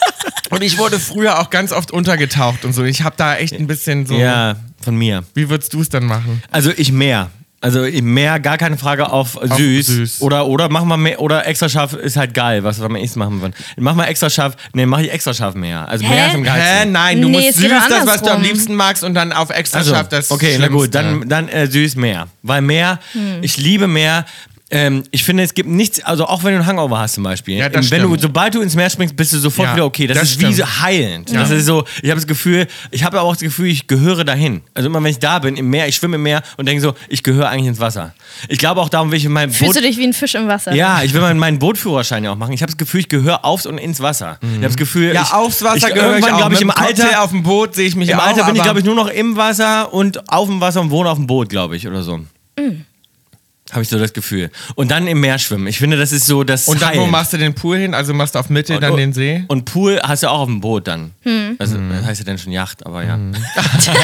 [SPEAKER 3] Und ich wurde früher auch ganz oft untergetaucht und so. Ich habe da echt ein bisschen so.
[SPEAKER 2] Ja, von mir.
[SPEAKER 3] Wie würdest du es dann machen?
[SPEAKER 2] Also ich mehr. Also ich mehr, gar keine Frage auf süß.
[SPEAKER 3] süß.
[SPEAKER 2] Oder oder machen wir mehr oder extra scharf ist halt geil, was wir am ehesten machen würden. Mach mal extra scharf, nee, mach ich extra scharf mehr. Also
[SPEAKER 5] Hä?
[SPEAKER 2] mehr ist im
[SPEAKER 3] Hä,
[SPEAKER 2] geilsten.
[SPEAKER 3] nein, du
[SPEAKER 5] Nee,
[SPEAKER 3] musst
[SPEAKER 5] es
[SPEAKER 3] süß,
[SPEAKER 5] geht doch
[SPEAKER 3] das, was du am
[SPEAKER 5] andersrum.
[SPEAKER 3] liebsten magst, und dann auf extra
[SPEAKER 2] Also,
[SPEAKER 3] scharf das.
[SPEAKER 2] okay, na gut,
[SPEAKER 3] Schlimmste. Hm.
[SPEAKER 2] dann, dann äh, süß mehr. Weil mehr, ich liebe mehr. Ähm, ich finde, es gibt nichts, also auch wenn du einen Hangover hast zum Beispiel,
[SPEAKER 3] Ja, das
[SPEAKER 2] im- wenn du,
[SPEAKER 3] stimmt.
[SPEAKER 2] sobald du ins Meer springst, bist du sofort
[SPEAKER 3] Ja,
[SPEAKER 2] wieder okay. Das,
[SPEAKER 3] das
[SPEAKER 2] ist wie
[SPEAKER 3] stimmt.
[SPEAKER 2] so heilend. Das ist so, ich habe das Gefühl, ich habe aber auch das Gefühl, ich gehöre dahin. Also immer wenn ich da bin, im Meer, ich schwimme im Meer und denke so, ich gehöre eigentlich ins Wasser. Ich glaube auch darum, will ich in meinem
[SPEAKER 5] Fühlst
[SPEAKER 2] Boot
[SPEAKER 5] du dich wie ein Fisch im Wasser?
[SPEAKER 2] ja, ich will mal meinen Bootführerschein ja auch machen. Ich habe das Gefühl, ich gehöre aufs und ins Wasser. Ich habe das Gefühl,
[SPEAKER 3] Ja,
[SPEAKER 2] ich,
[SPEAKER 3] aufs Wasser
[SPEAKER 2] ich,
[SPEAKER 3] gehöre ich
[SPEAKER 2] irgendwann,
[SPEAKER 3] auch.
[SPEAKER 2] glaube ich,
[SPEAKER 3] Mit
[SPEAKER 2] im
[SPEAKER 3] einem Cocktail
[SPEAKER 2] Alter,
[SPEAKER 3] auf dem Boot sehe ich mich
[SPEAKER 2] im
[SPEAKER 3] auch.
[SPEAKER 2] Alter bin ich,
[SPEAKER 3] aber- Mm.
[SPEAKER 2] glaube ich, nur noch im Wasser und auf dem Wasser und wohne auf dem Boot, glaube ich, oder so. Habe ich so das Gefühl. Und dann im Meer schwimmen. Ich finde, das ist so das
[SPEAKER 3] Und dann wo
[SPEAKER 2] Highlight.
[SPEAKER 3] machst du den Pool hin, also machst du auf Mitte dann
[SPEAKER 2] und,
[SPEAKER 3] den See. Hm.
[SPEAKER 2] Und Pool hast du auch auf dem Boot dann.
[SPEAKER 5] Hm.
[SPEAKER 2] Also das heißt ja dann schon Yacht, aber ja.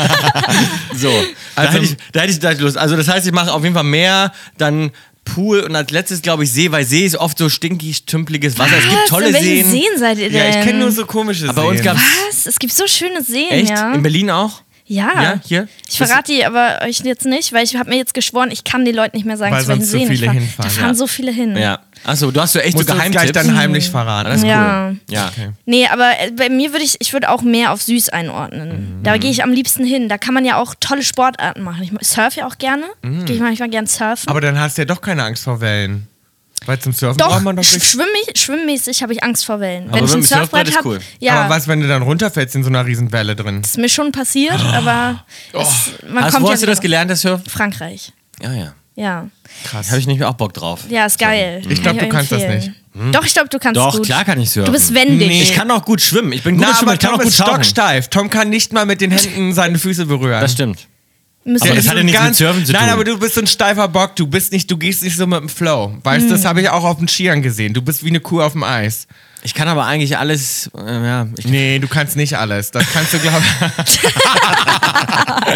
[SPEAKER 2] so,
[SPEAKER 3] Also-
[SPEAKER 2] da, hätte ich, da hätte ich gleich Lust. Also das heißt, ich mache auf jeden Fall Meer, dann Pool und als letztes glaube ich See, weil See ist oft so stinkig, tümpeliges Wasser. Es gibt
[SPEAKER 5] Was?
[SPEAKER 2] tolle
[SPEAKER 5] In welchen
[SPEAKER 2] Seen.
[SPEAKER 5] Seen seid ihr denn?
[SPEAKER 3] Ja, ich kenne nur so komische
[SPEAKER 2] Bei uns
[SPEAKER 3] Seen.
[SPEAKER 2] gab es
[SPEAKER 5] Was? Es gibt so schöne Seen,
[SPEAKER 2] echt
[SPEAKER 5] ja.
[SPEAKER 2] in Berlin auch.
[SPEAKER 5] ja.
[SPEAKER 2] Ja, hier?
[SPEAKER 5] Ich verrate die aber euch jetzt nicht, weil ich habe mir jetzt geschworen, ich kann den Leuten nicht mehr sagen,
[SPEAKER 3] Weil
[SPEAKER 5] zu welchen
[SPEAKER 3] sonst so
[SPEAKER 5] Seen ich
[SPEAKER 3] viele
[SPEAKER 5] fahre.
[SPEAKER 3] hinfahren,
[SPEAKER 5] Da fahren
[SPEAKER 2] ja.
[SPEAKER 5] so viele hin.
[SPEAKER 2] Ja. Achso, du hast so echt
[SPEAKER 3] musst
[SPEAKER 2] so
[SPEAKER 3] du uns
[SPEAKER 2] Geheimtipps.
[SPEAKER 3] gleich dann heimlich verraten.
[SPEAKER 2] Das ist
[SPEAKER 5] Ja.
[SPEAKER 2] cool. Ja.
[SPEAKER 5] Nee, aber äh, bei mir würde ich, ich würde auch mehr auf süß
[SPEAKER 3] Mhm.
[SPEAKER 5] einordnen. Da gehe ich am liebsten hin. Da kann man ja auch tolle Sportarten machen. Ich surfe ja auch gerne.
[SPEAKER 3] Mhm.
[SPEAKER 5] Gehe ich manchmal gern surfen.
[SPEAKER 3] Aber dann hast du ja doch keine Angst vor Wellen. Weil zum Surfen
[SPEAKER 5] doch,
[SPEAKER 3] braucht man doch
[SPEAKER 5] sch-
[SPEAKER 3] nicht.
[SPEAKER 5] schwimmmäßig, schwimmmäßig habe ich Angst vor Wellen.
[SPEAKER 2] Aber
[SPEAKER 5] Wenn ich ein
[SPEAKER 2] mit dem Surfbrett
[SPEAKER 5] Surfbrett
[SPEAKER 2] ist
[SPEAKER 5] habe,
[SPEAKER 2] cool.
[SPEAKER 5] ja,
[SPEAKER 3] Aber was, wenn du dann runterfällst in so einer riesen Welle drin?
[SPEAKER 5] ist mir schon passiert,
[SPEAKER 3] Oh.
[SPEAKER 5] aber es, man
[SPEAKER 2] Hast,
[SPEAKER 5] kommt
[SPEAKER 2] wo
[SPEAKER 5] ja
[SPEAKER 2] hast du das
[SPEAKER 5] wieder-
[SPEAKER 2] gelernt, das Surfen?
[SPEAKER 5] Frankreich.
[SPEAKER 2] Ja, ja.
[SPEAKER 5] Ja.
[SPEAKER 3] Krass.
[SPEAKER 2] Habe ich nicht mehr auch Bock drauf.
[SPEAKER 5] Ja, ist geil.
[SPEAKER 3] Ich glaub,
[SPEAKER 5] Kann
[SPEAKER 3] du kannst das Hm?
[SPEAKER 5] empfehlen. Doch, ich glaube, du kannst
[SPEAKER 2] Doch,
[SPEAKER 5] gut.
[SPEAKER 2] klar kann ich surfen.
[SPEAKER 5] Du bist wendig.
[SPEAKER 2] Ich kann auch gut schwimmen. Ich bin gut
[SPEAKER 3] Na,
[SPEAKER 2] schwimmen,
[SPEAKER 3] aber
[SPEAKER 2] ich kann
[SPEAKER 3] Tom
[SPEAKER 2] auch gut
[SPEAKER 3] ist
[SPEAKER 2] tauchen.
[SPEAKER 3] stocksteif. Tom kann nicht mal mit den Händen seine Füße berühren.
[SPEAKER 2] Das stimmt.
[SPEAKER 5] Müssen
[SPEAKER 2] Aber
[SPEAKER 5] wir-
[SPEAKER 2] das hat ja
[SPEAKER 3] ein
[SPEAKER 2] nichts mit
[SPEAKER 3] ganz-
[SPEAKER 2] Surfen zu
[SPEAKER 3] Nein,
[SPEAKER 2] tun.
[SPEAKER 3] aber du bist so ein steifer Bock. Du bist nicht, du gehst nicht so mit dem Flow. Weißt du, das habe ich auch auf den Skiern gesehen. Du bist wie eine Kuh auf dem Eis.
[SPEAKER 2] Ich kann aber eigentlich alles, äh, ja, ich,
[SPEAKER 3] Nee, du kannst nicht alles. Das kannst du, glaube ich.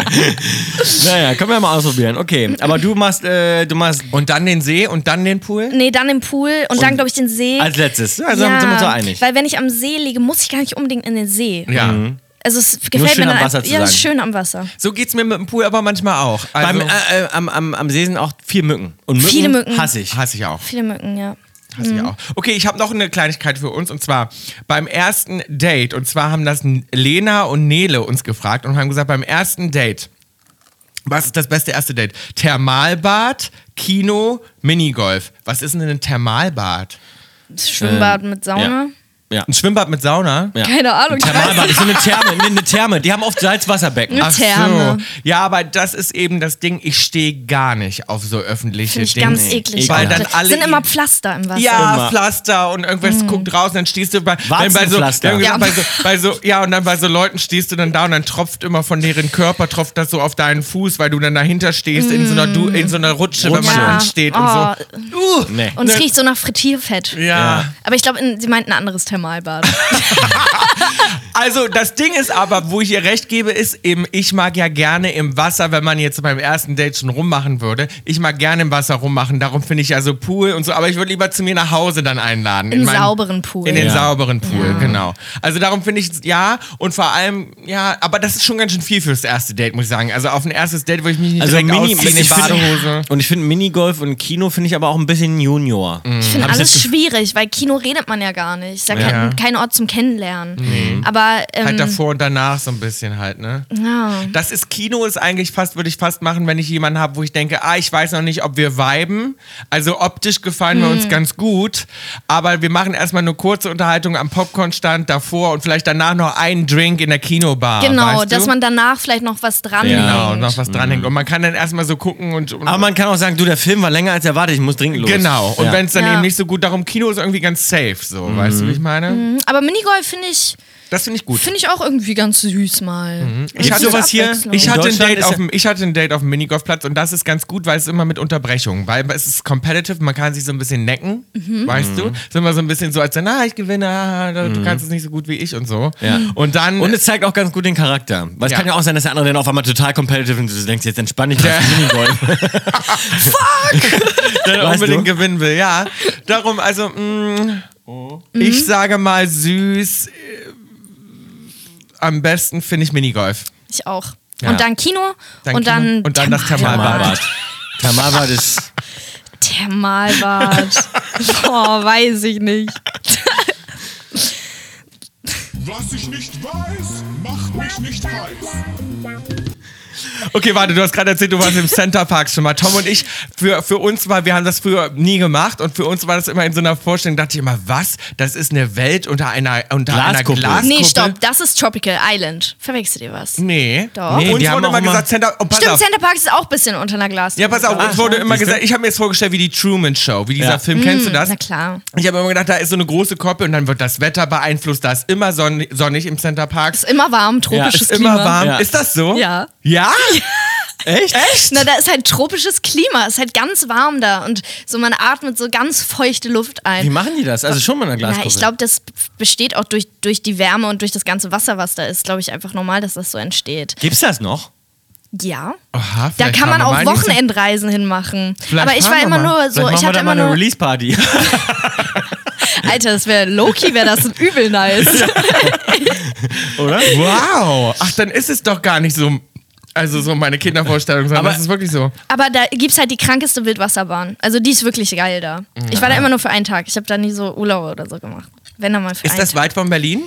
[SPEAKER 2] naja, können wir mal ausprobieren. Okay, aber du machst, äh, du machst
[SPEAKER 3] Und dann den See und dann den Pool?
[SPEAKER 5] Nee, dann im Pool und, dann, glaube ich, den See.
[SPEAKER 2] als letztes. Also sind wir uns einig.
[SPEAKER 5] Weil wenn ich am See liege, muss ich gar nicht unbedingt in den See.
[SPEAKER 3] Ja.
[SPEAKER 2] Mhm.
[SPEAKER 5] Also es gefällt
[SPEAKER 2] schön
[SPEAKER 5] mir dann
[SPEAKER 2] am Wasser zu
[SPEAKER 5] ja,
[SPEAKER 2] sein.
[SPEAKER 5] ist schön am Wasser.
[SPEAKER 3] So geht's mir mit dem Pool aber manchmal auch. Also,
[SPEAKER 2] Beim, äh, äh, am, am, am See sind auch viel Mücken. Und Mücken
[SPEAKER 5] Viele Mücken.
[SPEAKER 2] hasse ich.
[SPEAKER 3] hasse ich auch.
[SPEAKER 5] Viele Mücken, ja.
[SPEAKER 3] Hasse
[SPEAKER 5] Mhm.
[SPEAKER 3] ich auch. Okay, ich habe noch eine Kleinigkeit für uns und zwar beim ersten Date. Und zwar haben das N- Lena und Nele uns gefragt und haben gesagt, beim ersten Date, was ist das beste erste Date? Thermalbad, Kino, Minigolf. Was ist denn ein Thermalbad?
[SPEAKER 5] Das Schwimmbad mit Sauna.
[SPEAKER 2] Ja.
[SPEAKER 3] Ein Schwimmbad mit Sauna?
[SPEAKER 2] ja.
[SPEAKER 5] Keine Ahnung. ich weiß
[SPEAKER 2] Thermalbad, das ist so eine Therme, nee, eine Therme. Die haben oft Salzwasserbecken. Ah,
[SPEAKER 5] Ja.
[SPEAKER 3] Ach so.
[SPEAKER 5] Therme.
[SPEAKER 3] Ja, aber das ist eben das Ding. Ich stehe gar nicht auf so öffentliche
[SPEAKER 5] Finde ich
[SPEAKER 3] Dinge.
[SPEAKER 5] ganz eklig.
[SPEAKER 3] Weil dann alle
[SPEAKER 5] sind immer Pflaster im Wasser.
[SPEAKER 3] Ja,
[SPEAKER 2] Immer.
[SPEAKER 3] Pflaster und irgendwas guckt raus und dann stehst du bei, wenn bei so,
[SPEAKER 2] Warzenpflaster.
[SPEAKER 3] irgendwie
[SPEAKER 5] Mhm. Ja.
[SPEAKER 3] Bei, so, bei so, ja, und dann bei so Leuten stehst du dann da und dann tropft immer von deren Körper, tropft das so auf deinen Fuß, weil du dann dahinter stehst in so einer, du, in so einer Rutsche, wenn man
[SPEAKER 2] Rutsche.
[SPEAKER 5] Ja.
[SPEAKER 3] ansteht
[SPEAKER 5] Oh,
[SPEAKER 3] und so. Uh,
[SPEAKER 2] Nee.
[SPEAKER 5] Und es riecht so nach Frittierfett.
[SPEAKER 3] ja.
[SPEAKER 5] Aber ich glaube, in- sie meinten ein anderes Thermalbad.
[SPEAKER 3] Also das Ding ist aber, wo ich ihr recht gebe, ist eben, ich mag ja gerne im Wasser, wenn man jetzt beim ersten Date schon rummachen würde, ich mag gerne im Wasser rummachen, darum finde ich ja so Pool und so, aber ich würde lieber zu mir nach Hause dann einladen.
[SPEAKER 5] Im
[SPEAKER 3] meinen-
[SPEAKER 5] sauberen Pool.
[SPEAKER 3] In den
[SPEAKER 2] Ja.
[SPEAKER 3] sauberen Pool, genau. Also darum finde ich, ja, und vor allem, ja, aber das ist schon ganz schön viel fürs erste Date, muss ich sagen. Also auf ein erstes Date würde ich mich nicht
[SPEAKER 2] Also
[SPEAKER 3] direkt
[SPEAKER 2] Mini,
[SPEAKER 3] ausziehen,
[SPEAKER 2] ich
[SPEAKER 3] in Badehose.
[SPEAKER 2] find, und ich finde Minigolf und Kino finde ich aber auch ein bisschen Junior.
[SPEAKER 5] Ich finde
[SPEAKER 2] Hab ich
[SPEAKER 5] alles
[SPEAKER 2] das
[SPEAKER 5] schwierig, weil Kino redet man ja gar nicht. Ist ja, Kein, kein Ort zum Kennenlernen. Aber ähm,
[SPEAKER 3] Halt davor und danach so ein bisschen halt, ne?
[SPEAKER 5] ja.
[SPEAKER 3] Das ist Kino ist eigentlich fast, würde ich fast machen, wenn ich jemanden habe, wo ich denke, ah, ich weiß noch nicht, ob wir viben. Also optisch gefallen wir
[SPEAKER 5] Mhm.
[SPEAKER 3] uns ganz gut, aber wir machen erstmal eine kurze Unterhaltung am Popcornstand davor und vielleicht danach noch einen Drink in der Kinobar.
[SPEAKER 5] genau,
[SPEAKER 3] weißt
[SPEAKER 5] dass
[SPEAKER 3] du?
[SPEAKER 5] man danach vielleicht noch was dran
[SPEAKER 3] genau,
[SPEAKER 5] hängt.
[SPEAKER 3] noch was dranhängt. Und man kann dann erstmal so gucken und. und
[SPEAKER 2] Aber man kann auch sagen, du, der Film war länger als erwartet, ich muss dringend los.
[SPEAKER 3] Genau, und
[SPEAKER 2] ja.
[SPEAKER 3] wenn es dann
[SPEAKER 5] Ja.
[SPEAKER 3] eben nicht so gut darum, Kino ist irgendwie ganz safe, so, weißt du, wie ich meine?
[SPEAKER 5] Aber Minigolf finde ich,
[SPEAKER 3] Das finde ich gut.
[SPEAKER 5] finde ich auch irgendwie ganz süß mal.
[SPEAKER 2] Gibt's
[SPEAKER 3] Mhm. hatte
[SPEAKER 2] sowas hier?
[SPEAKER 5] Abwechslung.
[SPEAKER 3] Ich
[SPEAKER 2] In
[SPEAKER 3] hatte, ein
[SPEAKER 2] Deutschland
[SPEAKER 3] Date
[SPEAKER 2] ist
[SPEAKER 3] auf
[SPEAKER 2] ja-
[SPEAKER 3] dem, ich hatte ein Date auf dem Minigolfplatz und das ist ganz gut, weil es immer mit Unterbrechungen, weil es ist competitive, man kann sich so ein bisschen necken, weißt
[SPEAKER 2] Mhm.
[SPEAKER 3] du? Es ist immer so ein bisschen so, als wenn, ah, ich gewinne, ah, du kannst es nicht so gut wie ich und so.
[SPEAKER 2] Ja.
[SPEAKER 3] Und dann,
[SPEAKER 2] Und es zeigt auch ganz gut den Charakter. Weil es
[SPEAKER 3] Ja.
[SPEAKER 2] kann ja auch sein, dass der andere dann auf einmal total competitive ist und du denkst, jetzt entspann dich mal zum Minigolf.
[SPEAKER 3] der
[SPEAKER 2] weißt
[SPEAKER 3] unbedingt
[SPEAKER 2] du?
[SPEAKER 3] gewinnen will, ja. Darum, also, mh, ich sage mal süß, äh, am besten finde ich Minigolf.
[SPEAKER 5] Ich auch.
[SPEAKER 3] Ja.
[SPEAKER 5] Und dann Kino
[SPEAKER 3] Dann
[SPEAKER 5] und,
[SPEAKER 3] Kino
[SPEAKER 5] dann
[SPEAKER 3] und dann das Thermalbad.
[SPEAKER 2] Thermalbad. Thermalbad ist.
[SPEAKER 5] Thermalbad. Boah, weiß ich nicht.
[SPEAKER 4] Was ich nicht weiß, macht mich nicht heiß.
[SPEAKER 3] Okay, warte, du hast gerade erzählt, du warst im Center Park schon mal. Tom und ich, für, für uns war, wir haben das früher nie gemacht und für uns war das immer in so einer Vorstellung, dachte ich immer, was? Das ist eine Welt unter einer, unter
[SPEAKER 2] Glaskuppel.
[SPEAKER 3] einer Glaskuppel?
[SPEAKER 5] Nee, stopp, das ist Tropical Island. Verwechselt ihr was?
[SPEAKER 3] Nee.
[SPEAKER 5] Doch.
[SPEAKER 3] Nee,
[SPEAKER 5] Nee,
[SPEAKER 3] uns
[SPEAKER 2] die haben
[SPEAKER 3] wurde
[SPEAKER 2] auch
[SPEAKER 3] immer
[SPEAKER 2] immer-
[SPEAKER 3] gesagt, Center, oh, Hm, pass
[SPEAKER 5] Stimmt,
[SPEAKER 3] auf.
[SPEAKER 5] Center Park ist auch ein bisschen unter einer Ah. Glasdecke.
[SPEAKER 3] ja, pass auf, uns wurde immer
[SPEAKER 2] siehste.
[SPEAKER 3] gesagt, ich habe mir jetzt vorgestellt, wie die Truman Show, wie dieser
[SPEAKER 2] Ja.
[SPEAKER 3] Film, kennst du das?
[SPEAKER 5] Hm, Mm, Na klar.
[SPEAKER 3] Ich habe immer gedacht, da ist so eine große Koppel und dann wird das Wetter beeinflusst, da ist immer sonn- sonnig im Center Park.
[SPEAKER 5] Ist immer warm, tropisches
[SPEAKER 3] ist immer
[SPEAKER 5] Klima.
[SPEAKER 3] warm.
[SPEAKER 2] Ja.
[SPEAKER 3] Ist das so?
[SPEAKER 5] Ja.
[SPEAKER 3] Ja?
[SPEAKER 2] Echt? Echt?
[SPEAKER 5] Na, da ist halt tropisches Klima, ist halt ganz warm da und so man atmet so ganz feuchte Luft ein.
[SPEAKER 2] Wie machen die das? Also schon mal in einer
[SPEAKER 5] Na,
[SPEAKER 2] Glaskuppel.
[SPEAKER 5] ich glaube, das b- besteht auch durch, durch die Wärme und durch das ganze Wasser, was da ist, glaube ich, einfach normal, dass das so entsteht.
[SPEAKER 2] Gibt's das noch?
[SPEAKER 5] Ja.
[SPEAKER 3] Aha,
[SPEAKER 5] Da
[SPEAKER 3] vielleicht
[SPEAKER 5] kann man
[SPEAKER 3] fahren wir
[SPEAKER 5] auch
[SPEAKER 3] mal in die-
[SPEAKER 5] Wochenendreisen hinmachen.
[SPEAKER 3] Vielleicht
[SPEAKER 5] Aber ich
[SPEAKER 3] fahren
[SPEAKER 5] war
[SPEAKER 3] wir
[SPEAKER 5] immer
[SPEAKER 3] mal.
[SPEAKER 5] nur so,
[SPEAKER 2] Vielleicht machen
[SPEAKER 5] ich
[SPEAKER 2] wir
[SPEAKER 5] hatte
[SPEAKER 2] da mal
[SPEAKER 5] immer
[SPEAKER 2] eine
[SPEAKER 5] nur,
[SPEAKER 2] Release-Party.
[SPEAKER 5] Alter, das wäre Loki, wäre das übel nice.
[SPEAKER 2] Oder?
[SPEAKER 3] Wow. Ach, dann ist es doch gar nicht so. Also so meine Kindervorstellung, sondern
[SPEAKER 2] Aber-
[SPEAKER 3] das ist wirklich so.
[SPEAKER 5] Aber da gibt es halt die krankeste Wildwasserbahn. Also die ist wirklich geil da.
[SPEAKER 2] Mhm.
[SPEAKER 5] Ich war da immer nur für einen Tag. Ich habe da nie so Urlaub oder so gemacht. Wenn dann mal für
[SPEAKER 3] Ist
[SPEAKER 5] einen
[SPEAKER 3] das
[SPEAKER 5] Tag.
[SPEAKER 3] weit von Berlin?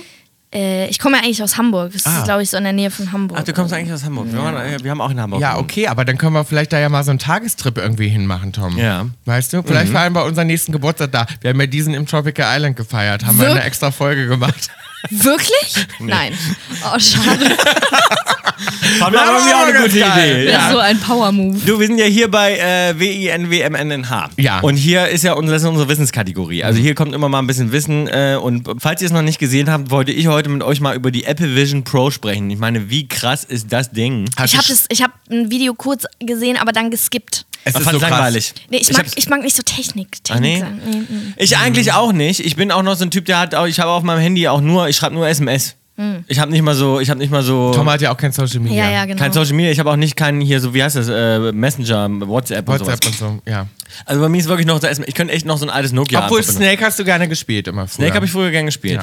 [SPEAKER 5] Äh, ich komme ja eigentlich aus Hamburg. Das ist, glaube ich, so in der Nähe von Hamburg.
[SPEAKER 2] Ah. Ach, du kommst eigentlich aus Hamburg. Wir, waren, äh, wir haben auch in Hamburg.
[SPEAKER 3] Ja,
[SPEAKER 2] gewohnt.
[SPEAKER 3] okay, aber dann können wir vielleicht da ja mal so einen Tagestrip irgendwie hinmachen, Tom.
[SPEAKER 2] Ja.
[SPEAKER 3] Weißt du, vielleicht fahren wir unseren nächsten Geburtstag da. Wir haben ja diesen im Tropical Island gefeiert, haben wir
[SPEAKER 5] Wir-
[SPEAKER 3] eine extra Folge gemacht.
[SPEAKER 5] Wirklich? Nein. Oh, schade.
[SPEAKER 2] Fand man irgendwie auch eine gute
[SPEAKER 3] Geil.
[SPEAKER 2] Idee.
[SPEAKER 5] Das
[SPEAKER 3] Ja.
[SPEAKER 5] ist so ein Power-Move.
[SPEAKER 2] Du, wir sind ja hier bei äh, WINWMNNH.
[SPEAKER 3] Ja. Mhm.
[SPEAKER 2] Und hier ist ja unser, das ist unsere Wissenskategorie. Also hier kommt immer mal ein bisschen Wissen. Äh, und falls ihr es noch nicht gesehen habt, wollte ich heute mit euch mal über die Apple Vision Pro sprechen. Ich meine, wie krass ist das Ding?
[SPEAKER 5] Ich habe hab ein Video kurz gesehen, aber dann geskippt.
[SPEAKER 3] Es
[SPEAKER 2] Ich
[SPEAKER 3] ist
[SPEAKER 2] fand's
[SPEAKER 3] so krass.
[SPEAKER 2] langweilig.
[SPEAKER 5] Nee, ich,
[SPEAKER 2] Ich
[SPEAKER 5] mag,
[SPEAKER 2] hab's-
[SPEAKER 5] ich mag nicht so Technik. Technik Mhm,
[SPEAKER 2] Ah, nee?
[SPEAKER 5] sagen. Nee, nee.
[SPEAKER 3] Mhm.
[SPEAKER 2] Ich eigentlich auch nicht. Ich bin auch noch so ein Typ, der hat, auch, ich habe auf meinem Handy auch nur, ich schreibe nur SMS.
[SPEAKER 5] Mhm.
[SPEAKER 2] Ich habe nicht mal so, ich habe nicht mal so.
[SPEAKER 3] Tom hat ja auch kein Social Media.
[SPEAKER 5] Ja, ja, genau.
[SPEAKER 2] Kein Social Media, ich habe auch nicht keinen hier so, wie heißt das, äh, Messenger, WhatsApp, und
[SPEAKER 3] WhatsApp
[SPEAKER 2] sowas.
[SPEAKER 3] und so, ja.
[SPEAKER 2] Also bei mir ist wirklich noch, so- ich könnte echt noch so ein altes Nokia
[SPEAKER 3] Obwohl
[SPEAKER 2] einfach benutzen.
[SPEAKER 3] Snake hast du gerne gespielt immer früher.
[SPEAKER 2] Snake habe ich früher gern gespielt.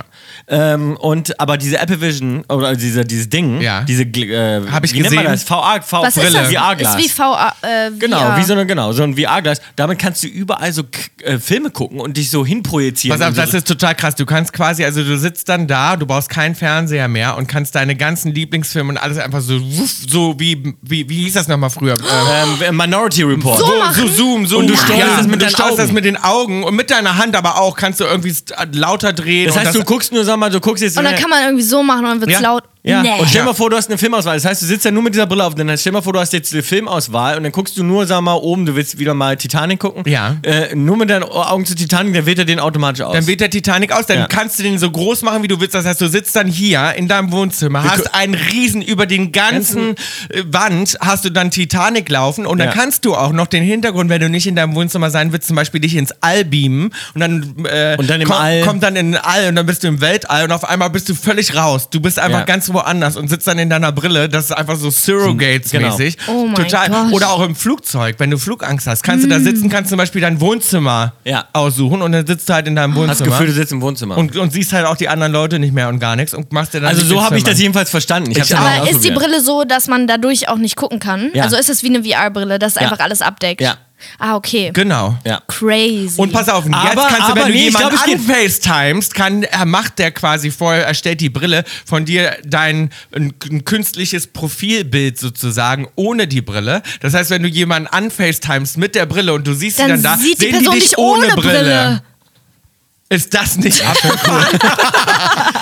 [SPEAKER 2] Ähm, und aber diese Apple Vision oder diese, dieses Ding,
[SPEAKER 3] Ja.
[SPEAKER 2] diese Gl- äh,
[SPEAKER 3] Hab ich
[SPEAKER 2] wie nennt man
[SPEAKER 3] gesehen.
[SPEAKER 2] das? VR, VR
[SPEAKER 5] Was ist
[SPEAKER 2] Brille,
[SPEAKER 5] das?
[SPEAKER 2] VR
[SPEAKER 5] Ist
[SPEAKER 2] Glas.
[SPEAKER 5] wie VR. Äh,
[SPEAKER 2] genau,
[SPEAKER 5] VR.
[SPEAKER 2] wie so eine genau, so ein VR Glas. Damit kannst du überall so k- äh, Filme gucken und dich so hinprojizieren.
[SPEAKER 3] Pass auf,
[SPEAKER 2] Und so-
[SPEAKER 3] das ist total krass. Du kannst quasi, also du sitzt dann da, du brauchst keinen Fernseher mehr und kannst deine ganzen Lieblingsfilme und alles einfach so, wuff, so wie, wie, wie hieß das nochmal früher? Ähm,
[SPEAKER 2] ähm, Minority Report.
[SPEAKER 5] So machen?
[SPEAKER 2] zoom, zoom.
[SPEAKER 3] Und du steuerst
[SPEAKER 2] ja,
[SPEAKER 3] das mit,
[SPEAKER 2] du
[SPEAKER 3] deinen Augen.
[SPEAKER 2] steuerst
[SPEAKER 3] das mit den Augen und mit deiner Hand aber auch kannst du irgendwie st- lauter drehen.
[SPEAKER 2] Das
[SPEAKER 3] und
[SPEAKER 2] heißt, du guckst nur, sag mal, du guckst jetzt.
[SPEAKER 5] Und dann kann man irgendwie so machen und dann wird's
[SPEAKER 3] Ja.
[SPEAKER 5] laut.
[SPEAKER 2] ja,
[SPEAKER 5] Nee.
[SPEAKER 2] und stell mal vor, du hast eine Filmauswahl. Das heißt, du sitzt ja nur mit dieser Brille auf. Dann stell mal vor, du hast jetzt eine Filmauswahl und dann guckst du nur, sag mal, oben, du willst wieder mal Titanic gucken.
[SPEAKER 3] Ja.
[SPEAKER 2] Äh, nur mit deinen Augen zu Titanic, dann wählt er den automatisch aus.
[SPEAKER 3] dann weht der Titanic aus, dann
[SPEAKER 2] Ja.
[SPEAKER 3] kannst du den so groß machen, wie du willst. Das heißt, du sitzt dann hier in deinem Wohnzimmer, hast einen Riesen über den ganzen äh, Wand, hast du dann Titanic laufen und dann
[SPEAKER 2] Ja.
[SPEAKER 3] kannst du auch noch den Hintergrund, wenn du nicht in deinem Wohnzimmer sein willst, zum Beispiel dich ins All beamen und dann, äh,
[SPEAKER 2] Und dann im
[SPEAKER 3] komm-
[SPEAKER 2] All-
[SPEAKER 3] kommt dann in den All und dann bist du im Weltall und auf einmal bist du völlig raus. Du bist einfach
[SPEAKER 2] Ja.
[SPEAKER 3] ganz woanders und sitzt dann in deiner Brille. Das ist einfach so Surrogates-mäßig.
[SPEAKER 2] Genau.
[SPEAKER 5] Oh mein
[SPEAKER 3] Total.
[SPEAKER 5] Gott. Hm.
[SPEAKER 3] Oder auch im Flugzeug, wenn du Flugangst hast, kannst du da sitzen, kannst zum Beispiel dein Wohnzimmer
[SPEAKER 2] Ja.
[SPEAKER 3] aussuchen und dann sitzt du halt in
[SPEAKER 5] Ah.
[SPEAKER 3] deinem
[SPEAKER 2] Hast
[SPEAKER 3] Wohnzimmer.
[SPEAKER 2] das Gefühl, du sitzt im Wohnzimmer.
[SPEAKER 3] und, und siehst halt auch die anderen Leute nicht mehr und gar nichts und machst dir dann
[SPEAKER 2] also
[SPEAKER 3] nicht
[SPEAKER 2] so
[SPEAKER 3] den
[SPEAKER 2] habe ich
[SPEAKER 3] Film
[SPEAKER 2] das
[SPEAKER 3] an.
[SPEAKER 2] jedenfalls verstanden. Ich
[SPEAKER 3] Ich
[SPEAKER 2] hab's ja
[SPEAKER 3] auch.
[SPEAKER 2] mal
[SPEAKER 5] Aber ist die
[SPEAKER 2] ausprobiert.
[SPEAKER 5] Brille so, dass man dadurch auch nicht gucken kann?
[SPEAKER 2] Ja.
[SPEAKER 5] Also ist es wie eine VR-Brille, dass einfach alles abdeckt?
[SPEAKER 2] Ja.
[SPEAKER 5] Ah, okay.
[SPEAKER 3] Genau.
[SPEAKER 2] Ja.
[SPEAKER 5] Crazy.
[SPEAKER 3] Und pass auf, jetzt
[SPEAKER 2] Aber-
[SPEAKER 3] kannst du,
[SPEAKER 2] aber
[SPEAKER 3] wenn du
[SPEAKER 2] nee, ich
[SPEAKER 3] jemanden
[SPEAKER 2] glaub, es geht.
[SPEAKER 3] anfacetimest, kann, er macht der quasi vorher, erstellt die Brille von dir dein ein, ein künstliches Profilbild sozusagen ohne die Brille. Das heißt, wenn du jemanden anfacetimest mit der Brille und du siehst sie
[SPEAKER 5] dann
[SPEAKER 3] dann da,
[SPEAKER 5] sieht die
[SPEAKER 3] sehen
[SPEAKER 5] Person
[SPEAKER 3] die dich
[SPEAKER 5] dich ohne Brille.
[SPEAKER 3] Ist das nicht abgefahren?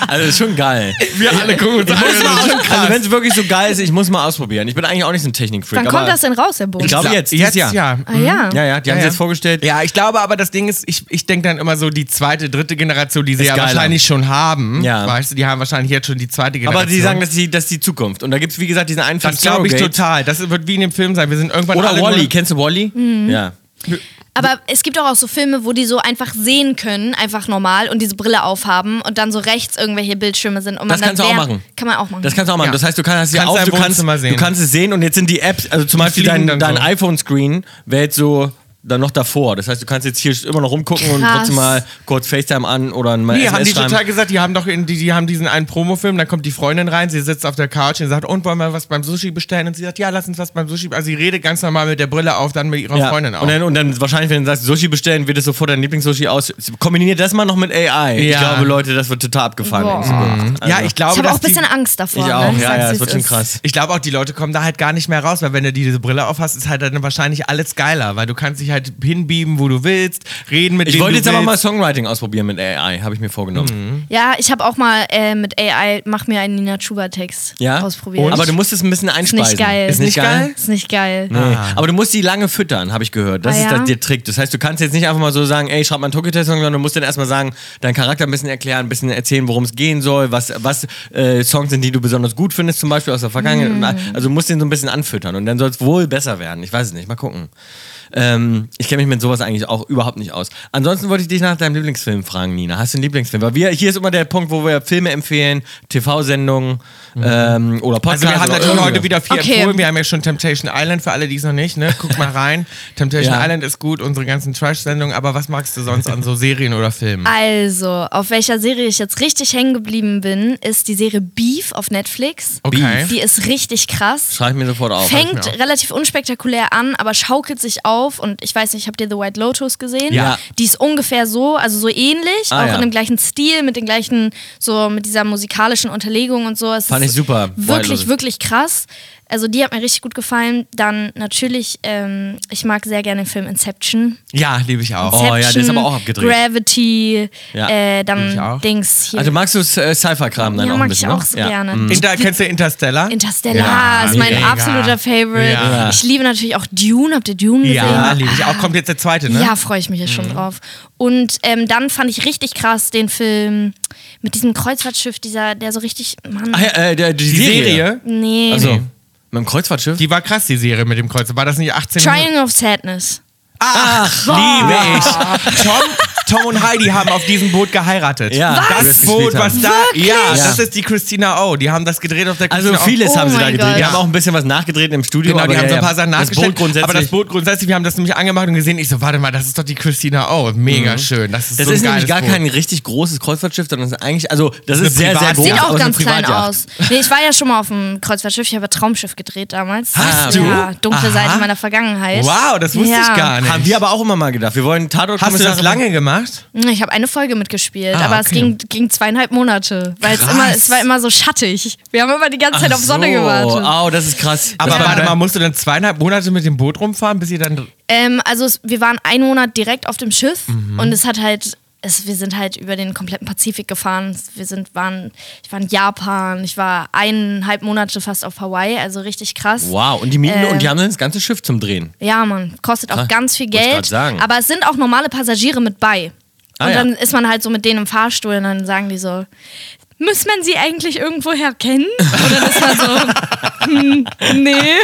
[SPEAKER 2] Also das ist schon geil.
[SPEAKER 3] Wir alle gucken uns an.
[SPEAKER 2] Ich muss mal
[SPEAKER 3] Das ist schon
[SPEAKER 2] aus- also wenn es wirklich so geil ist, ich muss mal ausprobieren. Ich bin eigentlich auch nicht so ein Technikfreak.
[SPEAKER 5] Wann
[SPEAKER 2] aber
[SPEAKER 5] kommt das denn raus, Herr Bohn?
[SPEAKER 2] Ich glaube
[SPEAKER 3] Ja,
[SPEAKER 2] jetzt,
[SPEAKER 3] jetzt
[SPEAKER 2] dieses Jahr.
[SPEAKER 3] ja.
[SPEAKER 5] ah ja.
[SPEAKER 2] Ja, ja, die haben
[SPEAKER 3] Ja,
[SPEAKER 2] es
[SPEAKER 3] ja.
[SPEAKER 2] jetzt vorgestellt.
[SPEAKER 3] Ja, ich glaube aber, das Ding ist, ich, ich denke dann immer so, die zweite, dritte Generation, die sie
[SPEAKER 2] Ist
[SPEAKER 3] ja
[SPEAKER 2] geiler.
[SPEAKER 3] wahrscheinlich schon haben.
[SPEAKER 2] Ja.
[SPEAKER 3] Weißt du, die haben wahrscheinlich jetzt schon die zweite Generation.
[SPEAKER 2] Aber die sagen, das ist die, das ist die Zukunft. Und da gibt es, wie gesagt, diesen einen Film
[SPEAKER 3] das glaube ich
[SPEAKER 2] Stargate.
[SPEAKER 3] total. Das wird wie in dem Film sein. Wir sind irgendwann
[SPEAKER 2] Oder
[SPEAKER 3] alle
[SPEAKER 2] Wally.
[SPEAKER 3] nur-
[SPEAKER 2] Kennst du Wally?
[SPEAKER 5] Mhm.
[SPEAKER 2] Ja.
[SPEAKER 5] Aber es gibt auch, auch so Filme, wo die so einfach sehen können, einfach normal und diese Brille aufhaben und dann so rechts irgendwelche Bildschirme sind. Und
[SPEAKER 2] Das
[SPEAKER 5] man
[SPEAKER 2] kannst du
[SPEAKER 5] dann
[SPEAKER 2] auch
[SPEAKER 5] lernt-
[SPEAKER 2] machen.
[SPEAKER 5] Kann man auch machen.
[SPEAKER 2] Das kannst du auch machen.
[SPEAKER 3] Ja.
[SPEAKER 2] Das heißt, du kannst,
[SPEAKER 3] Kannst
[SPEAKER 2] kannst auf,
[SPEAKER 3] dein
[SPEAKER 2] du, kannst,
[SPEAKER 3] Wohnzimmer sehen.
[SPEAKER 2] du kannst es sehen und jetzt sind die Apps, also zum Beispiel
[SPEAKER 3] fliegen
[SPEAKER 2] dein, dein
[SPEAKER 3] dann so.
[SPEAKER 2] iPhone-Screen wäre jetzt so dann noch davor. Das heißt, du kannst jetzt hier immer noch rumgucken und
[SPEAKER 5] Krass.
[SPEAKER 2] trotzdem mal kurz FaceTime an oder mal
[SPEAKER 3] Nee,
[SPEAKER 2] SMS
[SPEAKER 3] haben die
[SPEAKER 2] schreiben.
[SPEAKER 3] total gesagt, die haben doch in, die, die haben diesen einen Promofilm, dann kommt die Freundin rein, sie sitzt auf der Couch und sagt, und wollen wir was beim Sushi bestellen? Und sie sagt, ja, lass uns was beim Sushi. Also sie redet ganz normal mit der Brille auf, dann mit ihrer
[SPEAKER 2] Ja.
[SPEAKER 3] Freundin auf.
[SPEAKER 2] Und dann, und dann wahrscheinlich, wenn du sagst, Sushi bestellen, wird es sofort dein Lieblings-Sushi aus. Kombiniert das mal noch mit AI. Ich
[SPEAKER 3] Ja. Mhm.
[SPEAKER 2] glaube, Leute, das wird total abgefahren.
[SPEAKER 5] Boah.
[SPEAKER 2] in Zukunft.
[SPEAKER 3] ja,
[SPEAKER 2] Also,
[SPEAKER 3] ich glaube,
[SPEAKER 5] ich habe auch
[SPEAKER 3] dass
[SPEAKER 5] ein bisschen
[SPEAKER 3] die,
[SPEAKER 5] Angst davor.
[SPEAKER 2] Ich
[SPEAKER 5] ne?
[SPEAKER 2] auch,
[SPEAKER 5] Ich
[SPEAKER 2] ja, ja,
[SPEAKER 5] sag's, wie
[SPEAKER 2] das
[SPEAKER 5] es
[SPEAKER 2] wird schon
[SPEAKER 5] ist.
[SPEAKER 2] krass.
[SPEAKER 3] Ich glaube auch, die Leute kommen da halt gar nicht mehr raus, weil wenn du diese Brille auf hast, ist halt dann wahrscheinlich alles geiler, weil du kannst dich dich halt hinbeamen, wo du willst, reden mit Mhm.
[SPEAKER 2] Ich
[SPEAKER 3] wem
[SPEAKER 2] wollte
[SPEAKER 3] du
[SPEAKER 2] jetzt aber mal
[SPEAKER 3] willst.
[SPEAKER 2] Songwriting ausprobieren mit AI, habe ich mir vorgenommen.
[SPEAKER 5] Ja, ich habe auch mal äh, mit AI, mach mir einen Nina Chuba-Text
[SPEAKER 2] Ja?
[SPEAKER 5] ausprobiert.
[SPEAKER 2] Aber du musst es ein bisschen
[SPEAKER 5] ist
[SPEAKER 2] einspeisen.
[SPEAKER 5] nicht geil.
[SPEAKER 2] Ist nicht geil?
[SPEAKER 5] Ist nicht geil.
[SPEAKER 2] Nee.
[SPEAKER 3] Ah.
[SPEAKER 2] Aber du musst die lange füttern, habe ich gehört. Das
[SPEAKER 5] Ah,
[SPEAKER 2] ist
[SPEAKER 5] ja?
[SPEAKER 2] das, der Trick. Das heißt, du kannst jetzt nicht einfach mal so sagen, ey, schreib mal einen Tokyo-Test, sondern du musst dann erstmal sagen, deinen Charakter ein bisschen erklären, ein bisschen erzählen, worum es gehen soll, was, was äh, Songs sind, die du besonders gut findest, zum Beispiel aus der Vergangenheit. Und all-
[SPEAKER 5] Mhm.
[SPEAKER 2] Also du musst den so ein bisschen anfüttern und dann soll es wohl besser werden. Ich weiß es nicht, mal gucken. Ähm, ich kenne mich mit sowas eigentlich auch überhaupt nicht aus. Ansonsten wollte ich dich nach deinem Lieblingsfilm fragen, Nina. Hast du einen Lieblingsfilm? Weil wir, hier ist immer der Punkt, wo wir Filme empfehlen, TV-Sendungen ähm, oder Podcasts.
[SPEAKER 3] Mhm. Also wir haben
[SPEAKER 2] oder
[SPEAKER 3] natürlich
[SPEAKER 2] irgendwie.
[SPEAKER 3] heute wieder viel
[SPEAKER 5] Okay.
[SPEAKER 3] empfohlen. Wir haben ja schon Temptation Island für alle, die es noch nicht, ne? Guck mal rein. Temptation
[SPEAKER 2] Ja.
[SPEAKER 3] Island ist gut, unsere ganzen Trash-Sendungen, aber was magst du sonst an so Serien oder Filmen?
[SPEAKER 5] Also, auf welcher Serie ich jetzt richtig hängen geblieben bin, ist die Serie Beef auf Netflix.
[SPEAKER 3] Okay.
[SPEAKER 5] Die ist richtig krass.
[SPEAKER 2] Schreib mir sofort auf.
[SPEAKER 5] Fängt
[SPEAKER 3] mir auf.
[SPEAKER 5] relativ unspektakulär an, aber schaukelt sich auf. Und ich weiß nicht, habt ihr The White Lotus gesehen?
[SPEAKER 2] Ja.
[SPEAKER 5] Die ist ungefähr so, also so ähnlich,
[SPEAKER 2] Ah,
[SPEAKER 5] auch
[SPEAKER 2] ja.
[SPEAKER 5] in dem gleichen Stil, mit den gleichen, so mit dieser musikalischen Unterlegung und so. Es
[SPEAKER 2] Fand
[SPEAKER 5] ist
[SPEAKER 2] ich super, White
[SPEAKER 5] Wirklich,
[SPEAKER 2] Lotus.
[SPEAKER 5] wirklich krass. Also die hat mir richtig gut gefallen. Dann natürlich, ähm, ich mag sehr gerne den Film Inception.
[SPEAKER 3] Ja, liebe ich auch.
[SPEAKER 2] Oh, ja, der ist
[SPEAKER 5] Inception,
[SPEAKER 2] aber auch abgedreht.
[SPEAKER 5] Gravity,
[SPEAKER 2] Ja,
[SPEAKER 5] äh,
[SPEAKER 3] ich
[SPEAKER 5] dann
[SPEAKER 3] auch.
[SPEAKER 5] Dings hier.
[SPEAKER 2] Also magst du äh, Sci-Fi-Kram dann
[SPEAKER 5] ja,
[SPEAKER 2] auch
[SPEAKER 5] mag
[SPEAKER 2] ein bisschen,
[SPEAKER 5] ich auch
[SPEAKER 2] ne?
[SPEAKER 5] so
[SPEAKER 2] Ja.
[SPEAKER 5] gerne.
[SPEAKER 3] Inter, kennst du Interstellar?
[SPEAKER 5] Interstellar
[SPEAKER 3] Ja,
[SPEAKER 5] ist mein
[SPEAKER 3] mega.
[SPEAKER 5] absoluter Favorite.
[SPEAKER 3] Ja.
[SPEAKER 5] Ich liebe natürlich auch Dune. Habt ihr Dune gesehen?
[SPEAKER 3] ja, liebe ich auch. Kommt jetzt der zweite, ne?
[SPEAKER 5] Ja, freue ich mich jetzt schon
[SPEAKER 2] Mhm.
[SPEAKER 5] drauf. Und ähm, dann fand ich richtig krass den Film mit diesem Kreuzfahrtschiff, dieser, der so richtig, Mann,
[SPEAKER 2] Ach, ja, äh, der, die,
[SPEAKER 3] Die
[SPEAKER 2] Serie.
[SPEAKER 3] Serie,
[SPEAKER 5] nee.
[SPEAKER 2] Also, mit dem Kreuzfahrtschiff?
[SPEAKER 3] die war krass, die Serie mit dem Kreuz. War das nicht 18?
[SPEAKER 5] Triangle of Sadness.
[SPEAKER 2] Ach, liebe ich.
[SPEAKER 3] Tom, Tom und Heidi haben auf diesem Boot geheiratet.
[SPEAKER 2] Ja, Was?
[SPEAKER 3] das
[SPEAKER 2] das
[SPEAKER 3] Boot,
[SPEAKER 2] gespielt haben.
[SPEAKER 3] was da. Ja,
[SPEAKER 2] Ja.
[SPEAKER 3] das ist die Christina O. Die haben das gedreht auf der
[SPEAKER 2] Also
[SPEAKER 3] Christina O.
[SPEAKER 2] vieles
[SPEAKER 5] Oh
[SPEAKER 2] haben sie da
[SPEAKER 5] mein
[SPEAKER 2] gedreht. Die
[SPEAKER 5] Gott.
[SPEAKER 2] haben auch ein bisschen was nachgedreht im Studio.
[SPEAKER 3] Genau,
[SPEAKER 2] aber
[SPEAKER 3] die haben so
[SPEAKER 2] ja,
[SPEAKER 3] ein paar
[SPEAKER 2] ja.
[SPEAKER 3] Sachen
[SPEAKER 2] Das
[SPEAKER 3] nachgestellt.
[SPEAKER 2] Boot grundsätzlich.
[SPEAKER 3] aber das Boot grundsätzlich, wir haben das nämlich angemacht und gesehen. Ich so, warte mal, das ist doch die Christina O. Mega schön. Das ist
[SPEAKER 2] Mhm. das
[SPEAKER 3] so ein
[SPEAKER 2] ist nämlich
[SPEAKER 3] geiles
[SPEAKER 2] gar
[SPEAKER 3] Boot.
[SPEAKER 2] kein richtig großes Kreuzfahrtschiff, sondern es ist eigentlich, also das
[SPEAKER 3] Eine
[SPEAKER 2] ist sehr, sehr
[SPEAKER 3] Privat-
[SPEAKER 2] groß.
[SPEAKER 5] Sieht
[SPEAKER 2] aber
[SPEAKER 5] auch
[SPEAKER 2] es ist eine
[SPEAKER 5] ganz klein
[SPEAKER 2] Privatjacht.
[SPEAKER 5] aus. Nee, ich war ja schon mal auf dem Kreuzfahrtschiff, ich habe Traumschiff gedreht damals.
[SPEAKER 2] Hast
[SPEAKER 5] ja,
[SPEAKER 2] du?
[SPEAKER 5] dunkle
[SPEAKER 3] Aha.
[SPEAKER 5] Seite meiner Vergangenheit.
[SPEAKER 3] Wow, das wusste
[SPEAKER 5] ja.
[SPEAKER 3] ich gar nicht.
[SPEAKER 2] Haben wir aber auch immer mal gedacht. Wir wollen Tatort
[SPEAKER 3] Hast du das lange gemacht?
[SPEAKER 5] Ich habe eine Folge mitgespielt,
[SPEAKER 3] Ah,
[SPEAKER 5] aber es
[SPEAKER 3] okay.
[SPEAKER 5] ging, ging zweieinhalb Monate, weil es
[SPEAKER 3] Krass.
[SPEAKER 5] immer, es war immer so schattig. Wir haben immer die ganze Zeit auf Sonne gewartet.
[SPEAKER 2] Oh, das ist krass.
[SPEAKER 3] Aber
[SPEAKER 2] das war-
[SPEAKER 3] warte mal, musst du dann zweieinhalb Monate mit dem Boot rumfahren, bis ihr dann.
[SPEAKER 5] Ähm, also es, wir waren einen Monat direkt auf dem Schiff und es hat halt, es, wir sind halt über den kompletten Pazifik gefahren. Wir sind, waren, ich war in Japan, ich war eineinhalb Monate fast auf Hawaii, also richtig krass.
[SPEAKER 2] Wow, und die mieten
[SPEAKER 5] Ähm,
[SPEAKER 2] und die haben dann das ganze Schiff zum Drehen.
[SPEAKER 5] Ja, man, kostet auch
[SPEAKER 2] Krass,
[SPEAKER 5] ganz viel
[SPEAKER 2] wollte ich grad
[SPEAKER 5] Geld.
[SPEAKER 2] sagen.
[SPEAKER 5] Aber es sind auch normale Passagiere mit bei.
[SPEAKER 2] Ah,
[SPEAKER 5] und
[SPEAKER 2] ja.
[SPEAKER 5] dann ist man halt so mit denen im Fahrstuhl und dann sagen die so, muss man sie eigentlich irgendwoher kennen? Und dann ist man so, hm, nee.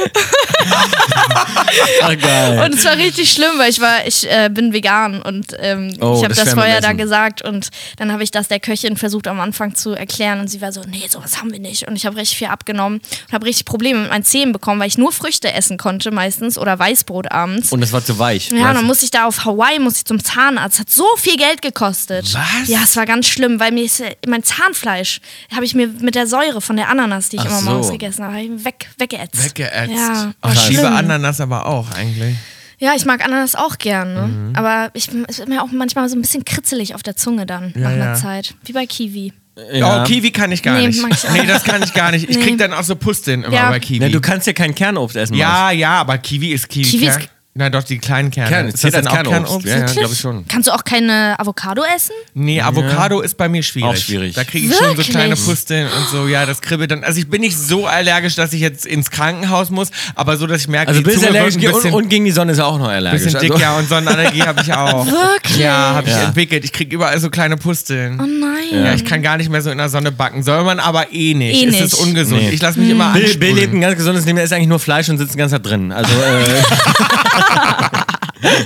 [SPEAKER 2] Ach, geil.
[SPEAKER 5] Und es war richtig schlimm, weil ich war, ich äh, bin vegan und ähm,
[SPEAKER 2] Oh,
[SPEAKER 5] ich habe
[SPEAKER 2] das
[SPEAKER 5] das,
[SPEAKER 2] werden wir
[SPEAKER 5] vorher da
[SPEAKER 2] messen.
[SPEAKER 5] gesagt und dann habe ich das der Köchin versucht am Anfang zu erklären und sie war so, nee, sowas haben wir nicht und ich habe richtig viel abgenommen und habe richtig Probleme mit meinen Zähnen bekommen, weil ich nur Früchte essen konnte meistens oder Weißbrot abends.
[SPEAKER 2] Und das war zu weich.
[SPEAKER 5] ja,
[SPEAKER 2] Weißt
[SPEAKER 5] dann
[SPEAKER 2] du?
[SPEAKER 5] musste ich da auf Hawaii, musste ich zum Zahnarzt. Hat so viel Geld gekostet.
[SPEAKER 3] Was?
[SPEAKER 5] Ja, es war ganz schlimm, weil mir ist, äh, mein Zahnfleisch habe ich mir mit der Säure von der Ananas, die ich
[SPEAKER 2] Ach
[SPEAKER 5] immer
[SPEAKER 2] so.
[SPEAKER 5] morgens gegessen habe, hab ich weg, weggeätzt.
[SPEAKER 3] Weggeätzt.
[SPEAKER 5] Ja.
[SPEAKER 3] oh, ich liebe Ananas aber auch eigentlich.
[SPEAKER 5] Ja, ich mag Ananas auch gern, ne?
[SPEAKER 3] Mhm.
[SPEAKER 5] aber ich, es wird mir auch manchmal so ein bisschen kritzelig auf der Zunge dann nach einer
[SPEAKER 3] ja.
[SPEAKER 5] Zeit. Wie bei Kiwi.
[SPEAKER 2] Ja.
[SPEAKER 3] Oh, Kiwi kann ich gar
[SPEAKER 5] Nee,
[SPEAKER 3] nicht.
[SPEAKER 5] mag ich auch
[SPEAKER 3] nee,
[SPEAKER 5] nicht.
[SPEAKER 3] das kann ich gar nicht. Ich
[SPEAKER 5] Nee.
[SPEAKER 3] krieg dann auch so Pusteln immer
[SPEAKER 5] Ja.
[SPEAKER 3] bei Kiwi.
[SPEAKER 2] Na, Ne, du kannst ja kein Kernobst essen. Maus.
[SPEAKER 3] ja, ja, aber Kiwi ist Kiwi.
[SPEAKER 5] Kiwi
[SPEAKER 3] Kern.
[SPEAKER 5] ist-
[SPEAKER 3] Na doch, die kleinen Kerne.
[SPEAKER 2] Kern,
[SPEAKER 3] ist das
[SPEAKER 2] zählt
[SPEAKER 3] dann
[SPEAKER 2] als
[SPEAKER 3] auch
[SPEAKER 2] Kernobst.
[SPEAKER 3] Kernobst?
[SPEAKER 2] Ja, ja,
[SPEAKER 5] Wirklich?
[SPEAKER 2] glaube ich schon.
[SPEAKER 5] Kannst du auch keine Avocado essen?
[SPEAKER 3] Nee, Avocado ist bei mir schwierig.
[SPEAKER 2] Auch schwierig.
[SPEAKER 3] Da kriege ich schon so
[SPEAKER 5] Wirklich?
[SPEAKER 3] kleine Pusteln und so. Ja, das kribbelt dann. Also ich bin nicht so allergisch, dass ich jetzt ins Krankenhaus muss, aber so, dass ich merke,
[SPEAKER 2] Also
[SPEAKER 3] die
[SPEAKER 2] bist
[SPEAKER 3] Zunge
[SPEAKER 2] allergisch
[SPEAKER 3] wird ein bisschen,
[SPEAKER 2] und, und gegen die Sonne ist er auch noch allergisch.
[SPEAKER 3] bisschen dick.
[SPEAKER 2] also,
[SPEAKER 3] Ja, und Sonnenallergie habe ich auch.
[SPEAKER 5] Wirklich?
[SPEAKER 3] Ja, habe ich
[SPEAKER 2] Ja.
[SPEAKER 3] entwickelt. Ich kriege überall so kleine Pusteln.
[SPEAKER 5] Oh nein.
[SPEAKER 3] Ja, ich kann gar nicht mehr so in der Sonne backen. Soll man aber eh nicht.
[SPEAKER 5] Eh
[SPEAKER 3] es
[SPEAKER 5] nicht. Hm.
[SPEAKER 3] ist ungesund.
[SPEAKER 2] Nee.
[SPEAKER 3] Ich lasse mich immer
[SPEAKER 2] Bill, Bill lebt
[SPEAKER 3] ansprühen.
[SPEAKER 2] ein ganz gesundes Leben, er isst eigentlich nur Fleisch und sitzt den ganzen Tag drin. Also, äh,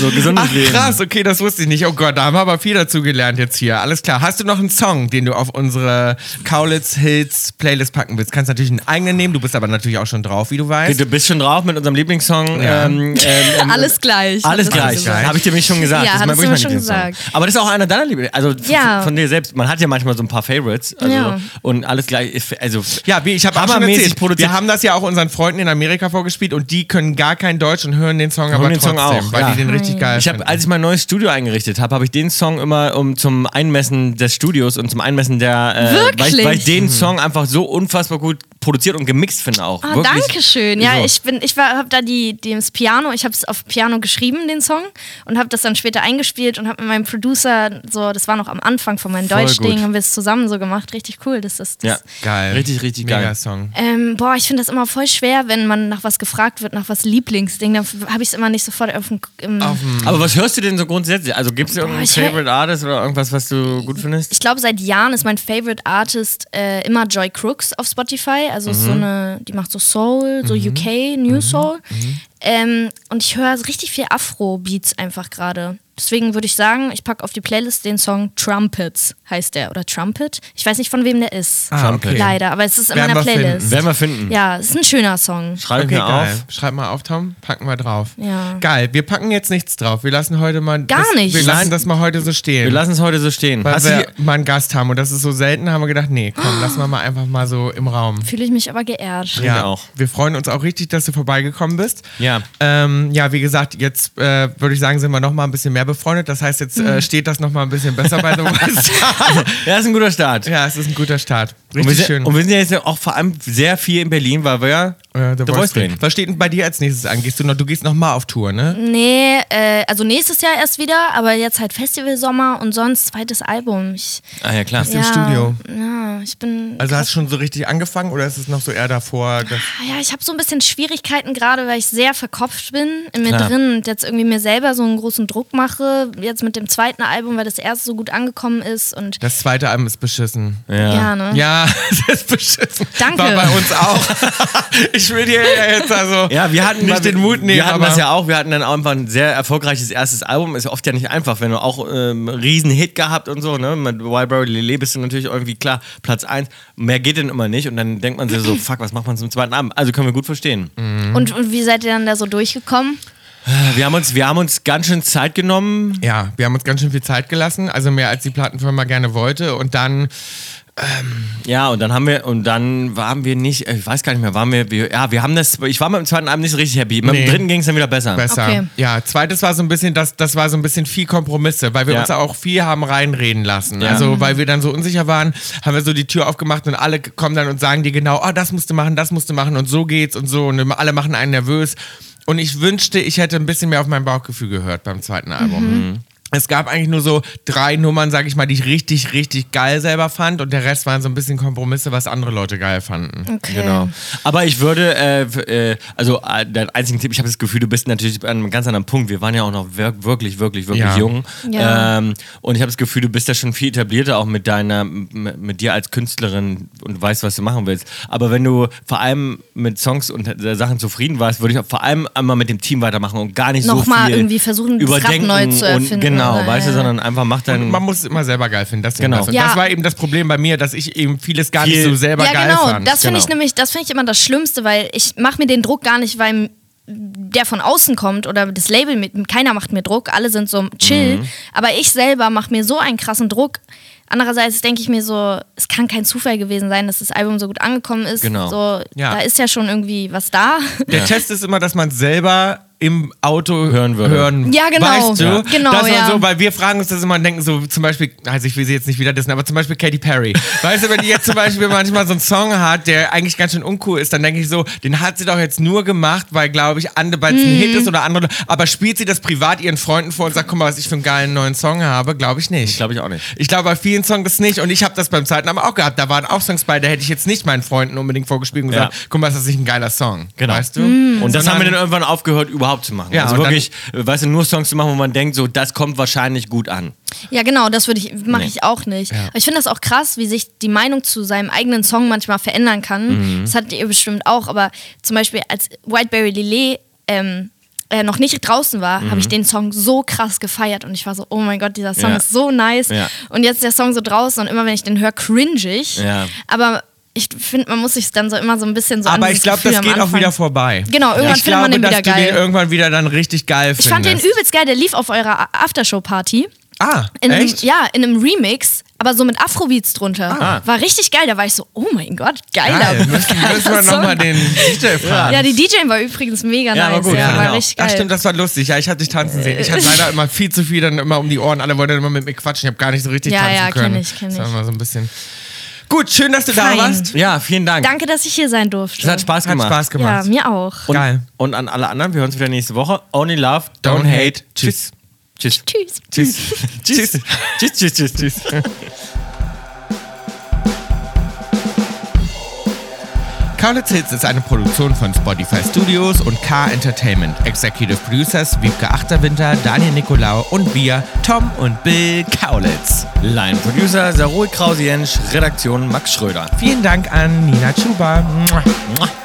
[SPEAKER 2] so gesundes
[SPEAKER 3] Ach
[SPEAKER 2] Leben.
[SPEAKER 3] krass, okay, das wusste ich nicht. Oh Gott, da haben wir aber viel dazu gelernt jetzt hier. Alles klar. Hast du noch einen Song, den du auf unsere Kaulitz Hills Playlist packen willst? Kannst natürlich einen eigenen nehmen, du bist aber natürlich auch schon drauf, wie du
[SPEAKER 2] Okay,
[SPEAKER 3] weißt.
[SPEAKER 2] Du bist schon drauf mit unserem Lieblingssong.
[SPEAKER 3] Ja.
[SPEAKER 2] Ähm, ähm, ähm,
[SPEAKER 5] Alles gleich.
[SPEAKER 2] Alles
[SPEAKER 5] Hab das
[SPEAKER 2] gleich,
[SPEAKER 5] gesagt.
[SPEAKER 2] habe ich dir nämlich schon gesagt.
[SPEAKER 5] Ja,
[SPEAKER 2] das ist mein
[SPEAKER 5] hast du mir
[SPEAKER 2] wirklich mein
[SPEAKER 5] schon
[SPEAKER 2] Lieblingssong. Aber das ist auch einer deiner Lieblings. Also f-
[SPEAKER 5] Ja.
[SPEAKER 2] von dir selbst. Man hat ja manchmal so ein paar Favorites. Also,
[SPEAKER 5] Ja.
[SPEAKER 2] Und alles gleich. ist- Also,
[SPEAKER 3] ja, wie ich habe auch schon
[SPEAKER 2] hammermäßig
[SPEAKER 3] erzählt,
[SPEAKER 2] produziert.
[SPEAKER 3] wir haben das ja auch unseren Freunden in Amerika vorgespielt und die können gar kein Deutsch und hören den Song aber
[SPEAKER 2] den
[SPEAKER 3] trotzdem,
[SPEAKER 2] Song auch,
[SPEAKER 3] weil
[SPEAKER 2] ja.
[SPEAKER 3] die den richtig geil
[SPEAKER 2] Ich habe,
[SPEAKER 3] finden.
[SPEAKER 2] als ich mein neues Studio eingerichtet habe, habe ich den Song immer um zum Einmessen des Studios und zum Einmessen der, äh, weil, ich, weil ich
[SPEAKER 3] Mhm.
[SPEAKER 5] Wirklich?
[SPEAKER 2] den Song einfach so unfassbar gut produziert und gemixt finde auch.
[SPEAKER 5] Ah,
[SPEAKER 2] Wirklich.
[SPEAKER 5] danke schön. Ja,
[SPEAKER 2] So.
[SPEAKER 5] ich bin, ich war, habe da die, das Piano, ich habe es auf Piano geschrieben, den Song, und habe das dann später eingespielt und habe mit meinem Producer, so, das war noch am Anfang von meinem
[SPEAKER 2] Voll
[SPEAKER 5] Deutschding,
[SPEAKER 2] gut.
[SPEAKER 5] haben wir es zusammen so gemacht. Richtig cool. Das ist das.
[SPEAKER 2] Ja.
[SPEAKER 3] Geil.
[SPEAKER 2] Richtig, richtig
[SPEAKER 3] Mega
[SPEAKER 2] geil.
[SPEAKER 3] Song.
[SPEAKER 5] Ähm, boah, ich finde das immer voll schwer, wenn man nach was gefragt wird, nach was Lieblingsding, dann habe ich es immer nicht sofort auf dem. Im,
[SPEAKER 2] Aber was hörst du denn so grundsätzlich? Also gibt es irgendeinen
[SPEAKER 5] ich hör-
[SPEAKER 2] Favorite Artist oder irgendwas, was du gut findest?
[SPEAKER 5] ich glaube, seit Jahren ist mein Favorite Artist äh, immer Joy Crooks auf Spotify. Also ist so
[SPEAKER 2] Mhm.
[SPEAKER 5] eine, die macht so Soul, so UK, New Soul.
[SPEAKER 2] Mhm.
[SPEAKER 5] Ähm, und ich höre richtig viel Afro-Beats einfach gerade. Deswegen würde ich sagen, ich packe auf die Playlist den Song Trumpets, heißt der. Oder Trumpet. Ich weiß nicht, von wem der ist.
[SPEAKER 3] Ah, okay.
[SPEAKER 5] Leider, aber es ist in
[SPEAKER 3] Werden
[SPEAKER 5] meiner
[SPEAKER 3] wir
[SPEAKER 5] Playlist.
[SPEAKER 2] Werden wir finden.
[SPEAKER 5] Ja, es ist ein schöner Song.
[SPEAKER 2] Schreib
[SPEAKER 3] Okay,
[SPEAKER 2] mir
[SPEAKER 3] geil.
[SPEAKER 2] auf.
[SPEAKER 3] Schreib mal auf, Tom. Packen wir drauf.
[SPEAKER 5] Ja.
[SPEAKER 3] Geil. Wir packen jetzt nichts drauf. Wir lassen heute mal.
[SPEAKER 5] Gar
[SPEAKER 3] das,
[SPEAKER 5] nicht.
[SPEAKER 3] Wir
[SPEAKER 2] Nein.
[SPEAKER 3] lassen das mal heute so stehen.
[SPEAKER 2] Wir lassen es heute so stehen.
[SPEAKER 3] weil
[SPEAKER 2] Hast du,
[SPEAKER 3] wir mal einen Gast haben und das ist so selten, haben wir gedacht, nee, komm, lassen wir mal einfach mal so im Raum.
[SPEAKER 5] Fühle ich mich aber geehrt.
[SPEAKER 2] Ja. Ich auch.
[SPEAKER 3] Wir freuen uns auch richtig, dass du vorbeigekommen bist.
[SPEAKER 2] Ja.
[SPEAKER 3] Ähm, ja, wie gesagt, jetzt äh, würde ich sagen, sind wir noch mal ein bisschen mehr befreundet. Das heißt, jetzt äh, steht das noch mal ein bisschen besser bei The West.
[SPEAKER 2] ja, ist ein guter Start.
[SPEAKER 3] ja, es ist ein guter Start.
[SPEAKER 2] Und wir,
[SPEAKER 3] Richtig
[SPEAKER 2] sind,
[SPEAKER 3] schön.
[SPEAKER 2] und wir sind ja jetzt auch vor allem sehr viel in Berlin, weil wir ja
[SPEAKER 3] Äh,
[SPEAKER 2] The Voice drehen.
[SPEAKER 3] Was steht denn bei dir als nächstes an? Gehst du noch, du gehst noch mal auf Tour,
[SPEAKER 5] Mhm.
[SPEAKER 3] ne?
[SPEAKER 5] Nee, äh, also nächstes Jahr erst wieder, aber jetzt halt Festivalsommer und sonst zweites Album. Ich,
[SPEAKER 2] Ah ja, klar.
[SPEAKER 5] ja,
[SPEAKER 3] Studio.
[SPEAKER 5] Ja, ich bin.
[SPEAKER 3] Also hast du schon so richtig angefangen oder ist es noch so eher davor? Dass,
[SPEAKER 5] Ah ja, ich habe so ein bisschen Schwierigkeiten gerade, weil ich sehr verkopft bin in mir
[SPEAKER 2] Klar.
[SPEAKER 5] drin und jetzt irgendwie mir selber so einen großen Druck mache. Jetzt mit dem zweiten Album, weil das erste so gut angekommen ist und
[SPEAKER 3] das zweite Album ist beschissen.
[SPEAKER 5] ja, ne?
[SPEAKER 3] Ja, das ist beschissen.
[SPEAKER 5] Danke.
[SPEAKER 3] War bei uns auch. Ich will dir ja jetzt also
[SPEAKER 2] Ja, wir hatten
[SPEAKER 3] nicht den Mut nehmen,
[SPEAKER 2] Wir hatten
[SPEAKER 3] aber
[SPEAKER 2] das ja auch. Wir hatten dann einfach ein sehr erfolgreiches erstes Album. Ist oft ja nicht einfach, wenn du auch ähm, riesen Hit gehabt und so. Ne, mit Wildberry Lele bist du natürlich irgendwie klar Platz 1. Mehr geht denn immer nicht und dann denkt man sich so, fuck, was macht man zum zweiten Abend? Also können wir gut verstehen.
[SPEAKER 5] Und, und wie seid ihr dann da so durchgekommen?
[SPEAKER 2] Wir haben uns, wir haben uns ganz schön Zeit genommen.
[SPEAKER 3] ja, wir haben uns ganz schön viel Zeit gelassen, also mehr als die Plattenfirma gerne wollte und dann
[SPEAKER 2] Ja, und dann haben wir und dann waren wir nicht, ich weiß gar nicht mehr, waren wir, wir ja, wir haben das. Ich war mit dem zweiten Abend nicht so richtig happy. Mit
[SPEAKER 3] Nee.
[SPEAKER 2] dem dritten ging es dann wieder besser.
[SPEAKER 3] besser.
[SPEAKER 5] Okay.
[SPEAKER 3] Ja, zweites war so ein bisschen das das war so ein bisschen viel Kompromisse, weil wir
[SPEAKER 2] Ja.
[SPEAKER 3] uns da auch viel haben reinreden lassen.
[SPEAKER 2] Ja.
[SPEAKER 3] Also, weil wir dann so unsicher waren, haben wir so die Tür aufgemacht und alle kommen dann und sagen dir genau, oh, das musst du machen, das musst du machen und so geht's und so und alle machen einen nervös und ich wünschte, ich hätte ein bisschen mehr auf mein Bauchgefühl gehört beim zweiten Album.
[SPEAKER 5] Mhm.
[SPEAKER 3] Es gab eigentlich nur so drei Nummern, sag ich mal, die ich richtig, richtig geil selber fand und der Rest waren so ein bisschen Kompromisse, was andere Leute geil fanden.
[SPEAKER 5] Okay.
[SPEAKER 2] Genau. Aber ich würde, äh, f- äh, also äh, dein einzigen Tipp, ich habe das Gefühl, du bist natürlich an einem ganz anderen Punkt. Wir waren ja auch noch wir wirklich, wirklich, wirklich
[SPEAKER 3] Ja.
[SPEAKER 2] jung.
[SPEAKER 5] Ja.
[SPEAKER 2] Ähm, und ich habe das Gefühl, du bist ja schon viel etablierter, auch mit deiner, m- mit dir als Künstlerin und weißt, was du machen willst. Aber wenn du vor allem mit Songs und äh, Sachen zufrieden warst, würde ich auch vor allem einmal mit dem Team weitermachen und gar nicht so
[SPEAKER 5] Nochmal
[SPEAKER 2] viel
[SPEAKER 5] irgendwie versuchen, das Rad
[SPEAKER 2] überdenken
[SPEAKER 5] neu zu erfinden
[SPEAKER 2] Und, genau,
[SPEAKER 5] oder-
[SPEAKER 2] weißt du,
[SPEAKER 5] ja.
[SPEAKER 2] sondern einfach mach dein...
[SPEAKER 3] Man muss es immer selber geil finden. Das,
[SPEAKER 2] Mhm. Genau.
[SPEAKER 3] genau. das.
[SPEAKER 5] Ja.
[SPEAKER 3] das war eben das Problem bei mir, dass ich eben vieles gar nicht
[SPEAKER 2] Viel-
[SPEAKER 3] so selber
[SPEAKER 5] ja,
[SPEAKER 3] geil
[SPEAKER 5] genau.
[SPEAKER 3] fand.
[SPEAKER 5] Das finde ich
[SPEAKER 2] Genau.
[SPEAKER 5] nämlich, das finde ich immer das Schlimmste, weil ich mache mir den Druck gar nicht, weil der von außen kommt oder das Label mit keiner macht mir Druck, alle sind so chill,
[SPEAKER 3] Mhm.
[SPEAKER 5] aber ich selber mache mir so einen krassen Druck. Andererseits denke ich mir so, es kann kein Zufall gewesen sein, dass das Album so gut angekommen ist.
[SPEAKER 2] Genau.
[SPEAKER 5] So,
[SPEAKER 3] Ja.
[SPEAKER 5] da ist ja schon irgendwie was da.
[SPEAKER 3] Der Test ist immer, dass man selber im Auto
[SPEAKER 2] Hören würde.
[SPEAKER 3] hören.
[SPEAKER 5] Ja, genau.
[SPEAKER 3] Weißt du?
[SPEAKER 5] Ja. Genau,
[SPEAKER 3] dass man
[SPEAKER 5] ja.
[SPEAKER 3] so, weil wir fragen uns das immer und denken so, zum Beispiel, also ich will sie jetzt nicht wieder dissen, aber zum Beispiel Katy Perry. Weißt du, wenn die jetzt zum Beispiel manchmal so einen Song hat, der eigentlich ganz schön uncool ist, dann denke ich so, den hat sie doch jetzt nur gemacht, weil, glaube ich, andere, weil es ein
[SPEAKER 5] Mhm.
[SPEAKER 3] Hit ist oder andere, aber spielt sie das privat ihren Freunden vor und sagt, guck mal, was ich für einen geilen neuen Song habe, glaube ich nicht.
[SPEAKER 2] Glaube ich auch nicht.
[SPEAKER 3] Ich glaube, bei vielen Songs das nicht. Und ich habe das beim zweiten aber auch gehabt. Da waren auch Songs bei, da hätte ich jetzt nicht meinen Freunden unbedingt vorgespielt und gesagt,
[SPEAKER 2] Ja.
[SPEAKER 3] guck mal, ist das nicht ein geiler Song.
[SPEAKER 2] Genau.
[SPEAKER 3] Weißt du?
[SPEAKER 5] Mhm.
[SPEAKER 2] Und das
[SPEAKER 3] Sondern-
[SPEAKER 2] haben wir dann irgendwann aufgehört, überhaupt zu machen.
[SPEAKER 3] Ja,
[SPEAKER 2] also
[SPEAKER 3] und dann-
[SPEAKER 2] wirklich, äh, weißt du, nur Songs zu machen, wo man denkt, so, das kommt wahrscheinlich gut an.
[SPEAKER 5] ja, genau, das würde ich mache
[SPEAKER 2] Nee.
[SPEAKER 5] ich auch nicht. Aber ich finde das auch krass, wie sich die Meinung zu seinem eigenen Song manchmal verändern
[SPEAKER 3] Mhm.
[SPEAKER 5] kann. Das hattet ihr bestimmt auch, aber zum Beispiel als Whiteberry Lillet ähm, äh, noch nicht draußen war, habe
[SPEAKER 3] Mhm.
[SPEAKER 5] ich den Song so krass gefeiert und ich war so, oh mein Gott, dieser Song
[SPEAKER 2] Ja.
[SPEAKER 5] ist so nice.
[SPEAKER 2] Ja.
[SPEAKER 5] Und jetzt ist der Song so draußen und immer wenn ich den höre, cringe ich.
[SPEAKER 2] Ja.
[SPEAKER 5] Aber ich finde, man muss sich dann so immer so ein bisschen so an
[SPEAKER 3] aber
[SPEAKER 5] dieses
[SPEAKER 3] ich glaube,
[SPEAKER 5] Gefühl
[SPEAKER 3] das
[SPEAKER 5] am
[SPEAKER 3] geht auch
[SPEAKER 5] Anfang-
[SPEAKER 3] wieder vorbei.
[SPEAKER 5] Genau, irgendwann
[SPEAKER 3] ich
[SPEAKER 5] findet
[SPEAKER 3] glaube,
[SPEAKER 5] man den
[SPEAKER 3] dass
[SPEAKER 5] wieder
[SPEAKER 3] du
[SPEAKER 5] geil.
[SPEAKER 3] den irgendwann wieder dann richtig geil findest.
[SPEAKER 5] Ich fand den übelst geil, der lief auf eurer Aftershow-Party.
[SPEAKER 3] Ah,
[SPEAKER 5] In einem,
[SPEAKER 3] echt? Ah.
[SPEAKER 5] ja, in einem Remix, aber so mit Afrobeats drunter. War richtig geil. Da war ich so, oh mein Gott, geiler.
[SPEAKER 3] Geil. Müssen
[SPEAKER 5] geiler
[SPEAKER 3] müssen wir
[SPEAKER 5] Song.
[SPEAKER 3] nochmal den DJ fragen.
[SPEAKER 5] Ja, die DJ war übrigens mega
[SPEAKER 2] Ja, aber
[SPEAKER 5] nice.
[SPEAKER 2] gut,
[SPEAKER 5] ja,
[SPEAKER 2] ja,
[SPEAKER 5] war
[SPEAKER 2] genau.
[SPEAKER 5] richtig geil.
[SPEAKER 3] Ach stimmt, das war lustig. Ja, ich hatte dich tanzen sehen. Ich hatte leider immer viel zu viel dann immer um die Ohren. Alle wollten immer mit mir quatschen. Ich habe gar nicht so richtig
[SPEAKER 5] Ja,
[SPEAKER 3] tanzen
[SPEAKER 5] ja, kenn
[SPEAKER 3] können.
[SPEAKER 5] ich, kenn
[SPEAKER 3] Das war
[SPEAKER 5] ich.
[SPEAKER 3] immer so ein bisschen. Gut, schön, dass du
[SPEAKER 5] Fein.
[SPEAKER 3] da warst.
[SPEAKER 2] Ja, vielen Dank.
[SPEAKER 5] Danke, dass ich hier sein durfte.
[SPEAKER 2] Es hat Spaß
[SPEAKER 3] Hat
[SPEAKER 2] gemacht.
[SPEAKER 3] Spaß
[SPEAKER 5] ja,
[SPEAKER 3] gemacht.
[SPEAKER 5] mir auch.
[SPEAKER 2] Und,
[SPEAKER 3] Geil.
[SPEAKER 2] Und an alle anderen, wir hören uns wieder nächste Woche. Only love, don't,
[SPEAKER 3] Don't hate.
[SPEAKER 2] hate. Tschüss. Tschüss.
[SPEAKER 5] Tschüss.
[SPEAKER 2] Tschüss. Tschüss. Tschüss. Tschüss. Tschüss. Tschüss.
[SPEAKER 3] Kaulitz Hits ist eine Produktion von Spotify Studios und K Entertainment. Executive Producers Wiebke Achterwinter, Daniel Nicolau und wir, Tom und Bill Kaulitz.
[SPEAKER 2] Line Producer Sarul Krause-Jensch, Redaktion Max Schröder.
[SPEAKER 3] Vielen Dank an Nina Chuba. Mua.
[SPEAKER 2] Mua.